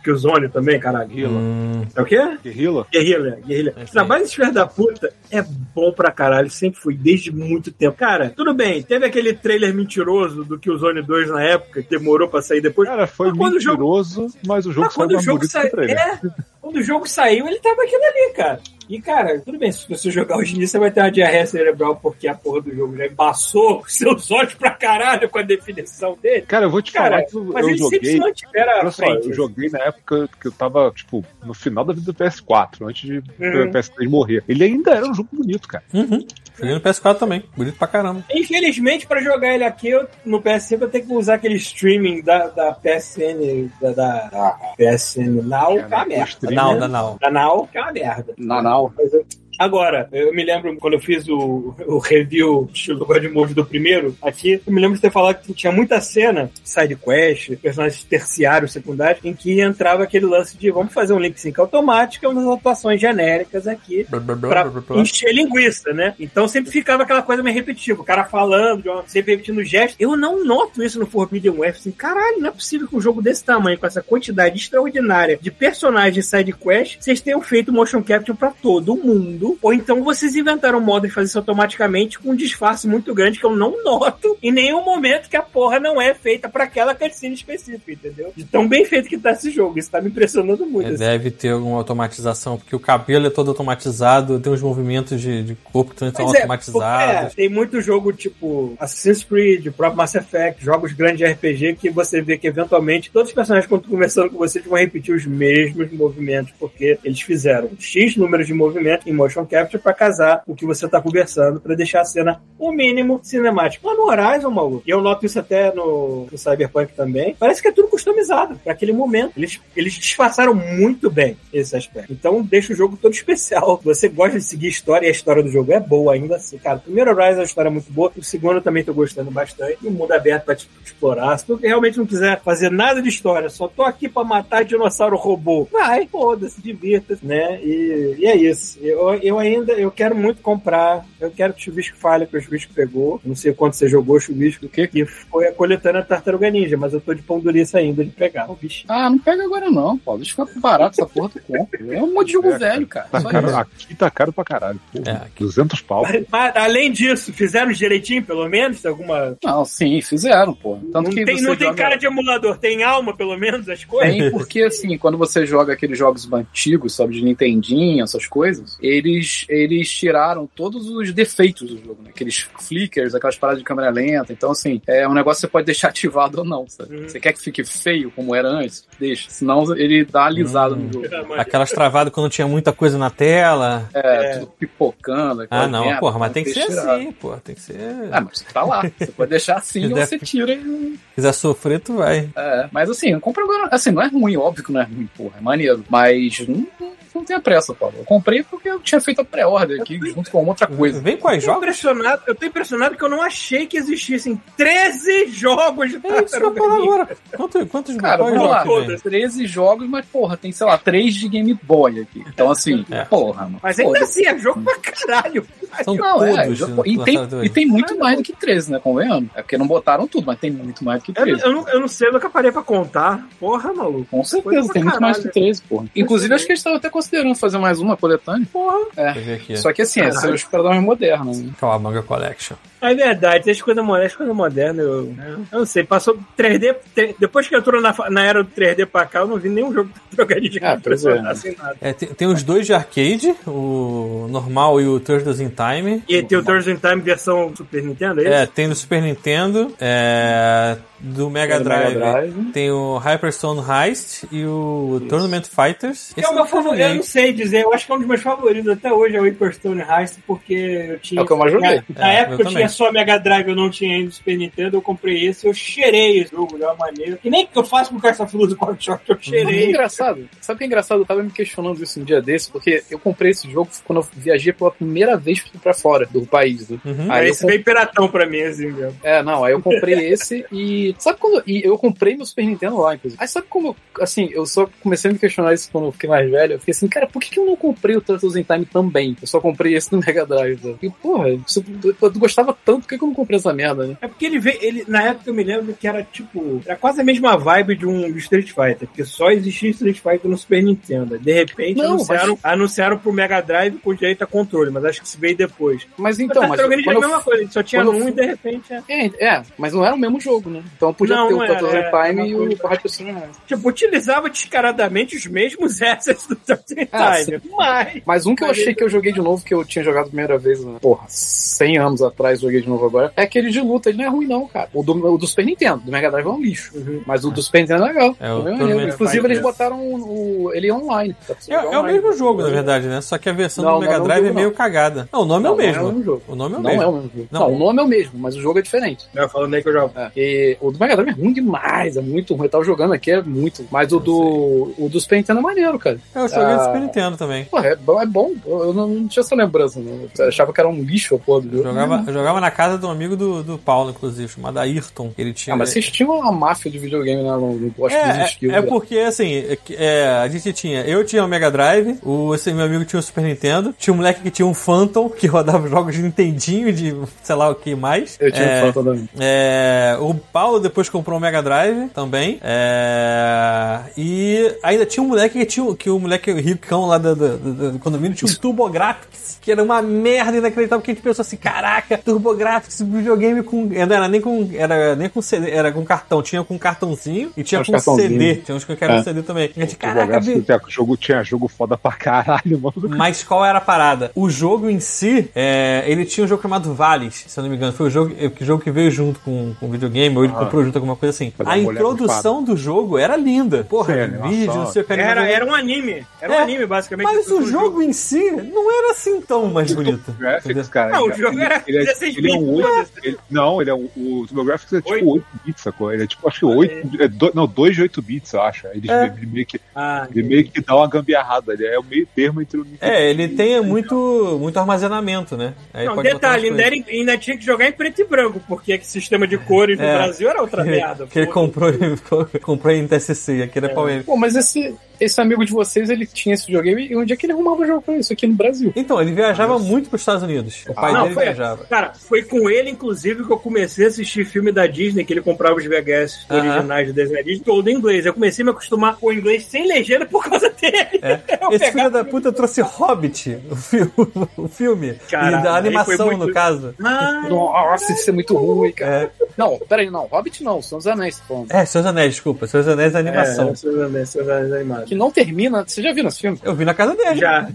Speaker 1: Que o Zone também, caralho.
Speaker 3: hum,
Speaker 1: É o quê?
Speaker 5: Guerrilla?
Speaker 1: Guerrilha, guerrilha.
Speaker 3: Perfeito.
Speaker 1: Trabalho desses filhos da puta é bom pra caralho, sempre foi, desde muito tempo. Cara, tudo bem, teve aquele trailer mentiroso do Killzone 2 na época, que demorou pra sair depois.
Speaker 5: Cara, foi
Speaker 1: Mas quando o jogo-
Speaker 5: mentiroso, mas o jogo
Speaker 1: Mas
Speaker 5: foi
Speaker 1: quando o
Speaker 5: mais
Speaker 1: jogo
Speaker 5: bonito que o
Speaker 1: saiu.
Speaker 5: trailer.
Speaker 1: É, quando o jogo saiu, ele tava aquilo ali, cara. E, cara, tudo bem, se você jogar hoje em dia, você vai ter uma diarreia cerebral, porque a porra do jogo já embaçou seus olhos pra caralho com a definição dele.
Speaker 5: Cara, eu vou te
Speaker 1: Cara,
Speaker 5: falar que eu,
Speaker 1: Mas
Speaker 5: eu
Speaker 1: ele sempre
Speaker 5: joguei.
Speaker 1: se mantivera à
Speaker 5: Olha só,
Speaker 1: frente.
Speaker 5: eu joguei na época que eu tava, tipo, no final da vida do PS4, antes de
Speaker 1: Uhum.
Speaker 5: o PS3 morrer. Ele ainda era um jogo bonito, cara.
Speaker 3: uhum. Joguei no PS4 também. Bonito pra caramba.
Speaker 1: Infelizmente, pra jogar ele aqui eu- no PS5, eu tenho que usar aquele streaming da, da PSN, da, da- da PSN Now, que é uma merda.
Speaker 5: Stream,
Speaker 3: Não,
Speaker 5: né?
Speaker 3: não, não.
Speaker 1: Da Now, que é uma merda.
Speaker 2: Nanau.
Speaker 1: Mas eu- Agora, eu me lembro quando eu fiz o, o review estilo Godmode do primeiro, aqui, eu me lembro de ter falado que tinha muita cena, side quest, personagens terciários, secundários, em que entrava aquele lance de vamos fazer um link sync automático, umas atuações genéricas aqui,
Speaker 3: Blá, blá, blá,
Speaker 1: pra
Speaker 3: blá, blá.
Speaker 1: encher linguiça, né? Então sempre ficava aquela coisa meio repetitiva, o cara falando, de uma- sempre repetindo gestos. Eu não noto isso no Forbidden West, assim, caralho, não é possível que um jogo desse tamanho, com essa quantidade extraordinária de personagens side quest, vocês tenham feito motion capture pra todo mundo, ou então vocês inventaram um modo de fazer isso automaticamente com um disfarce muito grande que eu não noto em nenhum momento que a porra não é feita pra aquela cutscene específica, entendeu? De tão bem feito que tá esse jogo, isso tá me impressionando muito.
Speaker 3: É,
Speaker 1: assim.
Speaker 3: Deve ter alguma automatização, porque o cabelo é todo automatizado, tem uns movimentos de, de corpo que também são
Speaker 1: Pois é, porque,
Speaker 3: automatizados.
Speaker 1: é, tem muito jogo tipo Assassin's Creed, o próprio Mass Effect, jogos grandes de RPG que você vê que eventualmente todos os personagens quando estão conversando com você eles vão repetir os mesmos movimentos, porque eles fizeram X número de movimentos em motion capture pra casar o que você tá conversando, pra deixar a cena o mínimo cinemática. Mas no Horizon, maluco, e eu noto isso até no, no Cyberpunk também, parece que é tudo customizado pra aquele momento. Eles, eles disfarçaram muito bem esse aspecto. Então deixa o jogo todo especial. Você gosta de seguir história e a história do jogo é boa ainda assim, cara. O primeiro Horizon é uma história muito boa, o segundo eu também tô gostando bastante. E o mundo aberto pra te explorar. Se tu realmente não quiser fazer nada de história, só tô aqui pra matar dinossauro robô. Vai, foda-se, divirta, né? E, e é isso. Eu, eu ainda, eu quero muito comprar. Eu quero que o Chubisco fale, que o Chubisco pegou. Não sei quanto você jogou, Chubisco. O quê? Que foi a coletânea Tartaruga Ninja, mas eu tô de pão duriça ainda de pegar. O bicho.
Speaker 2: Ah, não pega agora não, Paulo. Deixa eu ficar barato essa porra do compra. É um monte de jogo
Speaker 5: É, cara.
Speaker 2: velho, cara.
Speaker 5: Tá
Speaker 2: Só
Speaker 5: caro-
Speaker 2: isso.
Speaker 5: aqui tá caro pra caralho. Pô,
Speaker 3: É, aqui.
Speaker 5: 200 pau.
Speaker 1: Mas, além disso, fizeram direitinho, pelo menos? Tem Alguma.
Speaker 2: Não, sim, fizeram, pô.
Speaker 1: não
Speaker 2: Tanto que
Speaker 1: tem,
Speaker 2: você
Speaker 1: não tem
Speaker 2: joga-
Speaker 1: cara de emulador, tem alma, pelo menos, as coisas?
Speaker 2: Tem, porque assim, quando você joga aqueles jogos antigos, sabe, de Nintendinho, essas coisas, eles, eles tiraram todos os defeitos do jogo, né? Aqueles flickers, aquelas paradas de câmera lenta. Então, assim, é um negócio que você pode deixar ativado ou não, sabe?
Speaker 1: Uhum.
Speaker 2: Você quer que fique feio como era antes? Deixa. Senão ele dá alisado
Speaker 3: Hum.
Speaker 2: no jogo.
Speaker 1: Ah, mas-
Speaker 3: Aquelas travadas quando tinha muita coisa na tela.
Speaker 2: É, tudo pipocando. aquela
Speaker 3: Ah, não,
Speaker 2: merda.
Speaker 3: porra, mas tem
Speaker 2: Então,
Speaker 3: que ser
Speaker 2: deixa tirado.
Speaker 3: assim, porra, tem que ser.
Speaker 2: Ah, mas tá lá. Você pode deixar assim ou
Speaker 3: Deve-
Speaker 2: você tira e
Speaker 3: quiser sofrer, tu vai.
Speaker 2: É, mas assim, compra agora. Assim, não é ruim, óbvio que não é ruim, porra, é maneiro. Mas não, não, não tenha pressa, Paulo. Eu comprei porque eu tinha feito a pré-order aqui junto com outra coisa.
Speaker 3: Vem quais
Speaker 1: Eu tô,
Speaker 3: jogos?
Speaker 1: impressionado, eu tô impressionado que eu não achei que existissem 13 jogos de
Speaker 3: É isso que eu
Speaker 1: Tartaruga
Speaker 3: tô falando
Speaker 1: Ninja.
Speaker 3: agora. Quanto, quantos
Speaker 2: um Cara,
Speaker 3: quais
Speaker 2: vamos lá.
Speaker 3: jogos que vem?
Speaker 2: 13 jogos, mas porra, tem, sei lá, 3 de Game Boy aqui. Então, assim,
Speaker 3: É.
Speaker 2: porra, mano.
Speaker 1: Mas ainda
Speaker 2: foda-se.
Speaker 1: assim, é jogo pra caralho.
Speaker 3: São
Speaker 2: Não, é,
Speaker 3: todos.
Speaker 2: já- e, tem, e tem muito mais do que 13, né? Convenhamos. É porque não botaram tudo, mas tem muito mais do que
Speaker 1: Eu,
Speaker 2: 13.
Speaker 1: eu não, eu não sei, eu nunca parei pra contar. Porra, maluco.
Speaker 2: Com certeza,
Speaker 1: pra
Speaker 2: tem muito mais do que
Speaker 1: caralho.
Speaker 2: 13, porra. Inclusive, acho que eles estavam até considerando fazer mais uma coletânea.
Speaker 3: Deixa eu ver aqui.
Speaker 2: Só que assim, é
Speaker 1: Caralho.
Speaker 2: seus programas modernos, né?
Speaker 3: Kawamanga Collection.
Speaker 1: É verdade, tem coisa moderna, as coisas modernas. Eu, eu não sei, passou 3D. tre- depois que entrou na, fa- na era do 3D pra cá, eu não vi nenhum jogo de trocadilho
Speaker 2: Ah, pois é.
Speaker 1: assim, nada.
Speaker 3: É, tem, tem os dois de arcade, o normal e o Turtles in Time.
Speaker 1: E tem o Thursday Time versão Super Nintendo, é isso?
Speaker 3: É, tem no Super Nintendo, é, do Mega
Speaker 2: Do Mega
Speaker 3: Drive, tem o Hyperstone Heist e o Tournament Fighters.
Speaker 1: É o
Speaker 3: eu
Speaker 1: meu
Speaker 3: nunca
Speaker 1: favorito,
Speaker 3: joguei.
Speaker 1: eu não sei dizer, eu acho que é um dos meus favoritos até hoje é o Hyperstone Heist, porque eu tinha.
Speaker 2: É o que eu mais joguei.
Speaker 1: Na, na
Speaker 3: É,
Speaker 1: época eu,
Speaker 3: eu também.
Speaker 1: tinha só Mega Drive, eu não tinha ainda Super Nintendo, eu comprei esse, eu cheirei esse jogo de uma maneira. Que nem que eu faço com o Caça-Flus do Comic Shop, eu
Speaker 2: Sabe o que é
Speaker 1: cheirei.
Speaker 2: engraçado? Sabe o que é engraçado? Eu tava me questionando isso um dia desse, porque eu comprei esse jogo quando eu viajei pela primeira vez pra fora do país. né?
Speaker 3: Uhum.
Speaker 1: Aí
Speaker 2: Aí eu
Speaker 1: esse veio piratão pra mim, assim, meu.
Speaker 2: É, não, aí eu comprei esse e. Sabe quando. E eu comprei meu Super Nintendo lá, inclusive. Aí sabe como. eu- Assim, eu só comecei a me questionar isso quando eu fiquei mais velho. Eu fiquei assim, cara, por que, que eu não comprei o Turtles in Time também? Eu só comprei esse no Mega Drive. Né? E, porra, isso- eu, eu gostava tanto, por que, que eu não comprei essa merda, né?
Speaker 1: É porque ele veio, ele, na época eu me lembro que era tipo, era quase a mesma vibe de um de Street Fighter, porque só existia Street Fighter no Super Nintendo. De repente
Speaker 2: Não,
Speaker 1: anunciaram, anunciaram pro Mega Drive com direito a controle, mas acho que isso veio depois.
Speaker 2: Mas então, mas.
Speaker 1: Tartaruga Ninja é a
Speaker 2: quando eu-
Speaker 1: mesma coisa, ele só tinha
Speaker 2: quando eu
Speaker 1: um
Speaker 2: fui-
Speaker 1: e de repente. é.
Speaker 2: É, é, mas não era o mesmo jogo, né? Então podia
Speaker 1: Não,
Speaker 2: ter
Speaker 1: não
Speaker 2: o
Speaker 1: era,
Speaker 2: Turtles in
Speaker 1: era
Speaker 2: Time e
Speaker 1: uma
Speaker 2: o né?
Speaker 1: coisa-
Speaker 2: Hyperstone Rise.
Speaker 1: Tipo, utilizava descaradamente os mesmos assets do Turtle
Speaker 2: Ah,
Speaker 1: Time. Mas.
Speaker 2: Mas um que eu
Speaker 1: Mas
Speaker 2: achei que eu joguei de novo, que eu tinha jogado a primeira vez, né? porra, 100 anos atrás, joguei de novo agora, é aquele de luta. Ele não é ruim, não, cara. O do, o do Super Nintendo, do Mega Drive é um lixo. Mas o do Super Nintendo é legal.
Speaker 3: É, o
Speaker 2: Também
Speaker 3: Tournament
Speaker 2: maneiro. Inclusive, eles
Speaker 3: Fighters.
Speaker 2: botaram o, o- ele online. Tá pra você
Speaker 3: É,
Speaker 2: jogar
Speaker 3: é o
Speaker 2: online.
Speaker 3: mesmo jogo, na verdade, né? Só que a versão
Speaker 2: Não,
Speaker 3: do Mega
Speaker 2: não é o
Speaker 3: Drive é
Speaker 2: jogo,
Speaker 3: meio cagada. Não, o nome é o
Speaker 2: Não, não
Speaker 3: mesmo.
Speaker 2: é o mesmo jogo.
Speaker 3: O nome é o
Speaker 2: Não
Speaker 3: mesmo.
Speaker 2: é o mesmo jogo.
Speaker 3: Não.
Speaker 2: Não, o nome é o mesmo, mas o jogo é diferente.
Speaker 1: Não, falando aí que eu já.
Speaker 2: É. E o do Mega Drive é ruim demais, é muito ruim. Eu tava jogando aqui, é muito. Mas o do, o do Super Nintendo é maneiro, cara.
Speaker 3: Eu joguei do
Speaker 2: Ah.
Speaker 3: Super Nintendo também.
Speaker 2: Porra, é, bom- é bom. Eu eu não, não tinha essa lembrança, não. Eu achava que era um lixo, porra, do
Speaker 3: Eu
Speaker 2: jogo.
Speaker 3: jogava, eu jogava na casa de um amigo do, do Paulo, inclusive, chamado Ayrton. Ele tinha.
Speaker 2: Ah, mas vocês tinham uma máfia de videogame, né? Não, não gosto dos
Speaker 3: É,
Speaker 2: estilos.
Speaker 3: é, é porque, assim, é que- é, a gente tinha. Eu tinha o Mega Drive, o, esse meu amigo tinha o Super Nintendo, tinha um moleque que tinha um Phantom, que rodava jogos de Nintendinho, de sei lá o que mais.
Speaker 2: Eu tinha
Speaker 3: É,
Speaker 2: um fã também.
Speaker 3: é, o Paulo depois comprou um Mega Drive também. É, e ainda tinha um moleque que tinha um- que o moleque ricão lá do, do- do- do condomínio tinha um TurboGrafx, que era uma merda inacreditável, que a gente pensou assim, caraca, TurboGrafx, videogame com. Não era nem com. Era nem com CD, era com cartão, tinha com cartãozinho e tinha
Speaker 2: Tinha uns
Speaker 3: com CD.
Speaker 2: cartãozinhos.
Speaker 3: Tinha uns que eram
Speaker 2: É.
Speaker 3: com CD também. A gente, caraca,
Speaker 5: Caraca,
Speaker 3: vi-
Speaker 5: tinha, jogo, tinha jogo foda pra caralho, mano.
Speaker 3: mas qual era a parada? O jogo em si, é, ele tinha um jogo chamado Vales, se eu não me engano. Foi o jogo, é, que jogo que veio junto com, com o videogame, ou ele comprou junto alguma coisa assim.
Speaker 5: Fazer
Speaker 3: A
Speaker 5: uma mulher
Speaker 3: introdução do jogo era linda. Porra,
Speaker 5: Sim,
Speaker 3: era
Speaker 5: animação.
Speaker 3: vídeo, não sei o que.
Speaker 1: Era, era um anime. Era um
Speaker 3: É,
Speaker 1: anime, basicamente.
Speaker 3: Mas
Speaker 1: Foi
Speaker 3: o jogo em si não era assim tão mais bonito.
Speaker 5: Graphics,
Speaker 3: entendeu?
Speaker 5: cara.
Speaker 1: Não, o
Speaker 5: ele-
Speaker 1: jogo
Speaker 5: ele-
Speaker 1: era
Speaker 5: ele, é-
Speaker 1: 16
Speaker 5: ele é um
Speaker 1: bits,
Speaker 5: 8, ele- Não, ele é um, o TurboGrafx é
Speaker 1: Oito?
Speaker 5: tipo 8 bits, sacou? Ele é tipo, acho que 8. É do, não, 2 de 8 bits, eu acho. Ele,
Speaker 3: É.
Speaker 5: ele meio que,
Speaker 1: Ah,
Speaker 5: ele meio que dá uma gambiarrada. Ele é o meio termo entre o.
Speaker 3: É, ele tem muito, muito armazenamento, né? Aí
Speaker 1: não,
Speaker 3: pode botar umas
Speaker 1: detalhe, ainda,
Speaker 3: coisas.
Speaker 1: era- ainda tinha que jogar em preto e branco, porque esse sistema de cores no
Speaker 3: É.
Speaker 1: Brasil era outra merda.
Speaker 3: que ele
Speaker 1: pô.
Speaker 3: comprou, ele comprou em TCC, aquele é, é. PowerPoint.
Speaker 2: Pô, mas esse, esse amigo de vocês, ele tinha esse videogame e onde é que ele arrumava um jogo pra isso aqui no Brasil?
Speaker 3: Então, ele viajava muito para os Estados Unidos. O pai
Speaker 1: Ah, Não,
Speaker 3: dele
Speaker 1: foi-
Speaker 3: viajava.
Speaker 1: Cara, foi com ele, inclusive, que eu comecei a assistir filme da Disney, que ele comprava os VHS
Speaker 3: Aham.
Speaker 1: originais do desenho da Disney, todo em inglês. Eu comecei a me acostumar com o inglês sem legenda por causa dele.
Speaker 3: É.
Speaker 1: Eu
Speaker 3: Esse
Speaker 1: pegava-
Speaker 3: filho da puta trouxe Hobbit, o filme, o filme
Speaker 1: Caralho,
Speaker 3: e da
Speaker 1: aí
Speaker 3: animação,
Speaker 1: foi muito-
Speaker 3: no caso.
Speaker 1: Ah,
Speaker 2: Nossa, isso é muito ruim, cara.
Speaker 3: É,
Speaker 2: Não, peraí, não. Hobbit não, São dos Anéis, tô falando.
Speaker 3: é Seus Anéis, desculpa, Seus Anéis da animação.
Speaker 1: É, seus anéis, seus anéis animados.
Speaker 2: Que não termina. Você já viu nesse filme?
Speaker 3: Eu vi na casa dele.
Speaker 1: Já.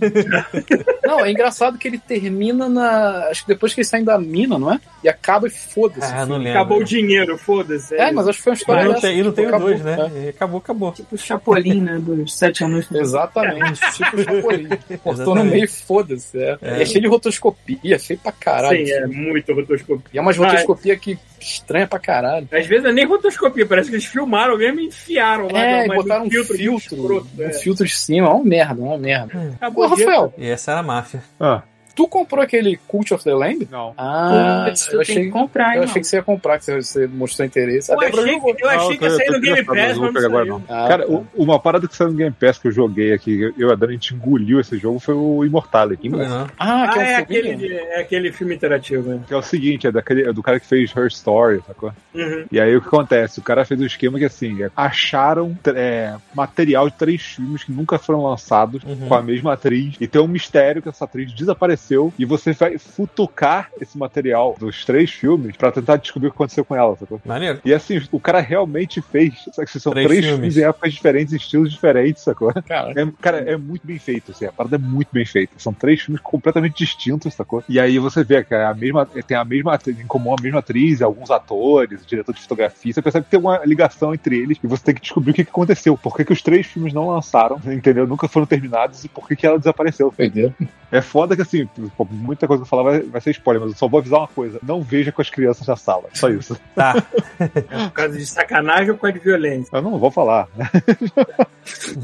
Speaker 2: Não, é engraçado que ele termina na. Acho que depois que ele sai da mina, não é? E acaba e foda-se.
Speaker 3: Ah, não lembro.
Speaker 1: Acabou o dinheiro, foda-se.
Speaker 2: é, mas acho que foi uma
Speaker 3: E
Speaker 2: história.
Speaker 3: não
Speaker 2: dessa,
Speaker 3: tem, e não
Speaker 2: tipo,
Speaker 3: tem o
Speaker 2: acabou,
Speaker 3: dois, né? E Acabou, acabou.
Speaker 7: Tipo o Chapolin, né? Dos sete anos.
Speaker 2: é. Exatamente, tipo o Chapolin. Cortou no
Speaker 3: Exatamente.
Speaker 2: meio, e foda-se. É.
Speaker 3: É.
Speaker 2: E é cheio de rotoscopia, é feio pra caralho.
Speaker 1: Sim, é muito rotoscopia.
Speaker 2: E é umas rotoscopia que estranha pra caralho.
Speaker 1: Às vezes é nem rotoscopia, parece que eles filmaram mesmo e enfiaram lá.
Speaker 2: É, e
Speaker 1: mas
Speaker 2: botaram um filtro,
Speaker 1: escroto,
Speaker 2: um
Speaker 1: é.
Speaker 2: filtro de cima, é uma merda, é uma merda.
Speaker 1: Acabou
Speaker 2: Ô,
Speaker 1: o dia.
Speaker 2: Rafael,
Speaker 3: E essa era a máfia.
Speaker 5: Ah,
Speaker 2: tu comprou aquele Cult of the Lamb?
Speaker 5: não.
Speaker 2: Ah,
Speaker 7: Putz,
Speaker 2: eu
Speaker 7: tu tem
Speaker 2: achei,
Speaker 7: que comprar,
Speaker 2: eu
Speaker 7: irmão.
Speaker 2: achei que você ia comprar, que você, você mostrou interesse.
Speaker 1: Eu
Speaker 2: Até pra
Speaker 1: achei,
Speaker 2: jogou.
Speaker 5: Ah,
Speaker 1: que- eu achei que ia sair no Game Pass, mas
Speaker 5: não
Speaker 1: não
Speaker 5: vou pegar tá agora, não.
Speaker 1: saiu.
Speaker 2: Ah,
Speaker 5: Cara,
Speaker 2: tá.
Speaker 5: o- uma parada que saiu no Game Pass que eu joguei aqui, eu e a Dani, a gente engoliu esse jogo, foi o Immortality.
Speaker 3: Não.
Speaker 2: ah, que
Speaker 1: Ah, é
Speaker 2: é, um
Speaker 1: aquele,
Speaker 2: filminho?
Speaker 1: de- é aquele filme interativo, né?
Speaker 5: Que é o seguinte, é, daquele, é do cara que fez Her Story, sacou?
Speaker 1: Uhum.
Speaker 5: E aí o que acontece? O cara fez um esquema que assim, é, acharam é, material de três filmes que nunca foram lançados
Speaker 3: Uhum.
Speaker 5: com a mesma atriz. E tem um mistério que essa atriz desapareceu e você vai futucar esse material dos três filmes pra tentar descobrir o que aconteceu com ela, sacou?
Speaker 3: Maneiro.
Speaker 5: E assim, o cara realmente fez. Só que são
Speaker 3: Três
Speaker 5: três,
Speaker 3: filmes.
Speaker 5: filmes. em épocas diferentes, em estilos diferentes, sacou?
Speaker 2: Cara,
Speaker 5: É, cara, é muito bem feito, assim, a parada é muito bem feita. São três filmes completamente distintos, sacou? E aí você vê que é a mesma, tem a mesma atriz, em comum a mesma atriz, alguns atores, diretor de fotografia. Você percebe que tem uma ligação entre eles e você tem que descobrir o que que aconteceu. Por que, que os três filmes não lançaram, entendeu? Nunca foram terminados e por que, que ela desapareceu.
Speaker 2: doideira.
Speaker 5: É foda que, assim, pô, muita coisa que eu falar vai, vai ser spoiler, mas eu só vou avisar uma coisa: não veja com as crianças na sala. Só isso.
Speaker 3: Tá.
Speaker 2: Ah.
Speaker 1: Por causa de sacanagem ou por causa de violência?
Speaker 5: Eu não vou falar.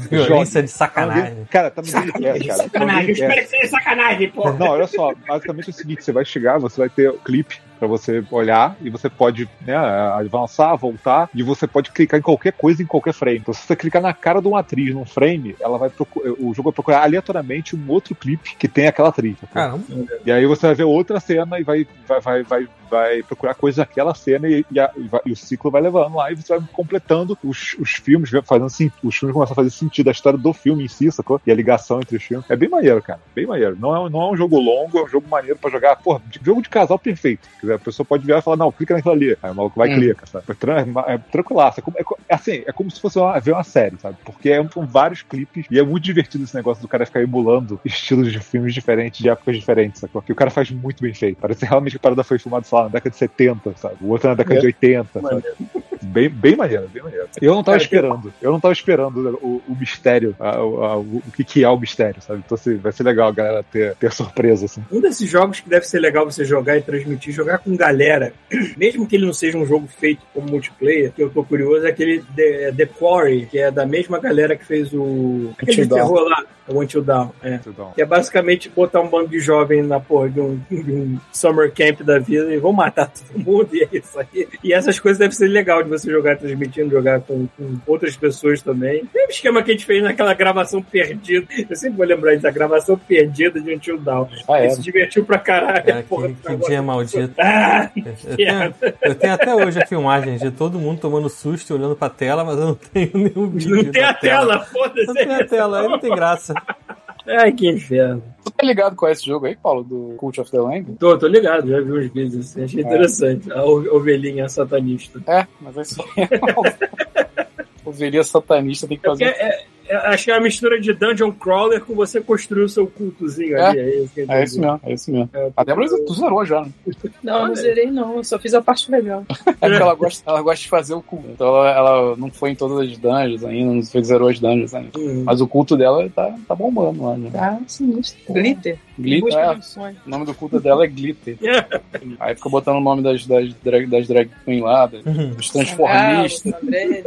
Speaker 3: Violência de sacanagem.
Speaker 5: Alguém- Cara, tá no Game
Speaker 2: É,
Speaker 5: Pass, cara. Tá no
Speaker 1: Sacanagem, eu
Speaker 5: Game Pass.
Speaker 1: espero que seja sacanagem, pô.
Speaker 5: Não, olha só, basicamente é o seguinte, você vai chegar, você vai ter o clipe pra você olhar e você pode né, avançar, voltar e você pode clicar em qualquer coisa em qualquer frame. Então, se você clicar na cara de uma atriz num frame, ela vai procurar, o jogo vai procurar aleatoriamente um outro clipe que tem aquela atriz. tá?
Speaker 3: Caramba.
Speaker 5: E aí você vai ver outra cena e vai, vai, vai, vai, vai procurar coisas daquela cena e, e a- e vai- e o ciclo vai levando lá e você vai completando os, os filmes, vai fazendo sen- os filmes começam a fazer sentido, a história do filme em si, sacou? E a ligação entre os filmes. É bem maneiro, cara. Bem maneiro. Não é, um- não é um jogo longo, é um jogo maneiro pra jogar. Porra, de- jogo de casal perfeito. Quer dizer, a pessoa pode virar e falar, não, clica naquilo ali. Aí o maluco vai e
Speaker 2: Hum.
Speaker 5: clica, sabe? É, tran- é tranquilaço. É, como- é co- é assim, é como se fosse uma- ver uma série, sabe? Porque é um- são vários clipes e é muito divertido esse negócio do cara ficar emulando estilos de filmes diferentes, de épocas diferentes, sacou? Que o cara faz muito bem feito. Parece realmente que a parada foi filmada, sei lá, na década de 70, sabe? O outro na década
Speaker 2: É.
Speaker 5: de 80, sabe? Bem, bem maneiro, bem maneiro. Eu não tava
Speaker 1: Cara,
Speaker 5: esperando. Eu não tava esperando o, o mistério, a- o, a- o- o que, que é o mistério, sabe? Então assim, vai ser legal a galera ter, ter surpresa, assim.
Speaker 1: Um desses jogos que deve ser legal você jogar e transmitir, jogar com galera, mesmo que ele não seja um jogo feito como multiplayer, que eu tô curioso, é aquele The, The Quarry, que é da mesma galera que fez o. Aquele de
Speaker 8: Until Dawn.
Speaker 1: terror lá, o Until Down, é.
Speaker 5: Então,
Speaker 1: Que é basicamente botar um bando de jovem na porra de um, de um summer camp da vida e vão matar todo mundo, e é isso aí. E essas coisas devem ser legal de você jogar transmitindo, jogar com, com outras pessoas também. É o esquema que a gente fez naquela gravação perdida. Eu sempre vou lembrar disso, a gravação perdida de Until Down.
Speaker 8: Ah, é.
Speaker 1: Ele se divertiu pra caralho.
Speaker 3: Cara,
Speaker 1: É porra,
Speaker 3: É, que,
Speaker 1: do
Speaker 3: que
Speaker 1: negócio.
Speaker 3: dia maldito.
Speaker 1: Ah,
Speaker 3: Eu tenho, eu tenho até hoje a filmagem de todo mundo tomando susto e olhando pra tela, mas eu não tenho nenhum vídeo.
Speaker 1: não tem
Speaker 3: da
Speaker 1: a tela, foda-se.
Speaker 3: Não tem a tela, aí não tem graça.
Speaker 1: Ai, que inferno.
Speaker 2: Tu tá ligado com esse jogo aí, Paulo? Do Cult of the Lamb?
Speaker 1: Tô, tô ligado, já vi uns vídeos assim, achei interessante. A o- ovelhinha satanista.
Speaker 2: É, mas assim. Ovelha um- satanista tem que
Speaker 1: Porque
Speaker 2: fazer.
Speaker 1: é, é, acho que é a mistura de dungeon crawler com você construir o seu cultozinho ali. É isso, que eu
Speaker 2: É isso
Speaker 1: entendi.
Speaker 2: mesmo, é isso mesmo.
Speaker 1: É,
Speaker 2: A Débora tu zerou já, né?
Speaker 1: Ah,
Speaker 7: Não,
Speaker 1: é.
Speaker 7: não zerei não, eu só fiz a parte legal.
Speaker 2: É porque ela gosta, ela gosta de fazer o culto. Então ela, ela não foi em todas as dungeons ainda, não foi zerou as dungeons ainda.
Speaker 1: hum.
Speaker 2: Mas o culto dela tá, tá bombando lá, né?
Speaker 7: Tá sinistro. Glitter.
Speaker 2: Glitter,
Speaker 7: Busca
Speaker 2: é,
Speaker 7: meu sonho.
Speaker 2: o nome do culto dela é Glitter.
Speaker 1: É.
Speaker 2: Aí fica botando o nome das, das, drag, das drag queen lá, das-
Speaker 3: Uhum.
Speaker 2: dos transformistas,
Speaker 7: Ah, o André,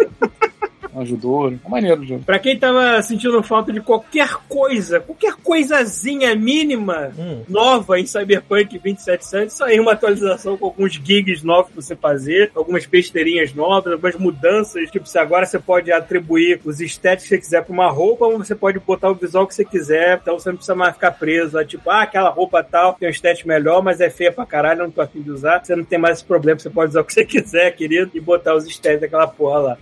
Speaker 2: ajudouro. É maneiro o jogo.
Speaker 1: Pra quem tava sentindo falta de qualquer coisa, qualquer coisazinha mínima
Speaker 3: Hum.
Speaker 1: nova em Cyberpunk 2700, saiu uma atualização com alguns gigs novos pra você fazer, algumas besteirinhas novas, algumas mudanças. Tipo, se agora você pode atribuir os estéticos que você quiser pra uma roupa, ou você pode botar o visual que você quiser, então você não precisa mais ficar preso. a Tipo, ah, aquela roupa tal tem um estético melhor, mas é feia pra caralho, eu não tô afim de usar. Você não tem mais esse problema, você pode usar o que você quiser, querido, e botar os estéticos daquela porra lá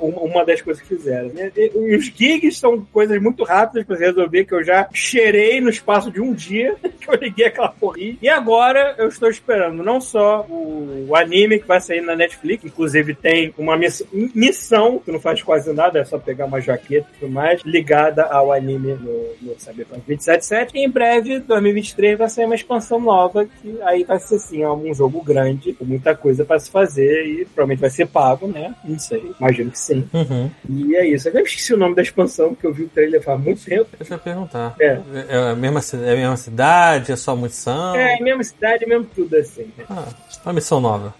Speaker 1: uma, uma das coisas que fizeram. né? E- e os gigs são coisas muito rápidas pra você resolver, que eu já cheirei no espaço de um dia, que eu liguei aquela porrinha. E agora eu estou esperando não só o, o anime que vai sair na Netflix, inclusive tem uma miss- missão, que não faz quase nada, é só pegar uma jaqueta e tudo mais, ligada ao anime no, no Cyberpunk 277. E em breve, 2023, vai sair uma expansão nova, que aí vai ser sim um jogo grande, com muita coisa pra se fazer e provavelmente vai ser pago, né? Não sei, imagino que sim.
Speaker 3: Uhum.
Speaker 1: E é isso. Eu esqueci o nome da expansão, que eu vi o trailer faz muito tempo.
Speaker 3: Deixa eu perguntar.
Speaker 1: É.
Speaker 3: É a mesma, ci- é a mesma cidade? É só munição?
Speaker 1: É, mesma cidade, mesmo tudo assim.
Speaker 3: Ah, uma missão nova.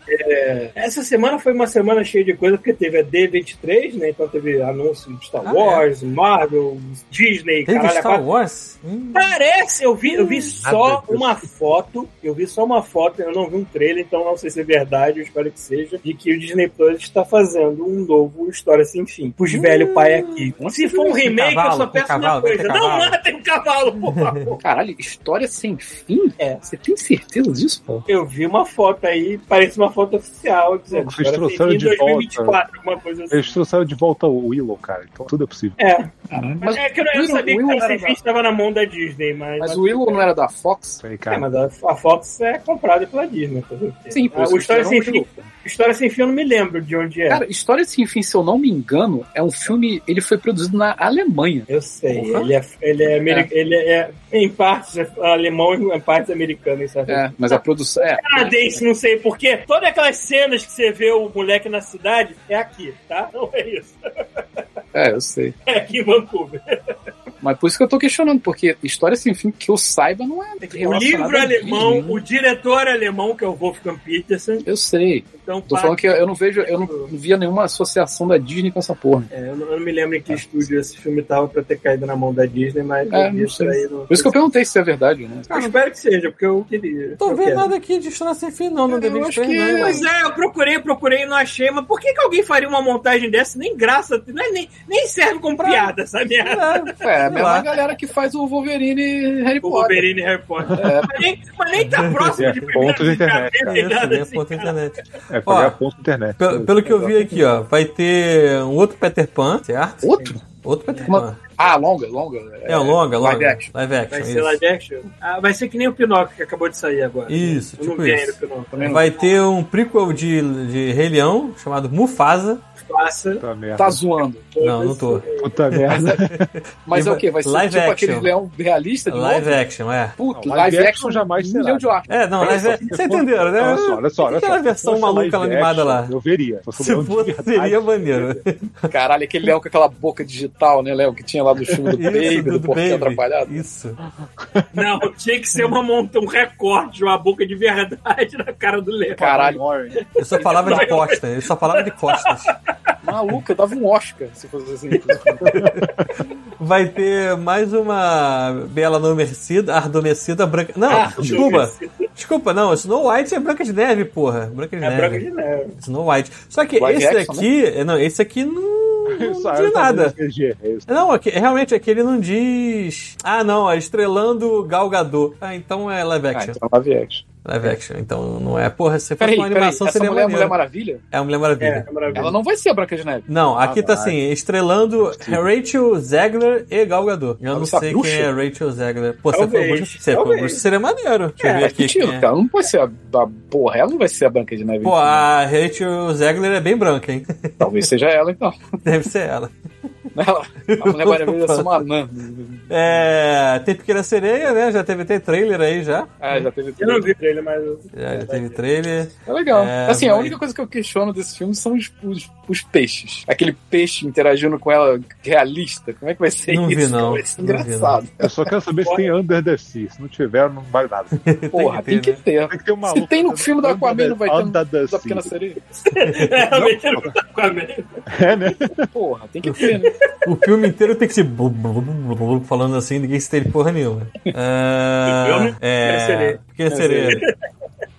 Speaker 1: Essa semana foi uma semana cheia de coisa, porque teve a D23, né? Então teve anúncio de Star
Speaker 3: Ah,
Speaker 1: Wars, Marvel, Disney,
Speaker 3: Teve
Speaker 1: caralho. a
Speaker 3: Star
Speaker 1: quatro.
Speaker 3: Wars? Hum.
Speaker 1: Parece, eu vi, eu vi só
Speaker 3: Deus.
Speaker 1: uma foto, eu vi só uma foto, eu não vi um trailer, então não sei se é verdade, eu espero que seja, de que o Disney Plus está fazendo um novo História Sem Fim. Pros
Speaker 3: Hum.
Speaker 1: velho pai aqui. Se for um remake, eu
Speaker 3: cavalo,
Speaker 1: só
Speaker 3: com
Speaker 1: peço uma
Speaker 3: cavalo, vai ter
Speaker 1: coisa. Não
Speaker 3: cavalo.
Speaker 1: matem o cavalo, por favor.
Speaker 2: Caralho, história sem fim?
Speaker 1: É.
Speaker 2: Você tem certeza disso, Paulo?
Speaker 1: Eu vi uma foto aí, parece uma foto oficial, dizendo
Speaker 5: Vocês
Speaker 1: agora
Speaker 5: trouxeram
Speaker 1: tem em
Speaker 5: de volta.
Speaker 1: 2024, uma coisa assim.
Speaker 5: Eles trouxeram de volta o Willow, cara. Então tudo é possível.
Speaker 1: É, mas
Speaker 2: Mas
Speaker 1: é que eu não
Speaker 2: Willow-
Speaker 1: sabia que
Speaker 2: Willow
Speaker 1: o
Speaker 2: era
Speaker 1: Serpente estava na mão da Disney, mas.
Speaker 2: Mas o Willow não era da Fox?
Speaker 5: Isso aí,
Speaker 1: É,
Speaker 5: cara.
Speaker 1: mas a, a Fox é comprada pela Disney. fazer o quê?
Speaker 2: Sim, por
Speaker 1: Ah,
Speaker 2: isso
Speaker 1: o História
Speaker 2: que
Speaker 1: Sem
Speaker 2: era um
Speaker 1: Fim. História Sem Fim eu não me lembro de onde é.
Speaker 2: Cara, História Sem Fim, se eu não me engano, é um filme. Ele foi produzido na Alemanha.
Speaker 1: eu sei,
Speaker 2: Porra.
Speaker 1: ele é, ele, é ameri- ele é, em partes alemão e em partes americano, isso é
Speaker 2: É, mas a produção. É,
Speaker 1: canadense, Ah, não sei porquê. Todas aquelas cenas que você vê o moleque na cidade é aqui, tá? Não é isso.
Speaker 2: é, eu sei.
Speaker 1: É aqui em Vancouver.
Speaker 2: Mas por isso que eu tô questionando, porque História Sem Fim, que eu saiba, não é.
Speaker 1: O livro
Speaker 2: relacionada a
Speaker 1: alemão,
Speaker 2: Disney.
Speaker 1: o diretor alemão, que é o Wolfgang Peterson.
Speaker 2: Eu sei.
Speaker 1: Então,
Speaker 2: Tô
Speaker 1: pá,
Speaker 2: falando que eu não vejo. Eu não, não via nenhuma associação da Disney com essa porra.
Speaker 1: é, eu, não, eu não me lembro em que estúdio esse filme tava pra ter caído na mão da Disney, mas
Speaker 2: É,
Speaker 1: eu vi
Speaker 2: não
Speaker 1: isso
Speaker 2: sei.
Speaker 1: aí não-
Speaker 2: Por isso que eu perguntei se é verdade, né?
Speaker 1: Eu espero que seja, porque eu queria.
Speaker 3: Tô
Speaker 1: eu
Speaker 3: vendo
Speaker 1: quero. É,
Speaker 3: nada aqui de História Sem Fim, não. Não
Speaker 2: Eu
Speaker 3: deve
Speaker 2: acho que-
Speaker 3: não.
Speaker 1: Pois é, eu procurei, procurei e não achei, mas por que, que alguém faria uma montagem dessa? Nem graça, nem, nem, nem serve como piada essa merda.
Speaker 3: É,
Speaker 2: É, a
Speaker 3: Sei lá.
Speaker 2: mesma galera que faz o Wolverine e Harry
Speaker 1: O
Speaker 2: Potter.
Speaker 1: Wolverine e Harry Potter.
Speaker 2: É.
Speaker 1: Mas, nem, mas nem tá próximo de
Speaker 5: É, ponto de internet,
Speaker 1: primeira
Speaker 5: cara.
Speaker 1: nem
Speaker 3: isso,
Speaker 1: nada
Speaker 3: né?
Speaker 1: assim.
Speaker 3: Ponto internet.
Speaker 5: É pagar
Speaker 3: Ó,
Speaker 5: ponto internet.
Speaker 3: Pelo, pelo que eu vi aqui, ó, vai ter um outro Peter Pan, certo?
Speaker 2: Outro?
Speaker 3: Outro Peter Pan.
Speaker 2: Ah, longa, longa.
Speaker 3: É, longa, longa.
Speaker 1: live action.
Speaker 3: Live action,
Speaker 1: Vai ser
Speaker 3: isso.
Speaker 1: live action? Ah, vai ser que nem o Pinóquio que acabou de sair agora. né?
Speaker 3: Isso,
Speaker 1: Eu não
Speaker 3: tipo
Speaker 1: vi ainda
Speaker 3: isso.
Speaker 1: o Pinóquio. Também não
Speaker 3: Vai ter um prequel de, de Rei Leão, chamado Mufasa.
Speaker 1: faça.
Speaker 5: Puta merda.
Speaker 2: Tá zoando.
Speaker 3: Não, não tô.
Speaker 5: Puta merda.
Speaker 2: Mas é o quê? Vai ser
Speaker 3: Live
Speaker 2: tipo
Speaker 3: action.
Speaker 2: aquele leão realista de
Speaker 3: Live
Speaker 2: novo?
Speaker 3: action, é.
Speaker 2: Puta,
Speaker 5: Não,
Speaker 2: live, action um
Speaker 5: jamais será.
Speaker 2: milhão de Oscar.
Speaker 3: É, não, live action. Vocês entenderam, né?
Speaker 5: Olha só, olha só, olha só.
Speaker 3: Aquela versão
Speaker 5: Se fosse
Speaker 3: maluca
Speaker 5: live
Speaker 3: animada
Speaker 5: action,
Speaker 3: lá.
Speaker 5: Eu veria. fosse um
Speaker 3: Se
Speaker 5: leão de
Speaker 3: fosse,
Speaker 5: verdade,
Speaker 3: seria maneiro.
Speaker 2: Caralho, aquele leão com aquela boca digital, né, Léo? Que tinha lá do filme do Baby, do, Porquinho Atrapalhado.
Speaker 3: Isso.
Speaker 1: Não, tinha que ser uma monta, um recorte, uma boca de verdade na cara do leão.
Speaker 2: Caralho,
Speaker 3: Eu só falava de costas. Eu só falava de costas.
Speaker 2: maluco, eu dava um Oscar se fosse
Speaker 3: É
Speaker 2: assim.
Speaker 3: Vai ter mais uma Bela Adormecida, Ardomecida Branca. Não,
Speaker 2: Ah,
Speaker 3: desculpa. Desculpa, não. Snow White é Branca de Neve, porra. Branca de
Speaker 1: É
Speaker 3: Neve.
Speaker 1: branca de neve.
Speaker 3: Snow White. Só que
Speaker 2: Live
Speaker 3: esse
Speaker 2: action, né?
Speaker 3: aqui. é, Não, esse aqui não, não
Speaker 5: Isso, eu
Speaker 3: diz
Speaker 5: tava
Speaker 3: nada.
Speaker 5: vendo CG, é isso.
Speaker 3: Não, aqui, realmente aqui ele não diz. Ah, não, é estrelando Galgador. Ah, então é live
Speaker 2: Ah,
Speaker 3: action.
Speaker 2: então live action.
Speaker 3: Live action, então não é. Porra, se fosse
Speaker 2: Peraí,
Speaker 3: uma
Speaker 2: peraí,
Speaker 3: animação
Speaker 2: essa
Speaker 3: seria
Speaker 2: mulher é a
Speaker 3: maneiro.
Speaker 2: Mulher Maravilha?
Speaker 3: É a Mulher
Speaker 1: É,
Speaker 3: Maravilha.
Speaker 1: é maravilhoso.
Speaker 2: Ela não vai ser a Branca de Neve.
Speaker 3: Não, aqui tá assim, estrelando Rachel Zegler e Gal Gadot. Eu não
Speaker 2: Essa
Speaker 3: sei
Speaker 2: bruxa?
Speaker 3: quem é Rachel Zegler. Pô, se for
Speaker 1: Talvez,
Speaker 3: bruxa, se for
Speaker 1: talvez.
Speaker 3: bruxa seria maneiro. Deixa eu ver
Speaker 2: É,
Speaker 3: aqui
Speaker 2: tiro,
Speaker 3: quem é.
Speaker 2: cara. Não pode ser a da porra. Ela não vai ser a Branca de Neve.
Speaker 3: Pô, a Rachel Zegler é bem branca, hein?
Speaker 2: Talvez seja ela, então.
Speaker 3: Deve ser ela.
Speaker 2: Ela, a Mulher Maravilha é uma anã.
Speaker 3: É, tem Pequena Sereia, né? Já teve tem trailer aí, já.
Speaker 2: Ah, já teve
Speaker 1: Eu não vi ele, mas.
Speaker 3: Já, já teve trailer.
Speaker 2: É legal.
Speaker 3: É,
Speaker 2: assim, a
Speaker 3: mas-
Speaker 2: única coisa que eu questiono desse filme são os, os, os peixes. Aquele peixe interagindo com ela realista. Como é que vai ser
Speaker 3: Não vi,
Speaker 2: isso?
Speaker 3: não.
Speaker 2: Vai ser
Speaker 3: Não vi,
Speaker 2: engraçado.
Speaker 5: Eu só quero saber se tem Under the Sea. Se não tiver, não vale nada.
Speaker 2: Porra,
Speaker 3: Tem
Speaker 2: tem
Speaker 3: que né?
Speaker 2: que ter.
Speaker 5: Tem que ter um maluco.
Speaker 2: Se tem no filme da
Speaker 5: Under
Speaker 2: Aquaman,
Speaker 5: the-
Speaker 2: não vai ter no
Speaker 5: Under the
Speaker 2: da Pequena
Speaker 5: Sea.
Speaker 2: Sereia?
Speaker 1: Realmente não tá com a mente.
Speaker 5: É, né?
Speaker 2: Porra, tem que ter, né?
Speaker 3: O filme inteiro tem que ser blu, blu, blu, blu, falando assim, ninguém se teve porra nenhuma. Ah,
Speaker 1: Pequena
Speaker 3: é,
Speaker 1: Sereia.
Speaker 3: Pequena Sereia.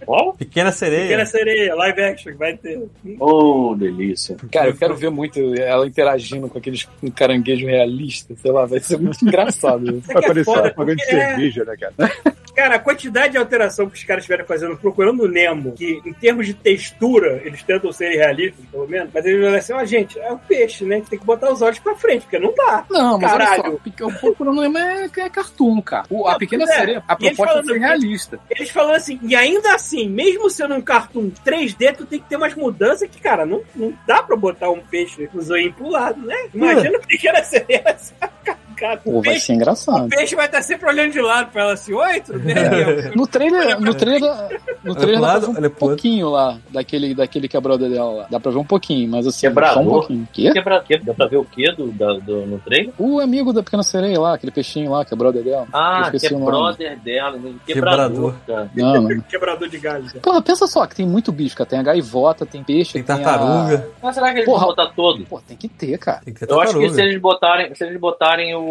Speaker 4: Qual?
Speaker 3: Pequena Sereia.
Speaker 2: É.
Speaker 1: Pequena sereia, live action, vai ter.
Speaker 4: Oh, delícia.
Speaker 2: Cara, eu quero ver muito ela interagindo com aqueles com caranguejo realista. Sei lá, vai ser muito engraçado.
Speaker 1: Isso
Speaker 5: Vai
Speaker 1: aqui é
Speaker 5: parecer
Speaker 1: foda,
Speaker 5: uma grande
Speaker 1: porque é-
Speaker 5: cerveja, né, cara?
Speaker 1: Cara, a quantidade de alteração que os caras estiveram fazendo procurando o Nemo, que em termos de textura, eles tentam ser realistas, pelo menos, mas eles olham assim, ó, gente, é um peixe, né? A gente tem que botar os olhos pra frente, porque não dá.
Speaker 2: Não, mas olha
Speaker 1: Caralho.
Speaker 2: só, Pequ- o pouco problema é, é cartoon, cara. O- a Pequena
Speaker 1: pois é.
Speaker 2: Sereia, a
Speaker 1: E eles
Speaker 2: proposta
Speaker 1: falando-
Speaker 2: foi realista.
Speaker 1: Eles falam assim, e ainda assim, mesmo sendo um cartoon 3D, tu tem que ter umas mudanças que, cara, não, não dá pra botar um peixe com o zoinho pro lado, né? Imagina a pequena sereia assim, cara, o peixe,
Speaker 2: engraçado.
Speaker 1: o peixe vai estar sempre olhando de lado pra ela assim, oi, tudo bem?
Speaker 2: No trailer, no trailer, no
Speaker 3: Olha pro
Speaker 2: trailer dá pra
Speaker 3: lado,
Speaker 2: ver um
Speaker 3: olha pro outro.
Speaker 2: pouquinho lá daquele, daquele que é brother dela lá. Dá pra ver um pouquinho, mas assim,
Speaker 4: Quebrador.
Speaker 2: só um pouquinho. Quê?
Speaker 4: Que é pra quê? Dá pra ver o quê do, da- do, no trailer?
Speaker 2: O amigo da pequena sereia lá, aquele peixinho lá que é brother dela. Eu
Speaker 4: Ah,
Speaker 2: esqueci
Speaker 4: que é
Speaker 2: o nome.
Speaker 4: brother dela, né? quebrador.
Speaker 3: Quebrador.
Speaker 4: cara.
Speaker 2: Não, não.
Speaker 1: um Quebrador de galhos. né?
Speaker 2: Porra, pensa só que tem muito bicho, cara. Tem a gaivota, tem peixe,
Speaker 3: Tem
Speaker 2: a-
Speaker 3: tartaruga.
Speaker 4: Mas será que eles
Speaker 2: Porra.
Speaker 4: vão botar todo?
Speaker 2: Pô, tem que ter, cara.
Speaker 3: Tem que ter
Speaker 4: Eu acho que se
Speaker 3: tartaruga.
Speaker 4: eles botarem, se eles botarem o,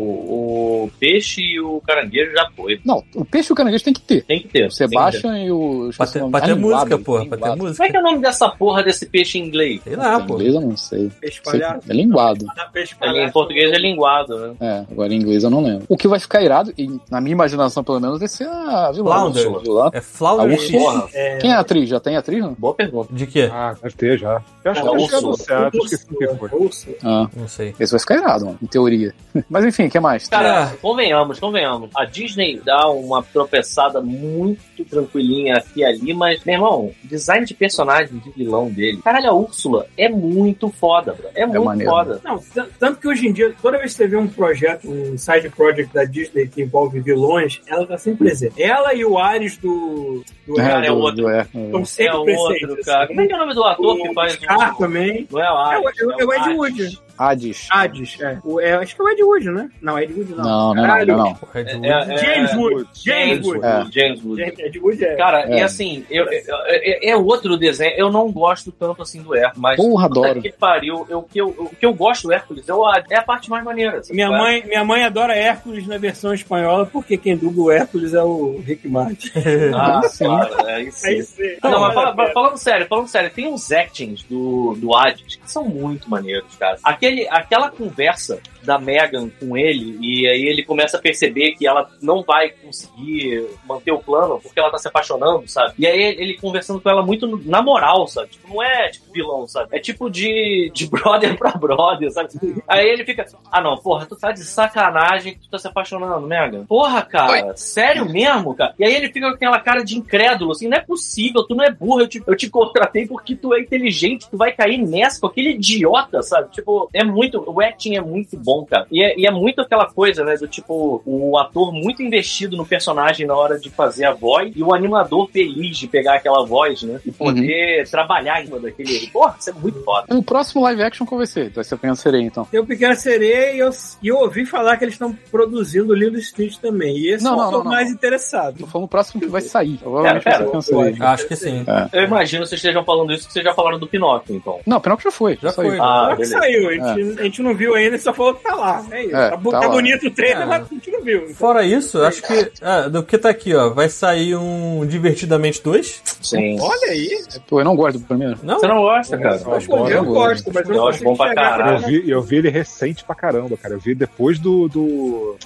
Speaker 4: o peixe e o caranguejo, já foi.
Speaker 2: Não, o peixe e o caranguejo tem que ter.
Speaker 4: Tem que ter.
Speaker 2: O
Speaker 4: Tem que ter.
Speaker 2: Sebastian e o. eu
Speaker 3: né? Pra
Speaker 2: esqueci o
Speaker 3: ter,
Speaker 2: nome.
Speaker 3: pra ter
Speaker 2: Aninguado,
Speaker 3: música, porra. Pra ter
Speaker 2: linguado.
Speaker 4: Como é que
Speaker 3: música.
Speaker 4: é o nome dessa porra desse peixe em inglês?
Speaker 3: Sei
Speaker 2: Puta,
Speaker 3: lá,
Speaker 2: em
Speaker 3: pô.
Speaker 2: inglês eu não sei.
Speaker 1: Peixe
Speaker 2: Sei-
Speaker 1: palhaço.
Speaker 2: É linguado.
Speaker 1: Peixe
Speaker 4: Em
Speaker 1: palhaço.
Speaker 4: português é linguado, né?
Speaker 2: É, agora em inglês eu não lembro. O que vai ficar irado, e na minha imaginação pelo menos, vai ser a vilã.
Speaker 3: Flounder.
Speaker 2: Úrsula. Vilã.
Speaker 3: É Flounder
Speaker 2: A
Speaker 3: X.
Speaker 4: Porra,
Speaker 2: Quem é a atriz? Já tem atriz? Não?
Speaker 4: boa pergunta.
Speaker 3: De quê?
Speaker 5: Ah, deve ter já. Eu acho que
Speaker 4: Não,
Speaker 5: eles já
Speaker 4: Ursula.
Speaker 5: anunciaram, eu esqueci o que foi.
Speaker 1: Ursula.
Speaker 2: Ah,
Speaker 3: Não sei.
Speaker 2: esse vai ficar irado, mano, em teoria. Mas enfim, o que mais?
Speaker 4: Cara,
Speaker 3: É.
Speaker 4: convenhamos, convenhamos. A Disney dá uma tropeçada muito tranquilinha aqui e ali, mas, meu irmão, design de personagem, de vilão dele. Caralho, a Úrsula é muito foda, bro. É, muito
Speaker 2: maneiro.
Speaker 4: foda.
Speaker 1: Não, t- tanto que hoje em dia, toda vez que você vê um projeto, um side project da Disney que envolve vilões, ela tá sempre presente. Ela e o Ares do. do
Speaker 4: cara, é
Speaker 2: do-
Speaker 4: outro.
Speaker 2: do- é.
Speaker 1: estão
Speaker 4: É
Speaker 1: sempre presentes.
Speaker 4: outro, cara.
Speaker 1: assim.
Speaker 4: Como é que é o nome do ator que
Speaker 1: O
Speaker 4: faz
Speaker 1: Scar também.
Speaker 4: Não é o
Speaker 1: É, o-
Speaker 4: Alex,
Speaker 1: é, o- é o Ed
Speaker 4: Alex.
Speaker 1: Wood.
Speaker 2: Hades.
Speaker 1: Hades, é. O- é, Acho que é o Ed Wood, né? Não, Ed Wood não.
Speaker 2: Não, não, não,
Speaker 1: Caralho.
Speaker 2: não, não.
Speaker 3: Red Wood.
Speaker 4: É, é,
Speaker 1: James
Speaker 4: é,
Speaker 1: Wood. James
Speaker 4: James
Speaker 1: Wood.
Speaker 4: Wood. James Wood.
Speaker 1: James- Ed Wood é.
Speaker 4: Cara,
Speaker 2: É.
Speaker 4: e assim, eu- eu- é, é outro desenho. Eu não gosto tanto assim do Hércules, mas.
Speaker 2: Porra,
Speaker 4: puta
Speaker 2: adoro.
Speaker 4: que pariu. Eu, o que eu, o que eu gosto do Hércules eu, é a parte mais maneira. sabe
Speaker 1: Minha
Speaker 4: qual é?
Speaker 1: mãe, minha mãe adora Hércules na versão espanhola, porque quem dubla o Hércules é o Rick Martin.
Speaker 4: Ah, claro, é isso.
Speaker 1: É isso aí.
Speaker 4: Não, mas
Speaker 1: Olha,
Speaker 4: fala- mas falando sério, falando sério, tem uns actings do, do Hades que são muito maneiros, cara. Aquele, aquela conversa da Megan com ele, e aí ele começa a perceber que ela não vai conseguir manter o plano porque ela tá se apaixonando, sabe? E aí ele conversando com ela muito no- na moral, sabe? Tipo, não é tipo vilão, sabe? É tipo de, de brother pra brother, sabe? Aí ele fica, ah não, porra, tu tá de sacanagem que tu tá se apaixonando, Megan. Porra, cara, sério mesmo, cara? E aí ele fica com aquela cara de incrédulo, assim, não é possível, tu não é burro, eu te, eu te contratei porque tu é inteligente, tu vai cair nessa com aquele idiota, sabe? Tipo, é muito, o acting é muito bom, cara. E é, e é muito aquela coisa, né, do tipo, o ator muito investido no personagem na hora de fazer a voz e o animador feliz de pegar aquela voz, né, e poder trabalhar em cima daquele... Porra, isso é muito foda.
Speaker 9: O um próximo live action qual vai ser? Vai ser apenas sereia, então.
Speaker 1: Tem o Pequena Sereia e eu, e eu ouvi falar que eles estão produzindo o Lilo Stitch também. E esse
Speaker 9: Não,
Speaker 1: eu
Speaker 9: não,
Speaker 1: tô
Speaker 9: não, não.
Speaker 1: mais interessado.
Speaker 9: Tô falando o próximo que vai sair. Provavelmente vai
Speaker 4: Pera,
Speaker 9: ser
Speaker 4: pera,
Speaker 9: apenas sereia.
Speaker 3: Acho que sim.
Speaker 4: Eu imagino que vocês estejam falando isso que vocês já falaram do Pinóquio, então.
Speaker 9: Não, Pinóquio já foi.
Speaker 3: Já
Speaker 9: saiu.
Speaker 3: foi.
Speaker 4: Ah,
Speaker 1: Só que saiu, a gente, a gente não viu ainda, só falou que tá lá. É isso.
Speaker 9: É,
Speaker 1: tá, bo-
Speaker 9: tá
Speaker 1: tá
Speaker 9: lá.
Speaker 1: bonito o trailer,
Speaker 3: É.
Speaker 1: mas a gente não viu.
Speaker 3: Fora isso, acho que. ah, do que tá aqui, ó. Vai sair um Divertidamente 2?
Speaker 4: Sim.
Speaker 1: Olha aí. tá
Speaker 9: Pô, eu não gosto do primeiro.
Speaker 3: Não?
Speaker 4: Você não gosta, cara?
Speaker 1: Eu,
Speaker 9: bom, eu
Speaker 1: gosto, mas eu
Speaker 4: Eu
Speaker 1: não
Speaker 4: acho bom pra
Speaker 1: enxergar
Speaker 4: caralho.
Speaker 5: Eu vi, eu vi ele recente pra caramba, cara. Eu vi depois do. do...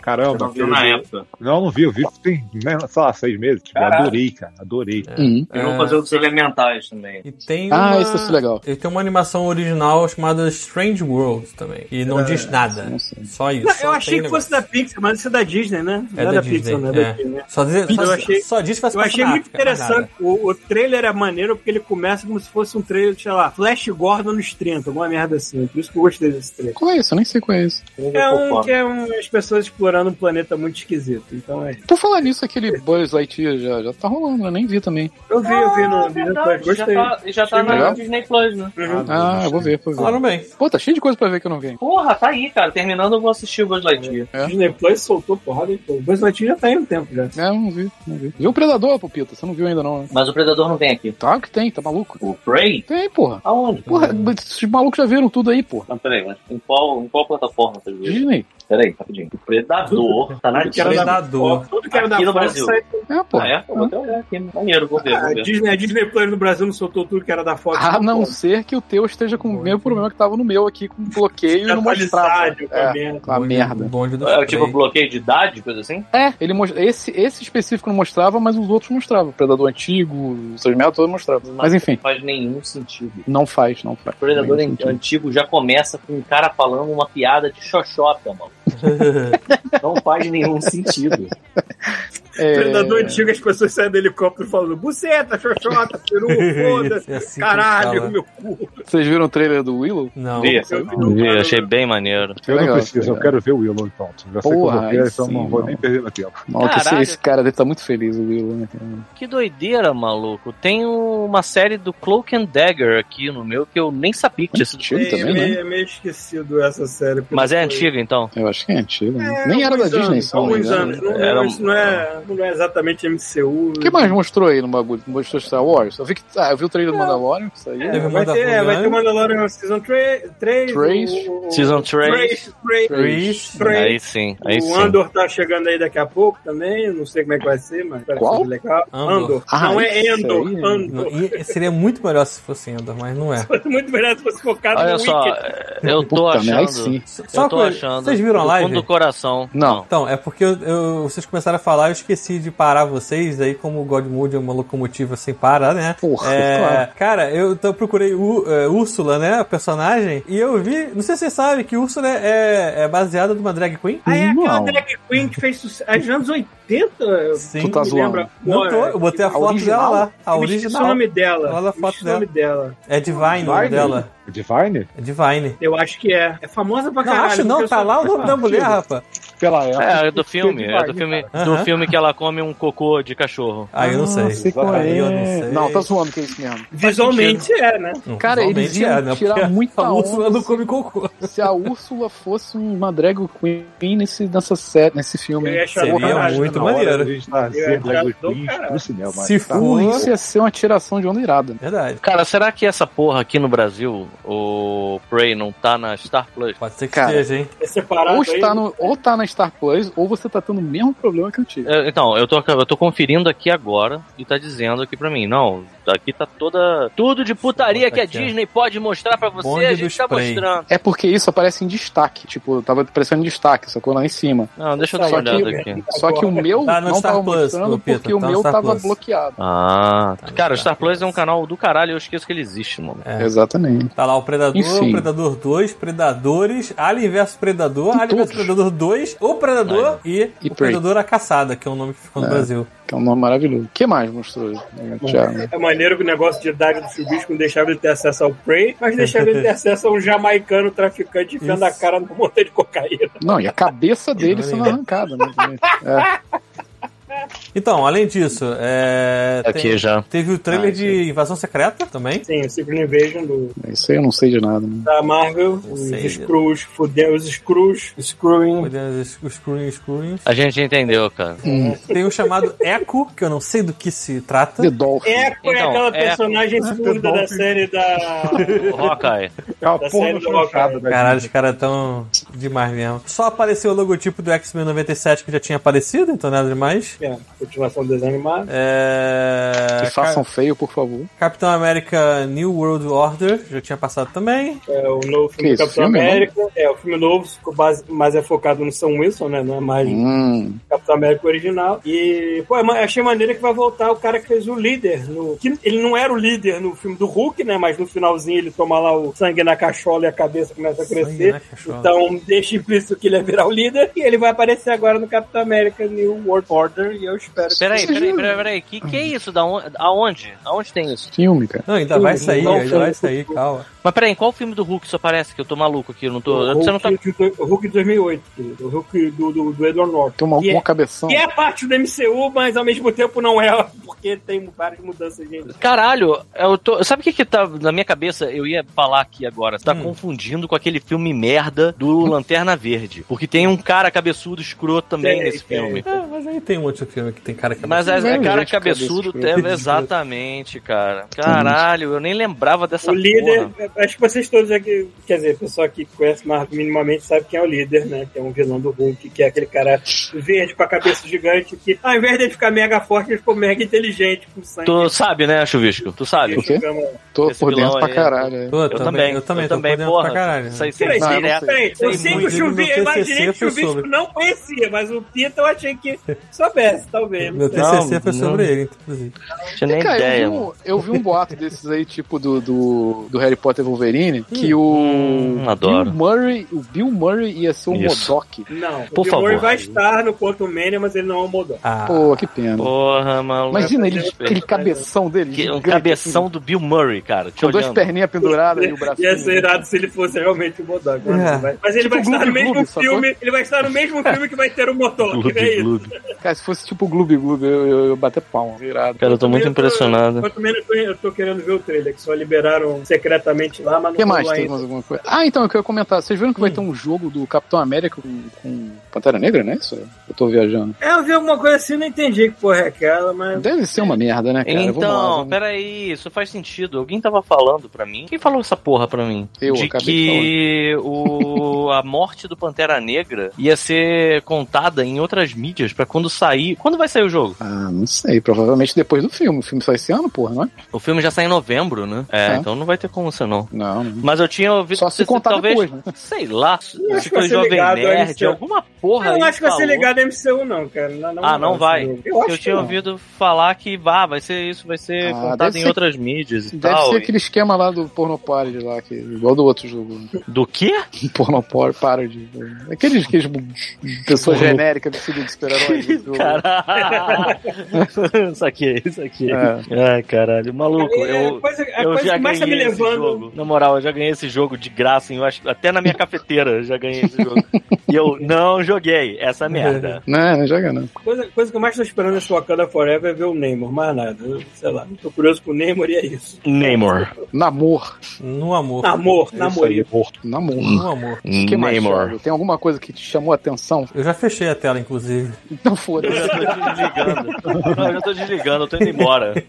Speaker 5: Caramba.
Speaker 4: Não viu
Speaker 5: aquele
Speaker 4: na
Speaker 5: do-
Speaker 4: época.
Speaker 5: Não, não vi. Eu vi tem, né, sei lá, seis meses. Tipo, eu
Speaker 4: Caralho.
Speaker 5: adorei, cara. Adorei.
Speaker 9: Uhum.
Speaker 4: Eu vou fazer os elementais também.
Speaker 3: E tem
Speaker 9: Ah,
Speaker 3: uma...
Speaker 9: esse é legal.
Speaker 3: Ele tem uma animação original chamada Strange World também. E
Speaker 4: É.
Speaker 3: não diz nada.
Speaker 9: não sei.
Speaker 3: Só isso.
Speaker 1: Não,
Speaker 3: só
Speaker 1: eu achei
Speaker 3: tem um
Speaker 1: que fosse da
Speaker 3: negócio.
Speaker 1: Pixar, mas isso é da Disney, né? Não
Speaker 3: É da Disney.
Speaker 1: Pixar, não é da
Speaker 3: é.
Speaker 1: Disney. né?
Speaker 3: Só, diz,
Speaker 1: Eu
Speaker 3: só,
Speaker 1: achei-
Speaker 3: só diz que vai se
Speaker 1: Eu
Speaker 3: passar
Speaker 1: achei
Speaker 3: na
Speaker 1: muito
Speaker 3: África, mais
Speaker 1: interessante.
Speaker 3: nada.
Speaker 1: O, o trailer é maneiro porque ele começa como se fosse um trailer, sei lá, Flash Gordon nos 30, alguma merda assim. Por isso que eu gostei desse trailer.
Speaker 9: Qual é esse? Eu nem sei qual é esse.
Speaker 1: É um que é um, as pessoas explorando um planeta muito esquisito. Então é.
Speaker 9: Por falar nisso, aquele Buzz Lightyear já, já tá rolando, eu nem vi também.
Speaker 1: Eu vi, eu vi no Disney Plus,
Speaker 4: Ah, É, já
Speaker 1: gostei.
Speaker 4: tá, já tá na
Speaker 9: Legal?
Speaker 4: Disney Plus, né?
Speaker 1: Uhum.
Speaker 9: Ah, eu vou ver, vou ver.
Speaker 3: Falaram bem.
Speaker 9: Pô, tá cheio de coisa pra ver que eu não vi.
Speaker 4: Porra, tá aí, cara. Terminando, eu vou assistir o Buzz Lightyear.
Speaker 9: É.
Speaker 1: Disney Plus soltou porrada e pô. O Buzz Lightyear já tá aí um tempo já.
Speaker 9: É, eu não vi, não vi. Viu o Predador, Pupita? Você não viu ainda não, né?
Speaker 4: Mas o Predador não tem aqui.
Speaker 9: Tá que tem, tá maluco.
Speaker 4: O Prey?
Speaker 9: Tem, porra.
Speaker 4: Aonde?
Speaker 9: Porra, esses malucos já viram tudo aí, porra.
Speaker 4: Não, peraí, mas em qual, em qual plataforma você viu?
Speaker 9: Disney.
Speaker 4: Peraí, rapidinho. O Predador tá na Disney.
Speaker 3: Predador.
Speaker 1: Tudo que era da
Speaker 4: Aqui no
Speaker 1: Fox
Speaker 4: Brasil.
Speaker 1: saiu.
Speaker 9: É,
Speaker 4: Ah,
Speaker 9: porra.
Speaker 4: é? Eu vou até olhar aqui. Maneiro, vou ver,
Speaker 1: A
Speaker 4: vou ver.
Speaker 1: Disney, a Disney Plus no Brasil não soltou tudo que era da Fox.
Speaker 9: A não ser que o teu esteja com o
Speaker 3: então.
Speaker 9: mesmo problema que tava no meu aqui, com bloqueio e não mostrava.
Speaker 1: Tá Atualizado, com a
Speaker 9: É,
Speaker 1: merda.
Speaker 9: com a
Speaker 3: Bonde-
Speaker 9: merda.
Speaker 3: Bonde do
Speaker 4: É tipo
Speaker 3: Prey.
Speaker 4: bloqueio de idade, coisa assim?
Speaker 9: É, ele mos- esse, esse específico não mostrava, mas os outros mostravam. Predador antigo, os seus
Speaker 2: É,
Speaker 9: merda todos mostravam. Mas enfim,
Speaker 4: Não faz nenhum sentido.
Speaker 9: não faz, não faz.
Speaker 4: O Predador
Speaker 9: Não faz.
Speaker 4: antigo já começa com um cara falando uma piada de xoxota, mano. Não faz nenhum sentido.
Speaker 9: É,
Speaker 1: Predador antigo, as pessoas saem do helicóptero falando buceta, xoxota, peru, foda-se,
Speaker 3: É assim que
Speaker 1: caralho,
Speaker 3: fala.
Speaker 1: meu cu.
Speaker 9: Vocês viram o trailer do Willow?
Speaker 3: Não.
Speaker 4: Vê.
Speaker 9: um
Speaker 1: Eu vi um no-
Speaker 10: Vi, achei bem maneiro.
Speaker 5: Eu
Speaker 9: Legal,
Speaker 5: não preciso, eu
Speaker 9: legal.
Speaker 5: quero ver o Willow, então. Já sei que eu
Speaker 9: Porra,
Speaker 5: vou ver,
Speaker 9: aí
Speaker 5: então
Speaker 9: sim,
Speaker 5: não vou
Speaker 9: não.
Speaker 5: nem perder meu tempo.
Speaker 9: Nossa, esse,
Speaker 4: Caralho.
Speaker 9: esse cara dele tá muito feliz, o Willow, né? cara?
Speaker 10: Que doideira, maluco. Tem uma série do Cloak and Dagger aqui no meu que eu nem sabia que tinha sido
Speaker 9: Antigo
Speaker 1: É
Speaker 9: também, né?
Speaker 1: meio, é meio esquecido essa série. porque
Speaker 10: Mas é
Speaker 1: foi-
Speaker 10: antiga, então.
Speaker 9: Eu acho que é antigo. né?
Speaker 1: É,
Speaker 9: Nem era da
Speaker 1: alguns
Speaker 9: Disney,
Speaker 1: anos,
Speaker 9: só. não me
Speaker 1: Alguns
Speaker 9: engano.
Speaker 1: anos. Não,
Speaker 4: Era um-
Speaker 1: isso não, é, não é exatamente MCU.
Speaker 9: O que mais mostrou aí no bagulho? Mostrou Star Wars? Eu vi, que, ah, eu vi o trailer do Mandalorian, que saiu.
Speaker 1: É,
Speaker 3: Teve
Speaker 1: vai, ter, é, vai
Speaker 3: Mandalorian.
Speaker 9: né?
Speaker 1: ter Mandalorian Season 3.
Speaker 9: Três.
Speaker 10: Season 3.
Speaker 3: Prey.
Speaker 1: Três.
Speaker 10: Aí sim, aí
Speaker 1: o
Speaker 10: sim.
Speaker 1: Andor tá chegando aí daqui a pouco também, não sei como é que vai ser, mas parece
Speaker 9: Qual?
Speaker 1: ser legal.
Speaker 3: Andor.
Speaker 1: Andor.
Speaker 9: Ah,
Speaker 1: não é
Speaker 9: isso
Speaker 1: Endor,
Speaker 9: aí.
Speaker 3: Não,
Speaker 1: Andor.
Speaker 3: e seria muito melhor se fosse Endor, mas não é.
Speaker 1: Muito melhor se fosse focado
Speaker 10: Olha
Speaker 1: no
Speaker 10: só,
Speaker 1: Wicked.
Speaker 10: eu tô
Speaker 9: Puta, né? Aí
Speaker 10: achando.
Speaker 9: sim.
Speaker 3: Só
Speaker 10: Eu
Speaker 3: uma
Speaker 10: tô
Speaker 3: coisa,
Speaker 10: achando.
Speaker 3: Vocês viram a
Speaker 10: do
Speaker 3: live?
Speaker 10: fundo do coração.
Speaker 9: Não.
Speaker 3: Então, é porque eu- eu- vocês começaram a falar, eu esqueci de parar vocês, aí como o Godmood é uma locomotiva sem parar, né?
Speaker 9: Porra,
Speaker 3: É,
Speaker 9: claro.
Speaker 3: Cara, eu, então, eu procurei U- é, Úrsula, né, a personagem, e eu vi, não sei se vocês sabem, que Úrsula é, é baseada numa drag queen.
Speaker 1: Aí é aquela
Speaker 9: Não.
Speaker 1: drag queen que fez sucesso. Aos anos 80?
Speaker 3: Sim.
Speaker 9: Tu tá
Speaker 1: me
Speaker 9: zoando.
Speaker 1: lembra
Speaker 3: Não tô,
Speaker 1: agora.
Speaker 3: eu botei a,
Speaker 9: A
Speaker 3: foto
Speaker 9: original?
Speaker 3: dela lá, a
Speaker 1: Eu me esqueci o
Speaker 3: original.
Speaker 1: nome dela.
Speaker 3: Olha a
Speaker 1: Eu me
Speaker 3: foto
Speaker 1: esqueci o nome dela.
Speaker 3: É Divine, o nome
Speaker 5: Divine?
Speaker 3: dela.
Speaker 5: O Divine?
Speaker 3: É Divine.
Speaker 1: Eu acho que é. É famosa pra
Speaker 3: Não,
Speaker 1: caralho.
Speaker 3: acho não,
Speaker 1: porque
Speaker 3: tá
Speaker 1: eu sou-
Speaker 3: lá o nome da mulher, rapaz.
Speaker 5: Pela
Speaker 10: É,
Speaker 5: época.
Speaker 10: é do filme. É do filme,
Speaker 3: cara.
Speaker 10: do
Speaker 3: Aham.
Speaker 10: filme que ela come um cocô de cachorro.
Speaker 3: Aí eu não sei.
Speaker 9: qual
Speaker 3: Aí eu não
Speaker 9: é.
Speaker 3: sei.
Speaker 9: Não, tá zoando que é isso mesmo.
Speaker 1: Visualmente é, né?
Speaker 3: Não,
Speaker 9: Cara, eles
Speaker 3: realmente
Speaker 9: iam
Speaker 3: é, né,
Speaker 9: tirar
Speaker 3: porque
Speaker 9: muita
Speaker 3: A Úrsula
Speaker 9: onda
Speaker 3: não
Speaker 9: se-
Speaker 3: come cocô.
Speaker 9: Se a Úrsula fosse uma drag queen nesse, nessa série, nesse filme.
Speaker 1: Eu ia achar
Speaker 3: Seria
Speaker 2: É,
Speaker 1: do caralho
Speaker 3: muito muito
Speaker 5: na hora
Speaker 3: maneiro.
Speaker 5: A gente tá
Speaker 1: Eu
Speaker 5: sendo
Speaker 1: achava
Speaker 5: dos
Speaker 1: do
Speaker 5: Queens
Speaker 1: caralho.
Speaker 5: no cinema.
Speaker 3: Se
Speaker 5: tá?
Speaker 3: for- é
Speaker 2: Pô, isso ia ser uma tiração de onda irada.
Speaker 3: Verdade.
Speaker 11: Cara, será que essa porra aqui no Brasil, o Prey, não tá na Star Plus?
Speaker 3: Pode ser que
Speaker 2: Cara.
Speaker 3: seja, hein?
Speaker 1: É separado
Speaker 2: Ou
Speaker 1: aí.
Speaker 2: está, no, ou tá na Star Plus, ou você tá tendo o mesmo problema que eu tive.
Speaker 11: É, Então, eu tô, eu tô conferindo aqui agora e tá dizendo aqui pra mim, não, aqui tá toda. Tudo de
Speaker 3: Deixa
Speaker 11: putaria que
Speaker 3: eu
Speaker 11: a
Speaker 3: botar aqui,
Speaker 11: Disney pode mostrar pra você,
Speaker 3: Bonde
Speaker 11: a
Speaker 3: do
Speaker 11: gente tá
Speaker 3: spray.
Speaker 11: mostrando.
Speaker 2: É porque isso aparece em destaque. Tipo, tava aparecendo em destaque, sacou lá em cima.
Speaker 11: Não, deixa eu dar
Speaker 2: Só
Speaker 11: uma olhada
Speaker 2: que-
Speaker 11: aqui.
Speaker 2: Só que o meu
Speaker 3: Tá no
Speaker 2: não
Speaker 3: Star
Speaker 2: tava
Speaker 3: Plus,
Speaker 2: mostrando
Speaker 3: Lupita,
Speaker 2: porque o
Speaker 3: tá no
Speaker 2: meu
Speaker 3: Star
Speaker 2: tava
Speaker 3: Plus.
Speaker 2: bloqueado.
Speaker 11: Ah,
Speaker 3: Tá no
Speaker 11: cara, o
Speaker 3: Star
Speaker 11: Star Plus
Speaker 3: Plus.
Speaker 11: é um canal do caralho, eu esqueço que ele existe, mano.
Speaker 3: É.
Speaker 2: Exatamente.
Speaker 3: Tá lá o Predador,
Speaker 2: Enfim.
Speaker 3: o Predador 2, Predadores, Alien vs Predador,
Speaker 2: Tem
Speaker 3: Alien vs
Speaker 2: todos.
Speaker 3: Predador 2, o
Speaker 11: né?
Speaker 3: Predador e,
Speaker 2: E
Speaker 3: o
Speaker 2: Prey.
Speaker 3: Predador A Caçada, que é o nome que ficou no Brasil.
Speaker 2: Que é um nome maravilhoso. O que mais mostrou? Thiago?
Speaker 1: É maneiro que o negócio de idade do Chubisco não deixava ele ter acesso ao Prey, mas deixava ele ter acesso a um jamaicano traficante enfiando a
Speaker 3: Isso.
Speaker 1: cara numa monta de cocaína.
Speaker 2: Não, e a cabeça dele
Speaker 3: Não
Speaker 2: sendo
Speaker 3: lembro.
Speaker 2: arrancada, né? também. É,
Speaker 3: Então, além disso, é,
Speaker 11: Aqui
Speaker 3: tem-
Speaker 11: já.
Speaker 3: teve o trailer
Speaker 2: Ah,
Speaker 3: de Invasão Secreta também.
Speaker 1: Sim, o Secret Invasion do,
Speaker 2: isso aí eu não sei de nada. Né?
Speaker 1: da Marvel,
Speaker 3: Eu
Speaker 1: os
Speaker 3: sei.
Speaker 1: Screws, fudeu os Screws, Screwing.
Speaker 3: Os Screwing Screwing.
Speaker 11: A gente entendeu, cara.
Speaker 3: Tem o chamado Echo, que eu não sei do que se trata.
Speaker 2: The Dolphin.
Speaker 1: É, é
Speaker 11: Então,
Speaker 1: aquela
Speaker 11: é-
Speaker 1: personagem surda da série da.
Speaker 11: O Hawkeye.
Speaker 5: É uma
Speaker 1: Tá
Speaker 5: porra
Speaker 1: saindo do
Speaker 5: chanchada, né?
Speaker 3: Caralho, os caras tão demais mesmo. Só apareceu o logotipo do X-Men 97 que já tinha aparecido, então nada demais.
Speaker 1: É, continuação desanimada.
Speaker 3: É...
Speaker 2: Que façam feio, por favor.
Speaker 3: Capitão América New World Order, já tinha passado também.
Speaker 1: É o novo filme
Speaker 2: Que
Speaker 1: do Capitão
Speaker 2: filme,
Speaker 1: América. É, o filme novo, ficou base, mas é focado no Sam Wilson, né? Não é mais
Speaker 2: Hum,
Speaker 1: Capitão América original. E, pô, é ma- achei maneira que vai voltar o cara que fez o líder. No, que ele não era o líder no filme do Hulk, né? Mas no finalzinho ele toma lá o sangue na cachola e a cabeça começa a
Speaker 3: Sangue
Speaker 1: crescer.
Speaker 3: na cachola.
Speaker 1: Então deixa implícito que ele ia virar o líder. E ele vai aparecer agora no Capitão América New World Order. E eu espero
Speaker 11: Peraí, peraí, peraí, peraí. Que, que é isso? Da on- aonde? Aonde tem isso?
Speaker 2: filme, cara.
Speaker 3: Não, ainda vai
Speaker 1: Não,
Speaker 3: sair,
Speaker 1: Uhum. não,
Speaker 3: ainda
Speaker 1: foi-
Speaker 3: vai sair, calma.
Speaker 11: Mas peraí, em qual filme do Hulk isso aparece? Que eu tô maluco aqui, eu não
Speaker 1: que
Speaker 11: tô.
Speaker 1: o
Speaker 11: Você não tá.
Speaker 1: Hulk, de- o Hulk de 2008, querido. o Hulk do, do, do Edward Norton.
Speaker 2: Tem uma,
Speaker 1: Que é-
Speaker 2: uma cabeção.
Speaker 1: Que é parte do MCU, mas ao mesmo tempo não é, porque tem várias mudanças, gente.
Speaker 11: Caralho, eu tô. Sabe o que que tá na minha cabeça? Eu ia falar aqui agora. Tá
Speaker 3: Hum.
Speaker 11: confundindo com aquele filme merda do Lanterna Verde. Porque tem um cara cabeçudo escroto também
Speaker 1: Tem,
Speaker 11: nesse
Speaker 1: tem.
Speaker 11: filme.
Speaker 3: É, mas aí tem um outro filme que tem cara que.
Speaker 11: Mas é, é
Speaker 2: Tem
Speaker 11: cara
Speaker 2: gente com cabeça
Speaker 11: cabeçudo,
Speaker 2: escrota.
Speaker 11: é, exatamente, cara. Caralho, eu nem lembrava dessa
Speaker 1: O líder, é,
Speaker 11: porra.
Speaker 1: acho que vocês todos aqui, quer dizer, o pessoal que conhece Marvel minimamente sabe quem é o líder, né? Que é um vilão do Hulk, que é aquele cara verde com a cabeça gigante, que ao invés de ele ficar mega forte, ele ficou mega inteligente, com sangue. um
Speaker 11: Tu sabe, né, Chuvisco? Tu sabe.
Speaker 2: O quê?
Speaker 1: Chegamos-
Speaker 2: Tô
Speaker 11: Esse
Speaker 2: por
Speaker 11: vilão
Speaker 2: dentro pra
Speaker 11: aí, né?
Speaker 2: caralho. é.
Speaker 3: Pô,
Speaker 11: Eu também,
Speaker 3: Eu também,
Speaker 11: eu
Speaker 3: tô
Speaker 11: também,
Speaker 3: podendo
Speaker 11: porra.
Speaker 3: pra caralho. né?
Speaker 11: Isso aí
Speaker 1: Peraí,
Speaker 11: sem
Speaker 2: Não, eu não
Speaker 11: direto.
Speaker 1: peraí, eu
Speaker 3: Sei
Speaker 1: sei que
Speaker 3: muito
Speaker 1: o
Speaker 3: do meu
Speaker 1: Chuvisco, eu imaginei que
Speaker 3: TCC
Speaker 1: o
Speaker 3: foi
Speaker 1: Chuvisco
Speaker 3: sobre.
Speaker 1: não conhecia, mas o Pita eu achei que soubesse, talvez. não
Speaker 3: Meu
Speaker 1: sei.
Speaker 3: TCC
Speaker 11: Não,
Speaker 3: foi
Speaker 11: não.
Speaker 3: sobre ele, inclusive.
Speaker 11: Tinha nem
Speaker 2: E, cara,
Speaker 11: ideia,
Speaker 2: eu, vi
Speaker 11: mano.
Speaker 2: um, eu vi um boato desses aí, tipo do, do, do Harry Potter Wolverine, que o.
Speaker 11: Hum, adoro.
Speaker 2: Bill Murray, o Bill Murray ia ser o
Speaker 11: Isso.
Speaker 2: Modok.
Speaker 1: Não,
Speaker 11: Por
Speaker 1: o Bill Murray
Speaker 11: favor.
Speaker 1: vai estar no Quantum Mania, mas ele não é o Modok.
Speaker 3: Ah,
Speaker 2: Pô, que pena.
Speaker 11: Porra, maluco.
Speaker 2: Imagina ele, assim. aquele cabeção dele.
Speaker 11: Que- um
Speaker 2: gigante,
Speaker 11: cabeção do Bill Murray, cara. Te
Speaker 2: assim, com duas
Speaker 11: olhando.
Speaker 2: perninhas penduradas e o braço.
Speaker 1: Ia ser irado se ele fosse realmente o Modok. mas não
Speaker 3: É.
Speaker 1: vai. Mas ele
Speaker 2: Tipo
Speaker 1: vai estar
Speaker 2: Gloob
Speaker 1: no mesmo
Speaker 2: Gloob, sacou?
Speaker 1: filme. Ele vai estar no mesmo filme que vai ter o Modok. É isso.
Speaker 2: Cara, se fosse tipo o Gloob Gloob, eu, eu, eu bater palma. Irado.
Speaker 11: Cara, eu tô muito
Speaker 1: Eu tô-
Speaker 11: impressionado.
Speaker 1: Quanto menos eu tô, eu tô querendo ver o trailer, que só liberaram secretamente lá, Hum. mas
Speaker 2: O
Speaker 1: não
Speaker 2: que mais?
Speaker 1: rolou
Speaker 2: Tem
Speaker 1: ainda.
Speaker 2: mais alguma coisa? Ah, então, eu queria comentar. Vocês viram que vai ter um jogo do Capitão América com, com Pantera Negra, né? Isso? Eu tô viajando.
Speaker 1: É, eu vi alguma coisa assim, não entendi que porra é aquela, mas.
Speaker 2: Deve ser uma merda, né, cara? Vamos lá,
Speaker 11: Então,
Speaker 2: vamos-
Speaker 11: peraí, isso faz sentido. Alguém tava falando pra mim. Quem falou essa porra pra mim?
Speaker 2: Eu
Speaker 11: de
Speaker 2: acabei
Speaker 11: que o, a morte do Pantera Negra ia ser contada em outras mídias pra quando sair. Quando vai sair o jogo?
Speaker 2: Ah, não sei. Provavelmente depois do filme. O filme sai esse ano, porra, não é?
Speaker 11: O filme já sai em novembro, né? É,
Speaker 2: É.
Speaker 11: então não vai ter como ser, não.
Speaker 2: Não, não.
Speaker 11: Mas eu tinha ouvido
Speaker 2: Hum. Só
Speaker 11: que
Speaker 2: se
Speaker 11: você-
Speaker 2: contar
Speaker 11: talvez,
Speaker 2: depois, né?
Speaker 11: sei lá,
Speaker 1: Eu acho
Speaker 11: se
Speaker 1: que vai
Speaker 11: foi
Speaker 1: ser então,
Speaker 11: Jovem
Speaker 1: ligado, deve
Speaker 11: Nerd,
Speaker 1: ser.
Speaker 11: alguma porra
Speaker 1: é eu
Speaker 11: aí
Speaker 1: não acho que vai ser
Speaker 11: falou.
Speaker 1: ligado a MCU, não, cara. Não, não
Speaker 11: Ah, não vai.
Speaker 1: Eu,
Speaker 11: Eu,
Speaker 1: acho que
Speaker 11: tinha
Speaker 1: não.
Speaker 11: ouvido falar que vá, vai ser isso, vai ser
Speaker 2: Ah,
Speaker 11: contado
Speaker 2: deve
Speaker 11: em
Speaker 2: ser-
Speaker 11: outras mídias e
Speaker 2: Deve
Speaker 11: tal.
Speaker 2: ser aquele esquema lá do Porno Parody lá, que, igual do outro jogo.
Speaker 11: Do quê?
Speaker 2: Porno por- Parody. Aqueles, aqueles pessoas genéricas vestidas de super-heróis.
Speaker 11: Caralho! saquei, saquei.
Speaker 3: É.
Speaker 11: Ai, caralho, maluco,
Speaker 1: É, a
Speaker 11: eu.
Speaker 1: coisa, a
Speaker 11: Eu
Speaker 1: coisa
Speaker 11: já
Speaker 1: que mais tá me
Speaker 11: ganhei esse
Speaker 1: levando.
Speaker 11: jogo. Na moral, eu já ganhei esse jogo de graça, hein, eu acho, até na minha cafeteira eu já ganhei esse jogo. E eu não joguei essa é merda.
Speaker 2: Né, Não, não joga não.
Speaker 1: Coisa, coisa que eu mais tô esperando nesse Wakanda Forever é ver o Namor, mais nada. Eu, sei lá, tô curioso pro Namor e é isso.
Speaker 11: Namor.
Speaker 2: Namor.
Speaker 3: No amor.
Speaker 11: é
Speaker 1: Namor,
Speaker 5: Isso aí, é
Speaker 1: namorinho.
Speaker 5: morto.
Speaker 2: Namor.
Speaker 3: No amor.
Speaker 2: O que mais,
Speaker 11: Namor.
Speaker 2: Thiago? Tem alguma coisa que te chamou a atenção?
Speaker 3: Eu já fechei a tela, inclusive.
Speaker 2: Então foda-se.
Speaker 11: Eu já tô desligando. Não, eu já tô desligando, eu tô indo embora.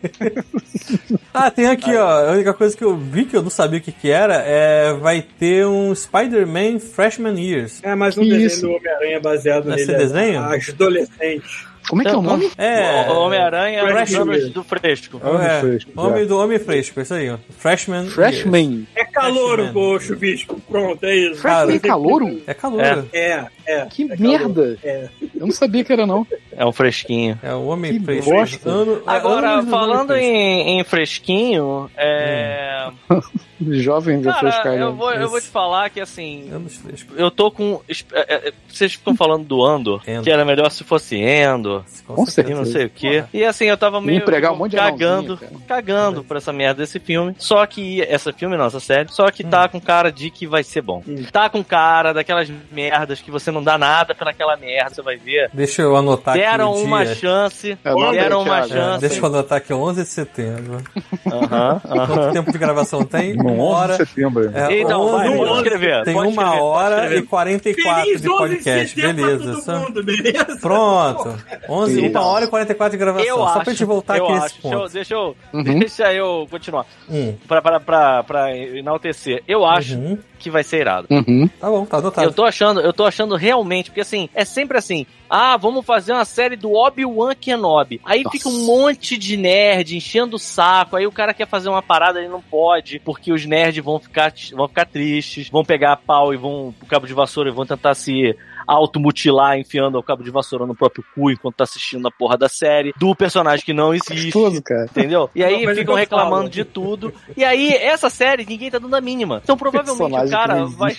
Speaker 3: Ah, tem aqui, ó. A única coisa que eu vi que eu não sabia o que que era é... Vai ter um Spider-Man Freshman Years.
Speaker 1: É mais um
Speaker 2: Que
Speaker 1: desenho
Speaker 2: isso?
Speaker 1: do Homem-Aranha baseado
Speaker 3: Esse
Speaker 1: nele. é
Speaker 3: desenho?
Speaker 1: As adolescentes.
Speaker 2: Como é que é o nome?
Speaker 3: É...
Speaker 11: O Homem-Aranha é o
Speaker 1: Fresh
Speaker 11: Summer
Speaker 1: Year.
Speaker 11: do Fresco.
Speaker 5: Homem
Speaker 3: é,
Speaker 5: fresco,
Speaker 3: homem
Speaker 5: é.
Speaker 3: do homem fresco, é isso aí, ó. Freshman. Years.
Speaker 2: Freshman.
Speaker 1: É calouro,
Speaker 3: Freshman.
Speaker 1: pô, chuvisco. Pronto, é isso.
Speaker 3: Cara,
Speaker 2: Freshman é calouro?
Speaker 3: É calor.
Speaker 1: É, é.
Speaker 2: Que
Speaker 1: é calouro.
Speaker 2: merda.
Speaker 1: É.
Speaker 2: Eu não sabia que era não.
Speaker 11: É um fresquinho.
Speaker 3: É, o homem
Speaker 2: Que
Speaker 3: fresco.
Speaker 2: bosta.
Speaker 3: Ano- é
Speaker 11: Agora,
Speaker 3: anos do
Speaker 11: falando
Speaker 3: homem fresco. Hum.
Speaker 11: em, em fresquinho, é.
Speaker 2: Jovem vai
Speaker 11: Cara,
Speaker 2: frescar,
Speaker 11: eu
Speaker 2: né?
Speaker 11: vou, eu
Speaker 3: Isso.
Speaker 11: vou te falar que assim.
Speaker 3: Anos frescos.
Speaker 11: Eu tô com. é, é, Vocês ficam falando do Andor,
Speaker 3: Endor.
Speaker 11: que era melhor se fosse Endor.
Speaker 2: Com
Speaker 11: e
Speaker 2: certeza.
Speaker 11: não sei o que. E assim, eu tava meio
Speaker 2: empregar um monte de
Speaker 11: cagando,
Speaker 2: anãozinho,
Speaker 11: cagando pra essa merda desse filme. Só que, essa filme, nossa série, só que
Speaker 2: Hum.
Speaker 11: tá com cara de que vai ser bom. Tá com cara daquelas merdas que você não dá nada pelaquela merda, você vai ver.
Speaker 3: Deixa eu anotar
Speaker 11: Deram
Speaker 3: Tá aqui o
Speaker 11: uma
Speaker 3: dia.
Speaker 11: chance,
Speaker 2: É, nota aí,
Speaker 11: deram uma
Speaker 2: Thiago.
Speaker 3: É,
Speaker 11: chance.
Speaker 3: deixa eu anotar aqui, 11 de setembro.
Speaker 11: Aham,
Speaker 3: Quanto
Speaker 11: aham.
Speaker 3: tempo de gravação tem?
Speaker 5: No
Speaker 3: Uma
Speaker 5: 11 de
Speaker 3: hora.
Speaker 5: setembro. né?
Speaker 3: É,
Speaker 11: Então,
Speaker 1: Vai,
Speaker 11: vamos
Speaker 1: vamos.
Speaker 11: escrever.
Speaker 3: Tem
Speaker 11: pode
Speaker 3: uma
Speaker 11: escrever, pode
Speaker 3: hora
Speaker 11: escrever.
Speaker 3: e 44 de podcast.
Speaker 1: pra
Speaker 3: Beleza.
Speaker 1: todo
Speaker 3: só-
Speaker 1: mundo, beleza?
Speaker 3: Pronto. 11,
Speaker 2: Isso.
Speaker 3: 1 hora e 44 de gravação.
Speaker 11: Então, Eu
Speaker 3: só
Speaker 11: acho,
Speaker 3: pra gente voltar
Speaker 11: eu
Speaker 3: aqui a
Speaker 11: acho.
Speaker 3: esse
Speaker 11: Deixa eu,
Speaker 3: ponto.
Speaker 11: deixa eu,
Speaker 2: Uhum.
Speaker 11: deixa eu continuar.
Speaker 3: Hum.
Speaker 11: Pra, pra, pra, pra enaltecer. Eu acho
Speaker 3: Uhum.
Speaker 11: que vai ser irado.
Speaker 2: Uhum.
Speaker 3: Tá bom, tá
Speaker 11: Eu
Speaker 3: anotado.
Speaker 11: tô achando, eu tô achando realmente, porque assim, é sempre assim, ah, vamos fazer uma série do Obi-Wan Kenobi. Aí
Speaker 2: Nossa.
Speaker 11: fica um monte de nerd enchendo o saco, aí o cara quer fazer uma parada, ele não pode, porque os nerds vão ficar, vão ficar tristes, vão pegar a pau e vão pro cabo de vassoura e vão tentar se automutilar enfiando o cabo de vassoura no próprio cu enquanto tá assistindo a porra da série, do personagem que não existe.
Speaker 2: Gostoso, cara.
Speaker 11: Entendeu? E aí
Speaker 1: Não, mas
Speaker 11: ficam
Speaker 1: então
Speaker 11: reclamando
Speaker 1: fala.
Speaker 11: de tudo. E aí, essa série, ninguém tá dando a mínima. Então, provavelmente, o
Speaker 2: Personagem que
Speaker 11: cara
Speaker 2: não
Speaker 11: vai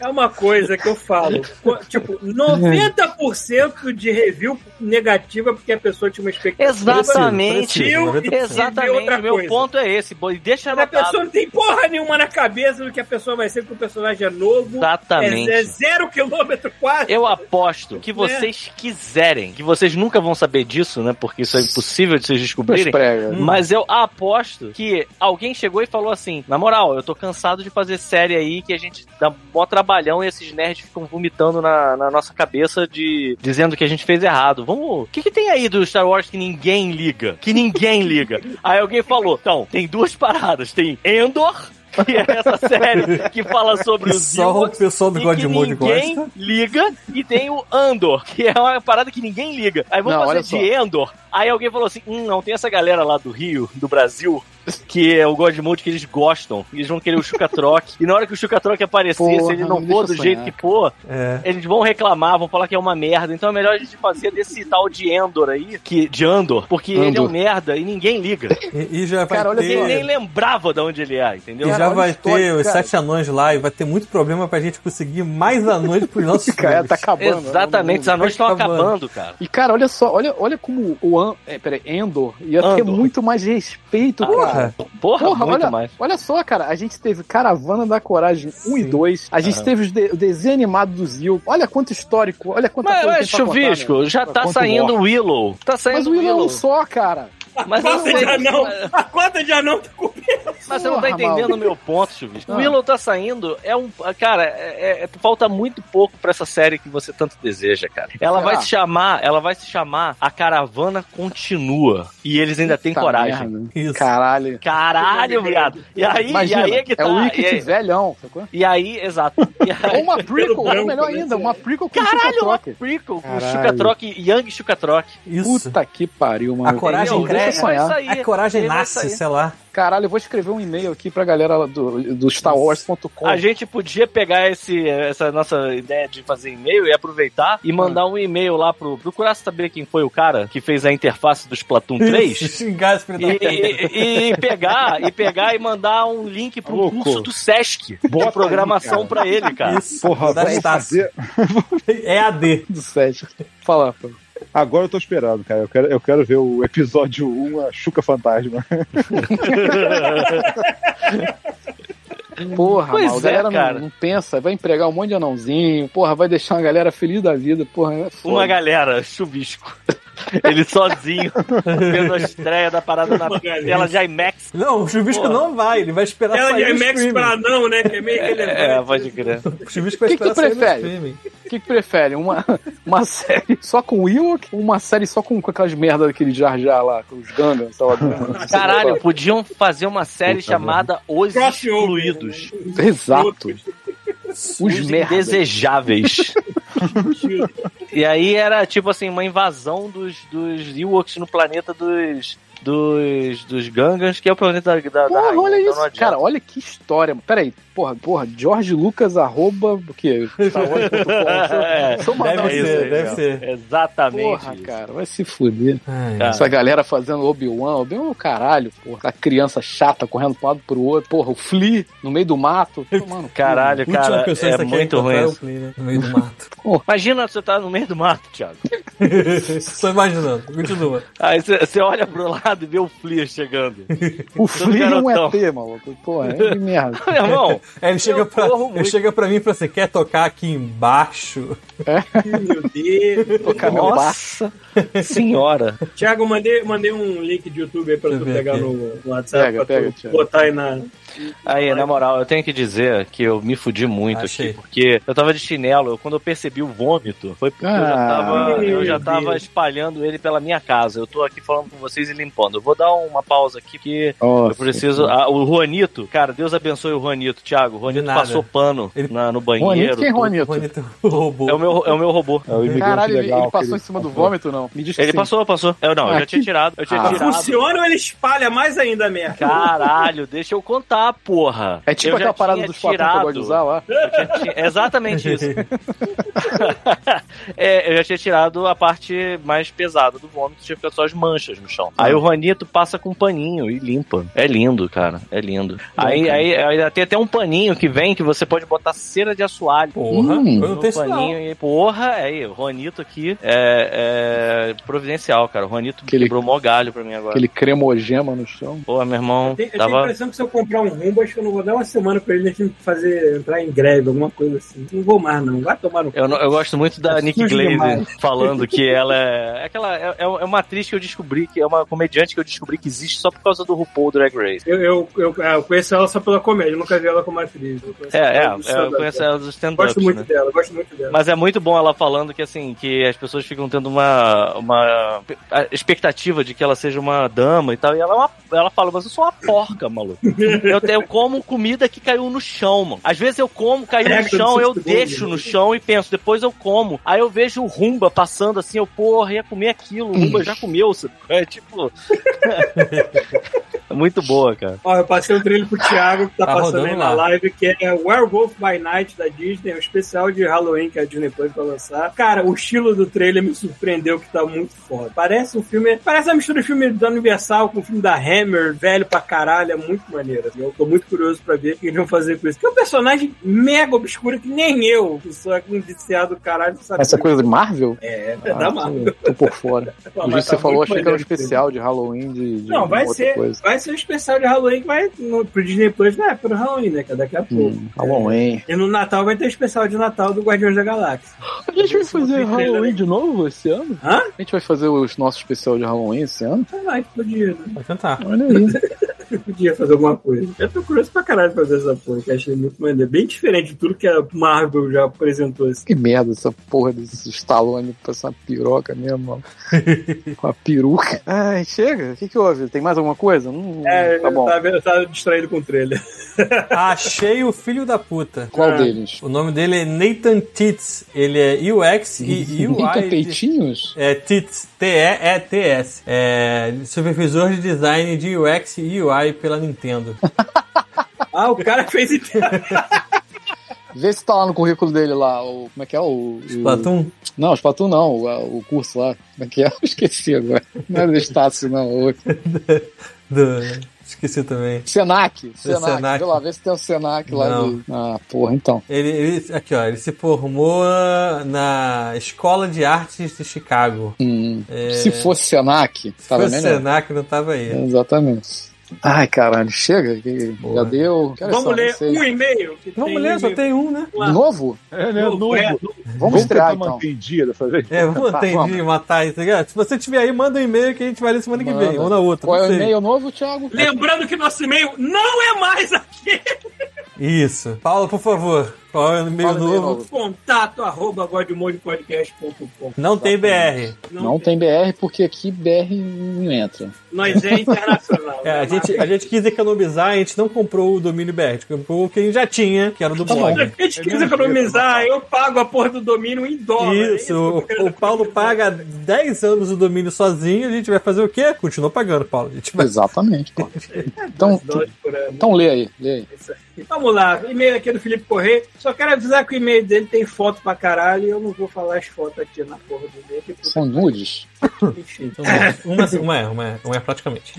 Speaker 1: É uma coisa que eu falo. Co- Tipo, 90% de review negativa porque a pessoa tinha uma expectativa.
Speaker 11: Exatamente.
Speaker 1: Viu?
Speaker 3: Preciso,
Speaker 1: E
Speaker 3: preciso.
Speaker 1: outra
Speaker 11: Exatamente. Meu
Speaker 1: coisa.
Speaker 11: ponto é esse. boy. Deixa
Speaker 1: A pessoa
Speaker 11: anotado.
Speaker 1: não tem porra nenhuma na cabeça do que a pessoa vai ser, porque o personagem é novo.
Speaker 11: Exatamente.
Speaker 1: É, é zero quilômetro quase.
Speaker 11: Eu aposto que vocês quiserem, que vocês nunca vão saber disso, né? Porque isso é impossível de vocês
Speaker 2: Mas
Speaker 11: descobrirem. Hum.
Speaker 2: prega.
Speaker 11: Mas eu aposto que alguém chegou e falou assim: na moral, eu tô cansado de fazer série aí que a gente dá mó trabalhão e esses nerds ficam vomitando na, na nossa cabeça de dizendo que a gente fez errado. Vamos. O que, que tem aí do Star Wars que ninguém liga? Que ninguém liga. Aí alguém falou: então, tem duas paradas: tem Endor. Que é essa série que fala sobre
Speaker 3: Que
Speaker 11: os
Speaker 3: só o
Speaker 11: Ewoks,
Speaker 3: pessoal do
Speaker 11: e
Speaker 3: God
Speaker 11: que
Speaker 3: Mode
Speaker 11: ninguém
Speaker 3: gosta.
Speaker 11: liga e tem o Andor, que é uma parada que ninguém liga. Aí vamos
Speaker 2: Não, olha
Speaker 11: fazer de Endor. Aí alguém falou assim: hum, não, tem essa galera lá do Rio, do Brasil, que é o God Mode que eles gostam. Eles vão querer o Chucatroc. e na hora que o Chucatroc aparecer, se
Speaker 2: Porra,
Speaker 11: ele não
Speaker 2: me
Speaker 11: for do
Speaker 2: deixa
Speaker 11: jeito que
Speaker 2: sonhar.
Speaker 11: for,
Speaker 3: É.
Speaker 11: eles vão reclamar, vão falar que é uma merda. Então é melhor a gente fazer desse tal de Endor aí, que, de Andor, porque ele é um
Speaker 2: Andor.
Speaker 11: merda e ninguém liga.
Speaker 3: E, e já vai
Speaker 2: Cara, olha
Speaker 3: ter...
Speaker 11: Ninguém nem lembrava de onde ele é, entendeu?
Speaker 3: E
Speaker 2: Cara,
Speaker 3: já
Speaker 2: olha
Speaker 3: vai
Speaker 2: a história,
Speaker 3: ter os
Speaker 2: cara.
Speaker 3: sete anões lá e vai ter muito problema pra gente conseguir mais anões pros nossos
Speaker 2: Cara,
Speaker 3: filmes.
Speaker 2: tá acabando.
Speaker 11: Exatamente, os anões estão
Speaker 3: acabando.
Speaker 11: acabando, cara.
Speaker 2: E, cara, olha só, olha, olha como o An... é, peraí, Endor ia ter
Speaker 11: Andor.
Speaker 2: muito mais respeito, cara.
Speaker 3: Porra,
Speaker 11: Porra,
Speaker 2: Porra,
Speaker 11: muito
Speaker 2: olha,
Speaker 11: mais.
Speaker 2: olha só, cara, a gente teve Caravana da Coragem 1 e
Speaker 3: Sim.
Speaker 2: 2, a gente
Speaker 11: Aham.
Speaker 2: teve os de- o desenho animado do Zil, olha quanto histórico, olha
Speaker 9: Tá
Speaker 2: quanta
Speaker 11: Mas,
Speaker 2: coisa
Speaker 11: mas
Speaker 2: tem pra contar,
Speaker 11: chuvisco,
Speaker 2: né?
Speaker 11: já tá
Speaker 2: Quanto
Speaker 11: saindo
Speaker 2: morre.
Speaker 11: o Willow. Tá
Speaker 2: Mas
Speaker 11: saindo
Speaker 2: o
Speaker 11: o
Speaker 2: Willow é
Speaker 11: Willow.
Speaker 2: um só, cara.
Speaker 11: Mas eu não
Speaker 1: Cota de
Speaker 11: sei-
Speaker 1: anão. A cota de anão tá com
Speaker 11: Mas você não tá
Speaker 2: Porra, maluco.
Speaker 11: entendendo o meu ponto, Chuvisco. O
Speaker 2: Ah.
Speaker 11: Willow tá saindo, é um. Cara, é- é- falta muito pouco pra essa série que você tanto deseja, cara. Ela
Speaker 2: Será?
Speaker 11: vai se chamar, ela vai se chamar A Caravana Continua. E eles ainda têm
Speaker 2: Tá
Speaker 11: coragem. né?
Speaker 2: merda.
Speaker 3: É, isso.
Speaker 2: Caralho.
Speaker 11: Caralho, viado. E aí,
Speaker 2: Imagina,
Speaker 11: e aí é que tá.
Speaker 2: é o É
Speaker 11: e,
Speaker 2: Wicked
Speaker 11: aí,
Speaker 2: velhão, sacou?
Speaker 11: e aí, exato. E aí- é tá
Speaker 2: Ou uma prequel, ou
Speaker 1: branco,
Speaker 2: melhor
Speaker 1: né?
Speaker 2: ainda, uma prequel com
Speaker 11: Caralho, uma
Speaker 2: Chucatroca.
Speaker 11: prequel com o
Speaker 2: Caralho.
Speaker 11: Chucatroc, Young Chucatroc.
Speaker 3: Isso.
Speaker 2: Puta que pariu, mano.
Speaker 3: A coragem
Speaker 2: Entendeu?
Speaker 3: cresce.
Speaker 2: Deixa eu sonhar.
Speaker 11: Vai sair.
Speaker 3: A É coragem
Speaker 11: Ele vai
Speaker 3: nasce,
Speaker 11: sair.
Speaker 3: sei lá.
Speaker 2: Caralho, eu vou escrever um e-mail aqui pra galera lá do, do StarWars.com.
Speaker 11: A gente podia pegar esse, essa nossa ideia de fazer e-mail e aproveitar e mandar um e-mail lá pro. Procurar saber quem foi o cara que fez a interface do Splatoon 3.
Speaker 3: Xingar esse filho
Speaker 11: E,
Speaker 3: da puta.
Speaker 11: e- e pegar e pegar e mandar um link pro
Speaker 5: Louco.
Speaker 11: curso do Sesc de programação pra ele, cara.
Speaker 3: Isso.
Speaker 5: Porra,
Speaker 3: Da
Speaker 5: vamos
Speaker 3: Estácio.
Speaker 5: fazer.
Speaker 3: É AD.
Speaker 2: do set. Fala, pô.
Speaker 5: Agora eu tô esperando, cara. Eu quero, eu quero ver o episódio 1, a Chuca Fantasma.
Speaker 9: Porra,
Speaker 11: Pois
Speaker 9: mal,
Speaker 11: é,
Speaker 9: a galera não-
Speaker 11: cara.
Speaker 9: Não, pensa, vai empregar um monte de anãozinho, porra, vai deixar uma galera feliz da vida, porra. É foda.
Speaker 11: Uma galera, chuvisco. Ele sozinho, fazendo a estreia da parada na
Speaker 1: Uma galera.
Speaker 11: tela de IMAX.
Speaker 3: Não, o Chuvisco
Speaker 11: Porra.
Speaker 3: não vai, ele vai esperar
Speaker 1: Ela
Speaker 3: sair
Speaker 1: de
Speaker 3: no
Speaker 1: IMAX
Speaker 3: Tá streaming.
Speaker 1: é pra não, né? Que é meio que
Speaker 11: É,
Speaker 1: relevante.
Speaker 11: pode crer.
Speaker 3: O Chuvisco vai
Speaker 9: Que que
Speaker 3: esperar
Speaker 9: tu
Speaker 3: sair no
Speaker 9: prefere?
Speaker 3: streaming.
Speaker 9: O que, que prefere? Uma, uma série só com o Ewok ou uma série só com, com aquelas merdas daquele Jar Jar lá, com os Gangans, sei lá.
Speaker 11: Caralho, podiam fazer uma série
Speaker 3: Puta
Speaker 11: chamada Os
Speaker 1: Crossover,
Speaker 11: Excluídos.
Speaker 9: Exato. Os
Speaker 11: Os
Speaker 9: merdas.
Speaker 11: Indesejáveis. E aí era tipo assim, uma invasão dos, dos Ewoks no planeta dos. Dos, dos Gangans, que é o planeta da, da, da
Speaker 9: Porra,
Speaker 11: rainha,
Speaker 9: olha
Speaker 11: então
Speaker 9: isso.
Speaker 11: não adianta.
Speaker 9: Cara, olha que história. mano. Peraí, porra, porra, Jorge Lucas arroba o quê? Star Wars ponto com.
Speaker 11: É,
Speaker 9: Deixa eu mandar
Speaker 3: Deve
Speaker 9: um-
Speaker 11: isso
Speaker 3: ser,
Speaker 11: aí,
Speaker 3: deve
Speaker 11: cara.
Speaker 3: ser.
Speaker 11: Exatamente.
Speaker 9: Porra,
Speaker 11: isso.
Speaker 9: cara, vai se fuder.
Speaker 3: Ai,
Speaker 11: Cara.
Speaker 9: Essa galera fazendo Obi-Wan, Obi-Wan é o caralho, porra. A criança chata correndo pro lado pro outro, porra, o Flea no meio do mato. Mano,
Speaker 11: Caralho,
Speaker 3: última
Speaker 11: cara,
Speaker 3: pessoa que
Speaker 11: é
Speaker 3: você quer
Speaker 11: muito
Speaker 3: encontrar
Speaker 11: ruim.
Speaker 3: é o
Speaker 11: isso.
Speaker 3: Plínio, No meio do mato.
Speaker 11: Imagina você tá no meio do mato, Thiago.
Speaker 3: Tô imaginando, continua.
Speaker 11: Aí você você olha pro lado e vê o Flia chegando.
Speaker 9: o Flea é um
Speaker 11: garotão.
Speaker 9: ET, maluco. Porra, é de merda.
Speaker 11: Meu irmão,
Speaker 3: Aí ele chega,
Speaker 11: Eu
Speaker 3: pra,
Speaker 11: corro
Speaker 3: ele
Speaker 11: muito.
Speaker 3: chega pra mim e fala assim: quer tocar aqui embaixo?
Speaker 1: Meu Deus.
Speaker 9: Tocar meu bar.
Speaker 11: nossa senhora.
Speaker 1: Tiago, mandei, mandei um link de YouTube aí pra
Speaker 3: Deixa
Speaker 1: tu
Speaker 3: eu ver
Speaker 1: pegar
Speaker 3: aqui.
Speaker 1: no, no WhatsApp,
Speaker 9: Pega,
Speaker 1: pra
Speaker 9: pega,
Speaker 1: tu
Speaker 9: Thiago.
Speaker 1: botar aí na.
Speaker 11: Aí, na moral, eu tenho que dizer que eu me fudi muito
Speaker 3: Achei.
Speaker 11: aqui, porque eu tava de chinelo, eu- quando eu percebi o vômito, foi porque eu já
Speaker 9: Ah,
Speaker 11: tava, eu já
Speaker 1: meu
Speaker 11: tava
Speaker 1: Deus.
Speaker 11: espalhando ele pela minha casa. Eu tô aqui falando com vocês e limpando. Eu vou dar uma pausa aqui, porque eu preciso.
Speaker 9: então.
Speaker 11: ah, o Juanito, cara, Deus abençoe o Juanito, Thiago. O Juanito
Speaker 3: nada.
Speaker 11: passou pano
Speaker 3: Ele-
Speaker 11: na- no banheiro.
Speaker 9: Juanito, quem é
Speaker 11: tudo.
Speaker 9: Juanito?
Speaker 3: Bonito robô.
Speaker 11: É o meu, é o meu robô.
Speaker 5: É o imigrante
Speaker 9: Caralho, ele,
Speaker 5: legal,
Speaker 9: ele passou
Speaker 5: aquele-
Speaker 9: em cima do vômito, não? Me diz que
Speaker 11: Ele
Speaker 9: sim.
Speaker 11: passou, passou. Eu não, eu já
Speaker 9: Aqui?
Speaker 11: tinha tirado. Eu tinha
Speaker 9: Ah.
Speaker 11: tirado.
Speaker 1: Funciona ou ele espalha mais ainda a merda?
Speaker 11: Caralho, deixa eu contar, porra.
Speaker 9: É tipo
Speaker 11: eu
Speaker 9: aquela
Speaker 11: já
Speaker 9: parada
Speaker 11: tinha
Speaker 9: dos flacões que eu gosto de usar lá.
Speaker 11: Eu já tinha- é Exatamente isso. É, eu já tinha tirado a parte mais pesada do vômito, tinha ficado Tipo, só as manchas no chão. Aí o Juanito passa com um paninho e limpa. É lindo, cara. É lindo. Aí, aí, aí tem até um paninho que vem que você pode botar cera de assoalho.
Speaker 3: Porra,
Speaker 9: Hum.
Speaker 3: eu não
Speaker 11: No
Speaker 3: tenho isso não.
Speaker 11: paninho e porra, é aí, o Juanito aqui é, é providencial, cara. O Juanito
Speaker 9: Aquele-
Speaker 11: quebrou mó galho pra mim agora.
Speaker 9: Aquele cremogema no chão.
Speaker 11: Pô, meu irmão,
Speaker 1: Eu tenho, eu tenho a
Speaker 11: tava.
Speaker 1: impressão que se eu comprar um rumbo, acho que eu não vou dar uma semana pra ele deixa ele fazer entrar em greve, alguma coisa assim. Não vou mais, não. Vai tomar no cu.
Speaker 11: Eu, não- eu gosto muito da
Speaker 1: É
Speaker 11: Nick
Speaker 1: sujo
Speaker 11: Glaze
Speaker 1: demais.
Speaker 11: falando que ela é. é Aquela, é, é uma atriz que eu descobri, que é uma comediante que eu descobri que existe só por causa do RuPaul Drag Race.
Speaker 1: Eu, eu, eu, ah, eu conheço ela só pela comédia, eu nunca vi ela como atriz. Eu conheço
Speaker 11: É, é,
Speaker 1: ela do
Speaker 11: é, eu
Speaker 1: stand-up.
Speaker 11: conheço ela dos stand-ups.
Speaker 1: Gosto muito
Speaker 11: né?
Speaker 1: dela, gosto muito dela.
Speaker 11: Mas é muito bom ela falando que assim, que as pessoas ficam tendo uma, uma a expectativa de que ela seja uma dama e tal. E ela, é uma- ela fala, mas eu sou uma porca, maluco. Eu, eu como comida que caiu no chão, mano. Às vezes eu como, caiu
Speaker 1: É,
Speaker 11: no
Speaker 1: que eu
Speaker 11: chão,
Speaker 1: não
Speaker 11: eu
Speaker 1: sei se tu
Speaker 11: deixo
Speaker 1: come,
Speaker 11: no chão e penso, depois eu como. Aí eu vejo o rumba passando assim, eu, porra, ia comer aquilo, o rumba já comeu. sabe? É tipo. É muito boa, cara.
Speaker 1: Ó, eu passei um trilho pro Thiago, que tá,
Speaker 3: Tá
Speaker 1: passando
Speaker 3: rodando
Speaker 1: aí na
Speaker 3: lá.
Speaker 1: live, que é Werewolf by Night da Disney, o especial de Halloween que a Disney Plus vai lançar. Cara, o estilo do trailer me surpreendeu, que tá muito foda. Parece um filme. Parece uma mistura de filme da Universal com o filme da Hammer, velho pra caralho. É muito maneiro. assim. Eu tô muito curioso pra ver o que eles vão fazer com isso. Que é um personagem mega obscuro que nem eu, que sou aqui um viciado do caralho, sabe?
Speaker 9: Essa coisa de Marvel?
Speaker 1: É,
Speaker 9: Ah,
Speaker 1: é da Marvel.
Speaker 9: Tô por fora.
Speaker 1: Pô,
Speaker 9: Do jeito
Speaker 1: mas
Speaker 9: que você
Speaker 1: tá
Speaker 9: falou,
Speaker 1: muito
Speaker 9: achei que era um
Speaker 1: maneiro esse filme.
Speaker 9: especial de Halloween de, de
Speaker 1: Não, vai
Speaker 9: outra
Speaker 1: ser,
Speaker 9: coisa.
Speaker 1: vai ser o especial de Halloween que vai no, pro Disney Plus, né? Pro Halloween, né? Que é daqui a pouco.
Speaker 9: Hum, Halloween.
Speaker 1: E no Natal vai ter o especial de Natal do Guardiões da Galáxia.
Speaker 9: A gente vai fazer
Speaker 1: Halloween
Speaker 9: Halloween de novo esse ano?
Speaker 1: Hã?
Speaker 9: A gente vai fazer o nosso especial de Halloween esse ano?
Speaker 1: Então vai, podia, né?
Speaker 3: Vai tentar.
Speaker 9: Olha aí.
Speaker 1: Podia fazer alguma coisa. Eu tô curioso pra caralho pra fazer essa porra, que eu achei muito maneiro. Bem diferente de tudo que a Marvel já apresentou. Assim.
Speaker 9: Que merda essa porra desse Stallone com essa piroca mesmo, mano. Com a peruca. Ai, Ah, chega. O que, que houve? Tem mais alguma coisa? Hum,
Speaker 1: É,
Speaker 9: tá bom.
Speaker 1: eu, tava, eu tava distraído com o trailer.
Speaker 3: Achei o filho da puta.
Speaker 9: Qual deles?
Speaker 3: O nome dele é Nathan Tits. Ele é UX
Speaker 11: é
Speaker 3: e
Speaker 9: Eita,
Speaker 3: UI. de-
Speaker 9: peitinhos?
Speaker 3: É TITS, T-E-E-T-S. É, supervisor de design de UX e UI pela Nintendo.
Speaker 1: Ah, o cara fez inteiro.
Speaker 9: Vê se tá lá no currículo dele lá. O, como é que é? O, o-
Speaker 3: Platum?
Speaker 9: Não, Splatoon não. O, o curso lá. Como é que é? Esqueci agora. Não era do Estácio, não. O
Speaker 3: Do... Esqueci também.
Speaker 9: Senac. Senac.
Speaker 3: Senac.
Speaker 9: Vê lá, vê se tem o Senac lá.
Speaker 3: Não.
Speaker 9: do- Ah, porra, então.
Speaker 3: Ele, ele- aqui, ó, ele se formou na Escola de Artes de Chicago. É,
Speaker 9: Hum, Se fosse Senac,
Speaker 3: Se
Speaker 9: tava
Speaker 3: fosse
Speaker 9: melhor.
Speaker 2: Hum.
Speaker 3: Senac, não tava aí.
Speaker 9: Exatamente.
Speaker 2: Ai, caralho, chega. que Já
Speaker 3: Porra.
Speaker 2: deu. Quero
Speaker 1: Vamos
Speaker 2: só,
Speaker 1: ler
Speaker 2: não sei.
Speaker 1: um e-mail. que
Speaker 3: Vamos
Speaker 1: tem
Speaker 3: ler, só
Speaker 1: e-mail.
Speaker 3: tem um, né?
Speaker 1: lá.
Speaker 2: Novo?
Speaker 5: É, né? Novo.
Speaker 1: é,
Speaker 5: Vamos,
Speaker 2: Vamos estrear
Speaker 5: tentar
Speaker 2: então.
Speaker 5: manter em dia dessa vez.
Speaker 3: É, vamos
Speaker 2: Tá,
Speaker 3: tentar
Speaker 2: vamos.
Speaker 3: matar isso aqui. ó. Se você tiver aí, manda um e-mail que a gente vai ler semana que vem,
Speaker 2: Manda.
Speaker 3: ou na outra.
Speaker 2: Qual é
Speaker 3: não
Speaker 2: o
Speaker 3: sei.
Speaker 2: e-mail novo, Thiago?
Speaker 1: Lembrando que nosso e-mail não é mais aqui.
Speaker 3: Isso. Paulo, por favor, qual é o e-mail
Speaker 2: Fala o e-mail
Speaker 3: novo?
Speaker 1: Contato arroba godmodepodcast.com.
Speaker 3: Não tem
Speaker 2: Tá
Speaker 3: BR.
Speaker 1: Não,
Speaker 2: Não tem BR, porque aqui BR não entra.
Speaker 1: Nós é internacional.
Speaker 3: É, a,
Speaker 1: né,
Speaker 3: gente,
Speaker 1: Marcos?
Speaker 3: a gente quis economizar, a gente não comprou o domínio BR, a gente comprou o que a gente já tinha, que era o
Speaker 2: Tá
Speaker 3: do blog.
Speaker 1: A gente quis economizar, eu pago a porra do domínio em dólar. é que eu
Speaker 3: Isso,
Speaker 1: tô querendo
Speaker 3: o, o Paulo
Speaker 1: fazer.
Speaker 3: paga 10 anos o domínio sozinho, a gente vai fazer o quê? Continua pagando, Paulo. A gente vai...
Speaker 2: Exatamente. pô. Então,
Speaker 1: Dólares por ano.
Speaker 2: então lê aí, lê aí.
Speaker 1: Vamos lá, e-mail aqui do Felipe Corrêa. Só quero avisar que o e-mail dele tem foto pra caralho e eu não vou falar as fotos aqui na porra do e-mail. porque,
Speaker 2: São nudes?
Speaker 1: Enfim.
Speaker 3: Então, uma, uma é, uma é, uma é praticamente.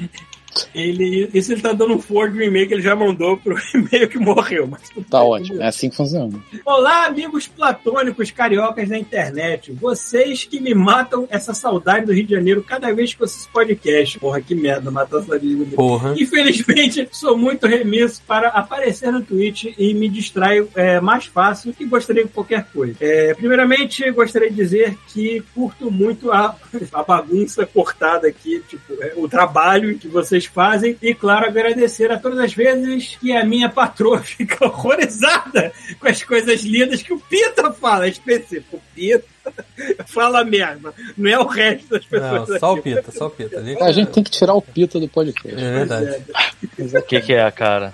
Speaker 1: Ele, isso ele tá dando um forward no e-mail que ele já mandou pro e-mail que morreu. Mas tudo
Speaker 2: Tá
Speaker 1: bem,
Speaker 2: ótimo. É assim que funciona.
Speaker 1: Olá, amigos platônicos cariocas da internet. Vocês que me matam essa saudade do Rio de Janeiro cada vez que eu assisto podcast. Porra, que merda, matar a saudade do Rio de Janeiro.
Speaker 3: Porra.
Speaker 1: Infelizmente, sou muito remisso para aparecer no Twitch e me distraio é, mais fácil que gostaria de qualquer coisa. É, primeiramente, gostaria de dizer que curto muito a, a bagunça cortada aqui, tipo, é, o trabalho que vocês fazem e, claro, agradecer a todas as vezes que a minha patroa fica horrorizada com as coisas lindas que o Pita fala, em específico. O Pita fala merda, não é o resto das pessoas.
Speaker 3: Não, só o
Speaker 1: aqui.
Speaker 3: Pita, só o Pita. A gente,
Speaker 2: A gente tem que tirar o pita do podcast.
Speaker 3: É verdade.
Speaker 4: O que, que é, cara?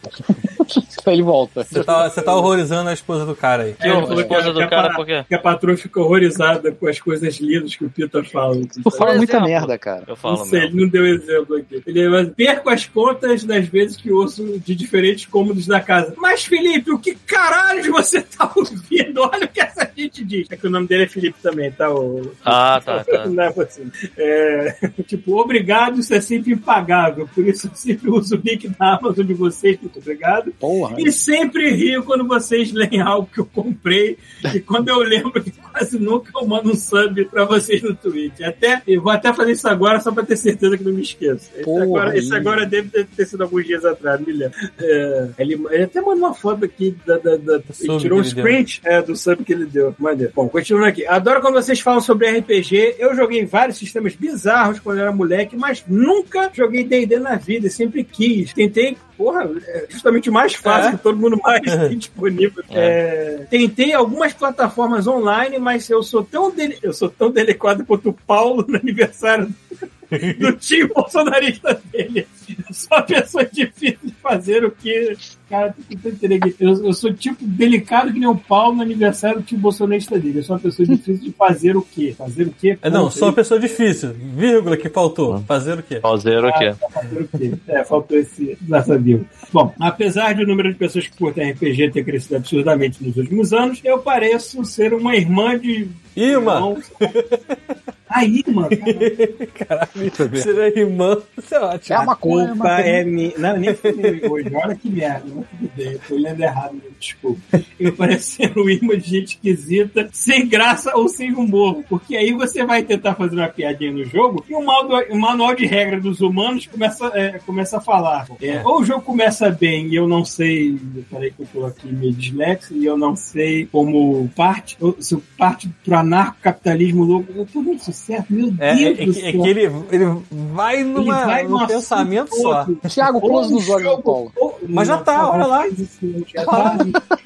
Speaker 2: Aí ele volta.
Speaker 3: Você tá, você tá horrorizando a esposa do cara aí.
Speaker 4: Que
Speaker 1: É, ele
Speaker 4: o- a
Speaker 1: falou
Speaker 4: esposa
Speaker 1: que
Speaker 4: do
Speaker 1: a
Speaker 4: cara,
Speaker 1: pa-
Speaker 4: por quê?
Speaker 1: que a patroa fica horrorizada com as coisas lindas que o Pita fala.
Speaker 2: Tu fala
Speaker 4: Por
Speaker 2: muita
Speaker 4: exemplo.
Speaker 2: merda, cara.
Speaker 4: Eu falo
Speaker 1: Não sei,
Speaker 4: mesmo.
Speaker 1: ele não deu exemplo aqui. Ele mas perco as contas das vezes que ouço de diferentes cômodos da casa. Mas, Felipe, o que caralho você tá ouvindo? Olha o que essa gente diz. É que o nome dele é Felipe também, tá? O...
Speaker 4: Ah, tá, tá.
Speaker 1: Não é possível. É, tipo, obrigado, isso é sempre impagável. Por isso eu sempre uso o link da Amazon de vocês. Muito obrigado.
Speaker 2: Porra.
Speaker 1: E sempre rio quando vocês leem algo que eu comprei. E quando eu lembro que quase nunca eu mando um sub pra vocês no Twitch. Até, eu vou até fazer isso agora só pra ter certeza que não me esqueço. Esse,
Speaker 2: Porra,
Speaker 1: agora, esse
Speaker 2: aí.
Speaker 1: agora deve ter, ter sido alguns dias atrás, me lembro. É, ele, ele até mandou uma foto aqui da. da- da- ele
Speaker 3: sub
Speaker 1: tirou um
Speaker 3: que ele deu.
Speaker 1: print é, do sub que ele deu. Maneiro. Bom, continuando aqui. Adoro quando vocês falam sobre RPG. Eu joguei vários sistemas bizarros quando era moleque, mas nunca joguei D&D na vida. e Sempre quis. Tentei, porra, é justamente o mais fácil
Speaker 3: É.
Speaker 1: que todo mundo mais tem disponível. É, tentei algumas plataformas online, mas eu sou tão, dele... eu sou tão delicado quanto o Paulo no aniversário do time bolsonarista dele. Eu sou uma pessoa é difícil de fazer o que. Cara, tô tentando entender aqui. eu, eu sou tipo delicado que nem o Paulo no aniversário do time bolsonarista dele. Eu sou uma pessoa difícil de fazer o quê? Fazer o quê?
Speaker 3: É, Não,
Speaker 1: Puta,
Speaker 3: sou uma pessoa difícil. Vírgula que faltou. Fazer o quê?
Speaker 4: Pauseiro aqui.
Speaker 1: fazer o quê? É, faltou esse nessa viva. Bom, apesar do número de pessoas que curtem RPG ter crescido absurdamente nos últimos anos, eu pareço ser uma irmã de.
Speaker 3: Irmã!
Speaker 1: irmão. Aí, mano.
Speaker 3: Ser a irmã, isso é
Speaker 2: É
Speaker 3: ótimo.
Speaker 2: a maconha.
Speaker 1: culpa é minha. Não, nem falei hoje. Olha que merda. Não fudei. Eu tô lendo errado, meu, desculpa. Eu parecendo um imã de gente esquisita, sem graça ou sem humor. Porque aí você vai tentar fazer uma piadinha no jogo e o, mal do- o manual de regra dos humanos começa, é, começa a falar. É, ou o jogo começa bem e eu não sei. Peraí que eu tô aqui meio dislexo e eu não sei como parte. ou Se eu parte pro anarcocapitalismo louco. Eu tô muito certo, meu
Speaker 3: É, é,
Speaker 1: Deus
Speaker 3: é
Speaker 1: do
Speaker 3: que- é
Speaker 1: céu.
Speaker 3: que ele, ele vai numa,
Speaker 1: Ele vai num
Speaker 3: num
Speaker 1: assunto
Speaker 3: pensamento só.
Speaker 1: outro.
Speaker 2: Thiago, close nos olhos do Paulo.
Speaker 3: Mas já tá, olha lá.
Speaker 1: Já tá.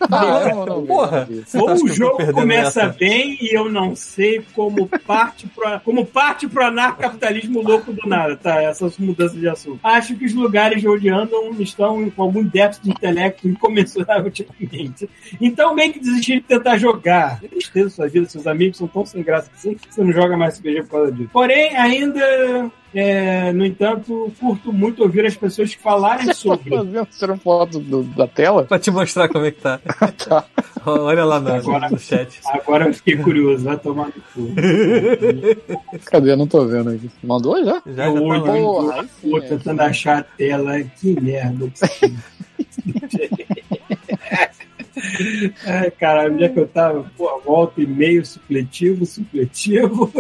Speaker 2: Ah, não, não,
Speaker 3: Porra,
Speaker 2: não.
Speaker 3: você
Speaker 1: Ou
Speaker 3: acha
Speaker 1: o
Speaker 3: que eu tô
Speaker 1: jogo
Speaker 3: perdendo
Speaker 1: começa
Speaker 3: essa?
Speaker 1: bem e eu não sei como parte pro, como parte pro anarcapitalismo louco do nada, tá? Essas mudanças de assunto. Acho que os lugares de onde andam estão com algum déficit de intelecto incomensurável ultimamente. Então meio que desistir de tentar jogar. É tristeza sua vida, seus amigos são tão sem graça assim que você não joga mais RPG por causa disso. Porém, ainda... é, no entanto, curto muito ouvir as pessoas falarem sobre.
Speaker 2: Fazendo- Tirando foto do- da tela?
Speaker 3: Pra te mostrar como é que tá.
Speaker 2: Tá.
Speaker 3: Olha lá no,
Speaker 1: Agora-
Speaker 3: no chat.
Speaker 1: Agora eu fiquei curioso, vai tomar no cu.
Speaker 2: Cadê? Eu Não tô vendo aqui. Mandou já?
Speaker 3: Já,
Speaker 1: É
Speaker 3: já tá
Speaker 1: o olho
Speaker 3: lá.
Speaker 2: Porra,
Speaker 1: do
Speaker 2: aí sim,
Speaker 1: cu
Speaker 2: é.
Speaker 1: tentando achar a tela. Que merda. Ai, caralho, onde é que eu tava? Pô, volta e meio, supletivo, supletivo.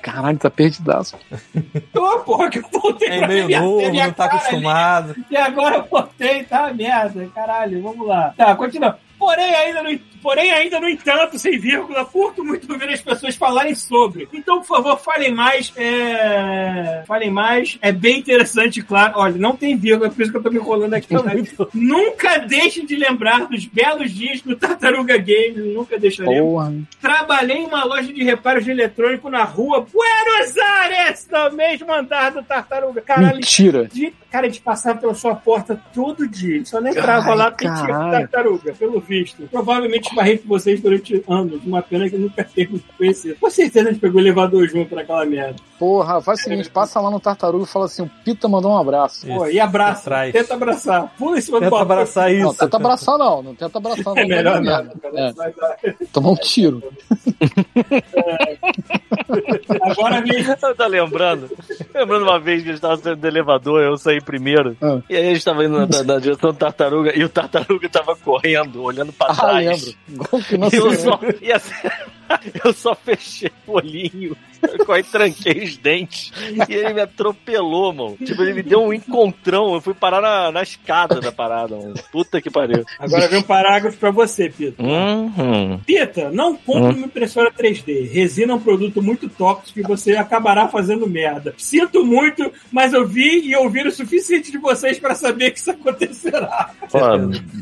Speaker 9: Caralho, tá perdidaço.
Speaker 1: Tô, porra, que eu voltei
Speaker 3: É
Speaker 1: pra
Speaker 3: meio
Speaker 1: minha-
Speaker 3: novo,
Speaker 1: minha
Speaker 3: não tá
Speaker 1: cara ali.
Speaker 3: acostumado.
Speaker 1: E agora eu botei, tá uma merda, caralho, vamos lá. Tá, continua. Porém ainda, no, porém, ainda no entanto, sem vírgula, curto muito ouvir as pessoas falarem sobre. Então, por favor, falem mais. É... Falem mais. É bem interessante, claro. Olha, não tem vírgula, é por isso que eu tô me enrolando aqui. tá? Nunca deixe de lembrar dos belos dias do Tartaruga Games. Nunca deixaremos.
Speaker 9: Porra.
Speaker 1: Trabalhei em uma loja de reparos de eletrônico na rua Buenos Aires, no mesmo andar do Tartaruga. Caralho,
Speaker 9: Mentira.
Speaker 1: de, cara, de passar pela sua porta todo dia. Ele Só nem entrava
Speaker 9: Ai,
Speaker 1: lá porque tinha
Speaker 9: caralho.
Speaker 1: tartaruga, pelo visto. Provavelmente esbarrei com vocês durante anos. Uma pena que eu nunca teve conhecido. Com certeza a gente pegou o elevador junto pra aquela merda.
Speaker 9: Porra, faz o seguinte, passa lá no tartaruga e fala assim: o Pita mandou um abraço.
Speaker 1: Pô,
Speaker 3: Isso,
Speaker 1: e abraça.
Speaker 3: atrás.
Speaker 1: Tenta abraçar. Pula em cima do
Speaker 3: Tenta
Speaker 1: balcão.
Speaker 3: abraçar isso.
Speaker 9: Não, tenta abraçar não, não tenta abraçar não.
Speaker 1: É melhor
Speaker 9: Vai dar
Speaker 1: nada.
Speaker 9: merda.
Speaker 1: ah,
Speaker 9: É, tomar um tiro.
Speaker 1: Agora mesmo.
Speaker 11: Tá lembrando? Lembrando uma vez que a gente tava saindo do elevador, eu saí primeiro.
Speaker 9: Ah.
Speaker 11: E aí a gente tava indo na, na- na direção do tartaruga e o tartaruga tava correndo, olhando pra
Speaker 9: Ah,
Speaker 11: trás.
Speaker 9: lembro. Igual que não
Speaker 11: E eu
Speaker 9: sei.
Speaker 11: só, e assim, eu só fechei o olhinho, eu quase tranquei os dentes e ele me atropelou, mano. Tipo, ele me deu um encontrão, eu fui parar na, na escada da parada, mano. Puta que pariu.
Speaker 1: Agora vem um parágrafo pra você, Pita.
Speaker 11: Uhum.
Speaker 1: Pita, não compre uma impressora 3D. Resina é um produto muito tóxico e você acabará fazendo merda. Sinto muito, mas eu vi e ouvir o suficiente de vocês pra saber que isso acontecerá.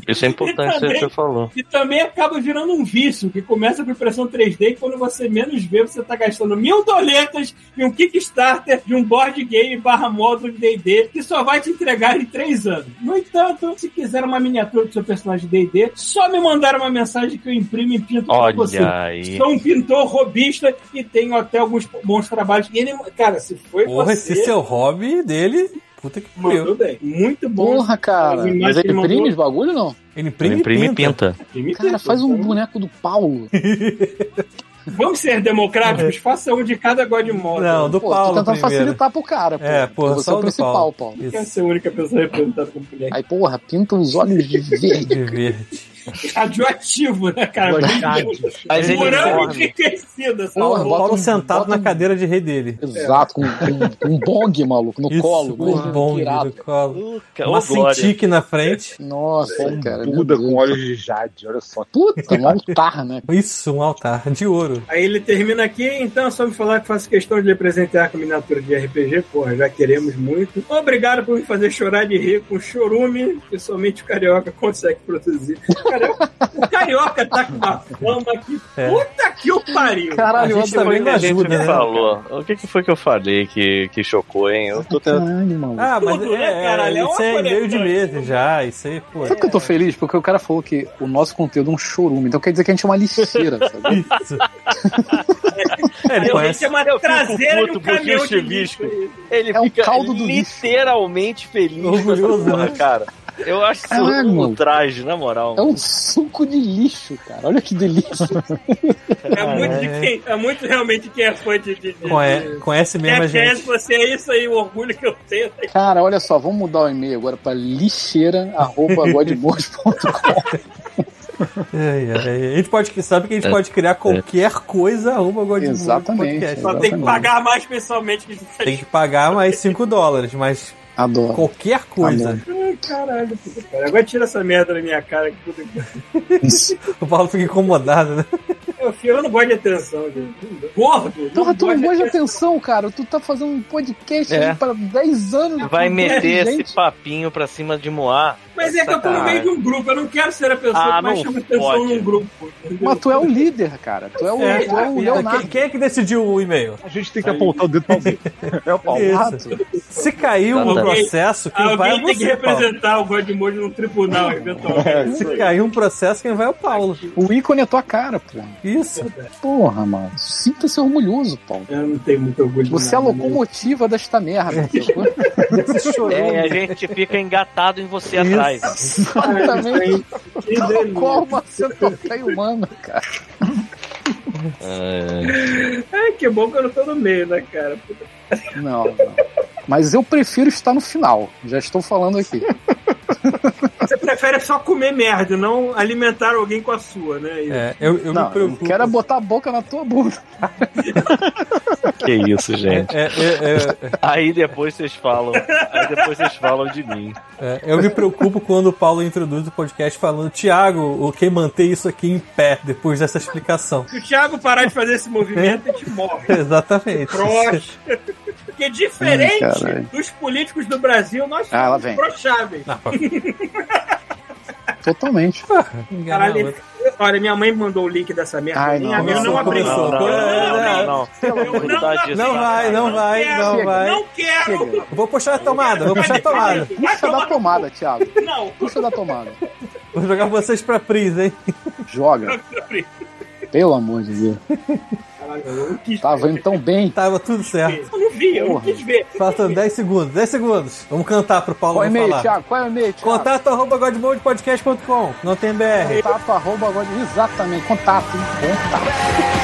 Speaker 11: isso é
Speaker 1: importante, isso que você
Speaker 11: falou.
Speaker 1: E também acaba virando um vício, que começa com impressão 3D e quando você menos vê, você tá gastando mil doletas em um Kickstarter de um board game barra módulo de D&D que só vai te entregar em três anos. No entanto, se quiser uma miniatura do seu personagem de D&D, só me mandar uma mensagem que eu imprimo e pinto pra você.
Speaker 11: aí.
Speaker 1: Sou um pintor robista e tenho até alguns bons trabalhos. E ele, cara, se foi
Speaker 3: Porra,
Speaker 1: você,
Speaker 3: esse seu hobby dele, puta que pariu.
Speaker 1: mandou bem. Muito bom.
Speaker 9: Porra, cara.
Speaker 1: Imagem
Speaker 9: Mas ele
Speaker 1: que mandou-
Speaker 9: imprime os bagulho não?
Speaker 3: Ele imprime, e pinta.
Speaker 1: Imprime
Speaker 9: Cara,
Speaker 1: tudo.
Speaker 9: faz um boneco do Paulo.
Speaker 1: então. Vamos ser democráticos? Faça um de cada God Mode.
Speaker 3: É. Não, do
Speaker 9: Pô, tô
Speaker 3: Paulo
Speaker 9: tentando
Speaker 3: primeiro.
Speaker 9: facilitar pro cara, pô.
Speaker 3: É, porra,
Speaker 9: Você
Speaker 3: só
Speaker 9: é
Speaker 3: o
Speaker 9: o
Speaker 3: do
Speaker 9: principal,
Speaker 3: Paulo.
Speaker 9: Paulo.
Speaker 1: Quer
Speaker 3: Isso,
Speaker 1: ser a única pessoa representada como mulher.
Speaker 9: Aí, porra, pinta os olhos de verde.
Speaker 3: de verde.
Speaker 1: Radioativo, né, cara?
Speaker 11: Mas ele
Speaker 1: Morango
Speaker 11: dorme.
Speaker 1: enriquecida, essa
Speaker 3: Paulo,
Speaker 1: porra.
Speaker 9: Porra, bota
Speaker 3: Paulo
Speaker 9: um-
Speaker 3: sentado
Speaker 9: bota
Speaker 3: na
Speaker 9: um-
Speaker 3: cadeira de rei dele.
Speaker 9: Exato,
Speaker 5: É.
Speaker 9: com, com, com um bong, maluco, no
Speaker 3: Isso, um
Speaker 9: colo.
Speaker 3: o
Speaker 11: um
Speaker 9: Porra,
Speaker 3: bong
Speaker 11: né?
Speaker 9: irado.
Speaker 3: do colo.
Speaker 11: Nunca,
Speaker 3: Hum, é Uma
Speaker 11: ô glória.
Speaker 3: cintique na frente.
Speaker 9: Nossa, cara. meu
Speaker 5: é Buda
Speaker 9: Deus.
Speaker 5: com olhos de jade, olha só.
Speaker 9: Puta, um altar, né?
Speaker 3: Isso, um altar de ouro.
Speaker 1: Aí ele termina aqui, então é só me falar que faço questão de lhe presentear com miniatura de RPG, porra, já queremos muito. Obrigado por me fazer chorar de rir com chorume que somente o carioca consegue produzir. O carioca, o carioca tá com uma fama que
Speaker 3: É.
Speaker 1: puta que o pariu.
Speaker 3: Caralho,
Speaker 1: A
Speaker 3: o
Speaker 1: gente
Speaker 3: outro também
Speaker 1: foi-
Speaker 3: não
Speaker 11: A gente
Speaker 3: ajuda,
Speaker 11: me
Speaker 3: né?
Speaker 11: falou. O que, que foi que eu falei que, que chocou, hein? Eu tô tentando.
Speaker 9: Caralho, maluco.
Speaker 3: Ah, mas
Speaker 1: Tudo, né,
Speaker 3: é,
Speaker 1: caralho? É uma
Speaker 3: isso é meio de
Speaker 1: conexão.
Speaker 3: medo já. Isso aí, pô.
Speaker 9: Sabe por que
Speaker 11: É.
Speaker 9: eu tô feliz? Porque o cara falou que o nosso conteúdo é um chorume, então quer dizer que a gente é uma lixeira, sabe?
Speaker 3: Isso. É,
Speaker 1: A
Speaker 3: ele
Speaker 1: gente
Speaker 3: conhece.
Speaker 1: é uma
Speaker 11: Eu fico
Speaker 1: traseira de um
Speaker 11: puto por
Speaker 1: caminhão de
Speaker 11: Juscevisco.
Speaker 1: lixo.
Speaker 11: Ele
Speaker 9: É um
Speaker 11: fica
Speaker 9: caldo do lixo.
Speaker 11: literalmente feliz
Speaker 3: Orgulhoso,
Speaker 11: com essa porra,
Speaker 3: né?
Speaker 11: cara. Eu acho isso
Speaker 9: Caralho,
Speaker 11: um
Speaker 9: mano.
Speaker 11: traje, na moral.
Speaker 9: É um suco de lixo, cara. Olha que delícia.
Speaker 1: É muito, de quem, é muito realmente quem é fã de. de, de
Speaker 3: Conhece, conhece mesmo a
Speaker 1: Jack Jazz,
Speaker 3: gente.
Speaker 1: você é isso aí, o orgulho que eu tenho.
Speaker 9: Cara, olha só, vamos mudar o e-mail agora pra lixeira.godmode.com.
Speaker 3: Ai, ai, ai. A gente pode, sabe que a gente pode criar qualquer coisa arroba God Mode
Speaker 9: Exatamente,
Speaker 3: podcast.
Speaker 1: Só tem que
Speaker 9: Exatamente.
Speaker 1: pagar mais pessoalmente que
Speaker 3: Tem que pagar mais 5 dólares, mas
Speaker 9: Adoro.
Speaker 3: qualquer coisa.
Speaker 1: Caralho, puta, cara. agora tira essa merda da minha cara. Que puta... que-
Speaker 3: O Paulo fica incomodado, né?
Speaker 1: Eu, filho, eu não gosto de atenção. gente. Gordo!
Speaker 9: Porra, tu não
Speaker 1: gosto
Speaker 9: gosta de atenção, cara. Tu tá fazendo um podcast
Speaker 11: É.
Speaker 9: aí pra 10 anos.
Speaker 11: Vai
Speaker 9: com
Speaker 11: meter
Speaker 9: 10
Speaker 11: esse
Speaker 9: gente.
Speaker 11: papinho pra cima de Moá.
Speaker 1: Mas é que eu tô no meio de um grupo, eu não quero ser a pessoa
Speaker 11: Ah,
Speaker 1: que mais
Speaker 11: não
Speaker 1: chama atenção
Speaker 11: pode.
Speaker 1: num grupo. entendeu?
Speaker 9: Mas tu é o líder, cara. Tu é o,
Speaker 3: É,
Speaker 9: tu é o
Speaker 3: Quem,
Speaker 9: Leonardo.
Speaker 3: quem é que decidiu o e-mail?
Speaker 5: A gente tem que apontar o dedo pra alguém. É o Paulo.
Speaker 3: Isso. Se caiu um
Speaker 11: Exatamente.
Speaker 3: processo, quem vai
Speaker 1: Ah,
Speaker 3: é
Speaker 1: Alguém tem que
Speaker 3: você, Paulo.
Speaker 1: representar o Godmode num tribunal, eventualmente.
Speaker 3: Se caiu um processo, quem vai é o Paulo.
Speaker 9: O ícone é tua cara, porra.
Speaker 3: Isso.
Speaker 9: Porra, mano. Sinta-se orgulhoso, Paulo.
Speaker 1: Eu não tenho muito orgulho. de
Speaker 9: Você é a
Speaker 1: nada, né?
Speaker 9: locomotiva desta merda. sacou?
Speaker 3: Esse chorou.
Speaker 11: É, a gente fica engatado em você
Speaker 3: Isso.
Speaker 11: atrás.
Speaker 9: Exatamente.
Speaker 1: Que
Speaker 9: Tá
Speaker 1: delícia.
Speaker 9: Qual uma centopeia humana, cara?
Speaker 1: É, que bom que eu não tô no meio, né, cara?
Speaker 9: Não, não. Mas eu prefiro estar no final. Já estou falando aqui.
Speaker 1: Você prefere só comer merda, não alimentar alguém com a sua, né?
Speaker 3: É, eu, eu
Speaker 9: não,
Speaker 3: me
Speaker 9: eu
Speaker 3: preocupo.
Speaker 9: quero é botar a boca na tua bunda.
Speaker 11: Que isso, gente.
Speaker 3: É, é, é,
Speaker 11: Aí depois vocês falam. Aí depois vocês falam de mim.
Speaker 3: é, eu me preocupo quando o Paulo introduz o podcast falando, Tiago, o que manter isso aqui em pé depois dessa explicação.
Speaker 1: Se o Thiago parar de fazer esse movimento, a gente morre.
Speaker 3: Exatamente.
Speaker 1: Trouxa. Porque diferente
Speaker 9: Ai, caralho.
Speaker 1: dos políticos do Brasil, nós
Speaker 9: Ah, ela
Speaker 1: somos
Speaker 9: vem.
Speaker 1: trouxáveis.
Speaker 3: Não,
Speaker 9: Totalmente.
Speaker 3: engana
Speaker 1: Caralho,
Speaker 3: a outra.
Speaker 1: Olha, minha mãe mandou o link dessa merda.
Speaker 9: Ai,
Speaker 1: minha
Speaker 9: não,
Speaker 1: eu não
Speaker 3: não,
Speaker 1: abri.
Speaker 3: não,
Speaker 1: Eu
Speaker 3: não, não,
Speaker 1: abri.
Speaker 3: não.
Speaker 1: Eu não abri.
Speaker 3: Não vai, não vai,
Speaker 1: quero,
Speaker 3: não vai.
Speaker 1: Não quero.
Speaker 3: Vou puxar a tomada, vou puxar a
Speaker 1: Vai
Speaker 3: tomada.
Speaker 9: Puxa da
Speaker 1: tomar-
Speaker 9: tomada, Thiago.
Speaker 1: Não,
Speaker 9: Puxa da tomada.
Speaker 3: Vou jogar vocês pra prisa, hein?
Speaker 9: Joga. Pelo amor de Deus.
Speaker 1: Caralho, eu não quis
Speaker 9: Tava indo tão bem.
Speaker 3: Tava tudo certo.
Speaker 1: ver. Eu não vi, eu não
Speaker 9: Porra.
Speaker 1: quis ver.
Speaker 3: Faltam 10 segundos, 10 segundos. Vamos cantar pro Paulo
Speaker 9: Qual é o
Speaker 3: não
Speaker 9: e-mail,
Speaker 3: falar.
Speaker 9: Thiago? Qual é o e-mail, Thiago?
Speaker 3: Contato arroba godmodepodcast.com. Não tem BR.
Speaker 9: Contato arroba agora. Exatamente. Contato. hein? Contato.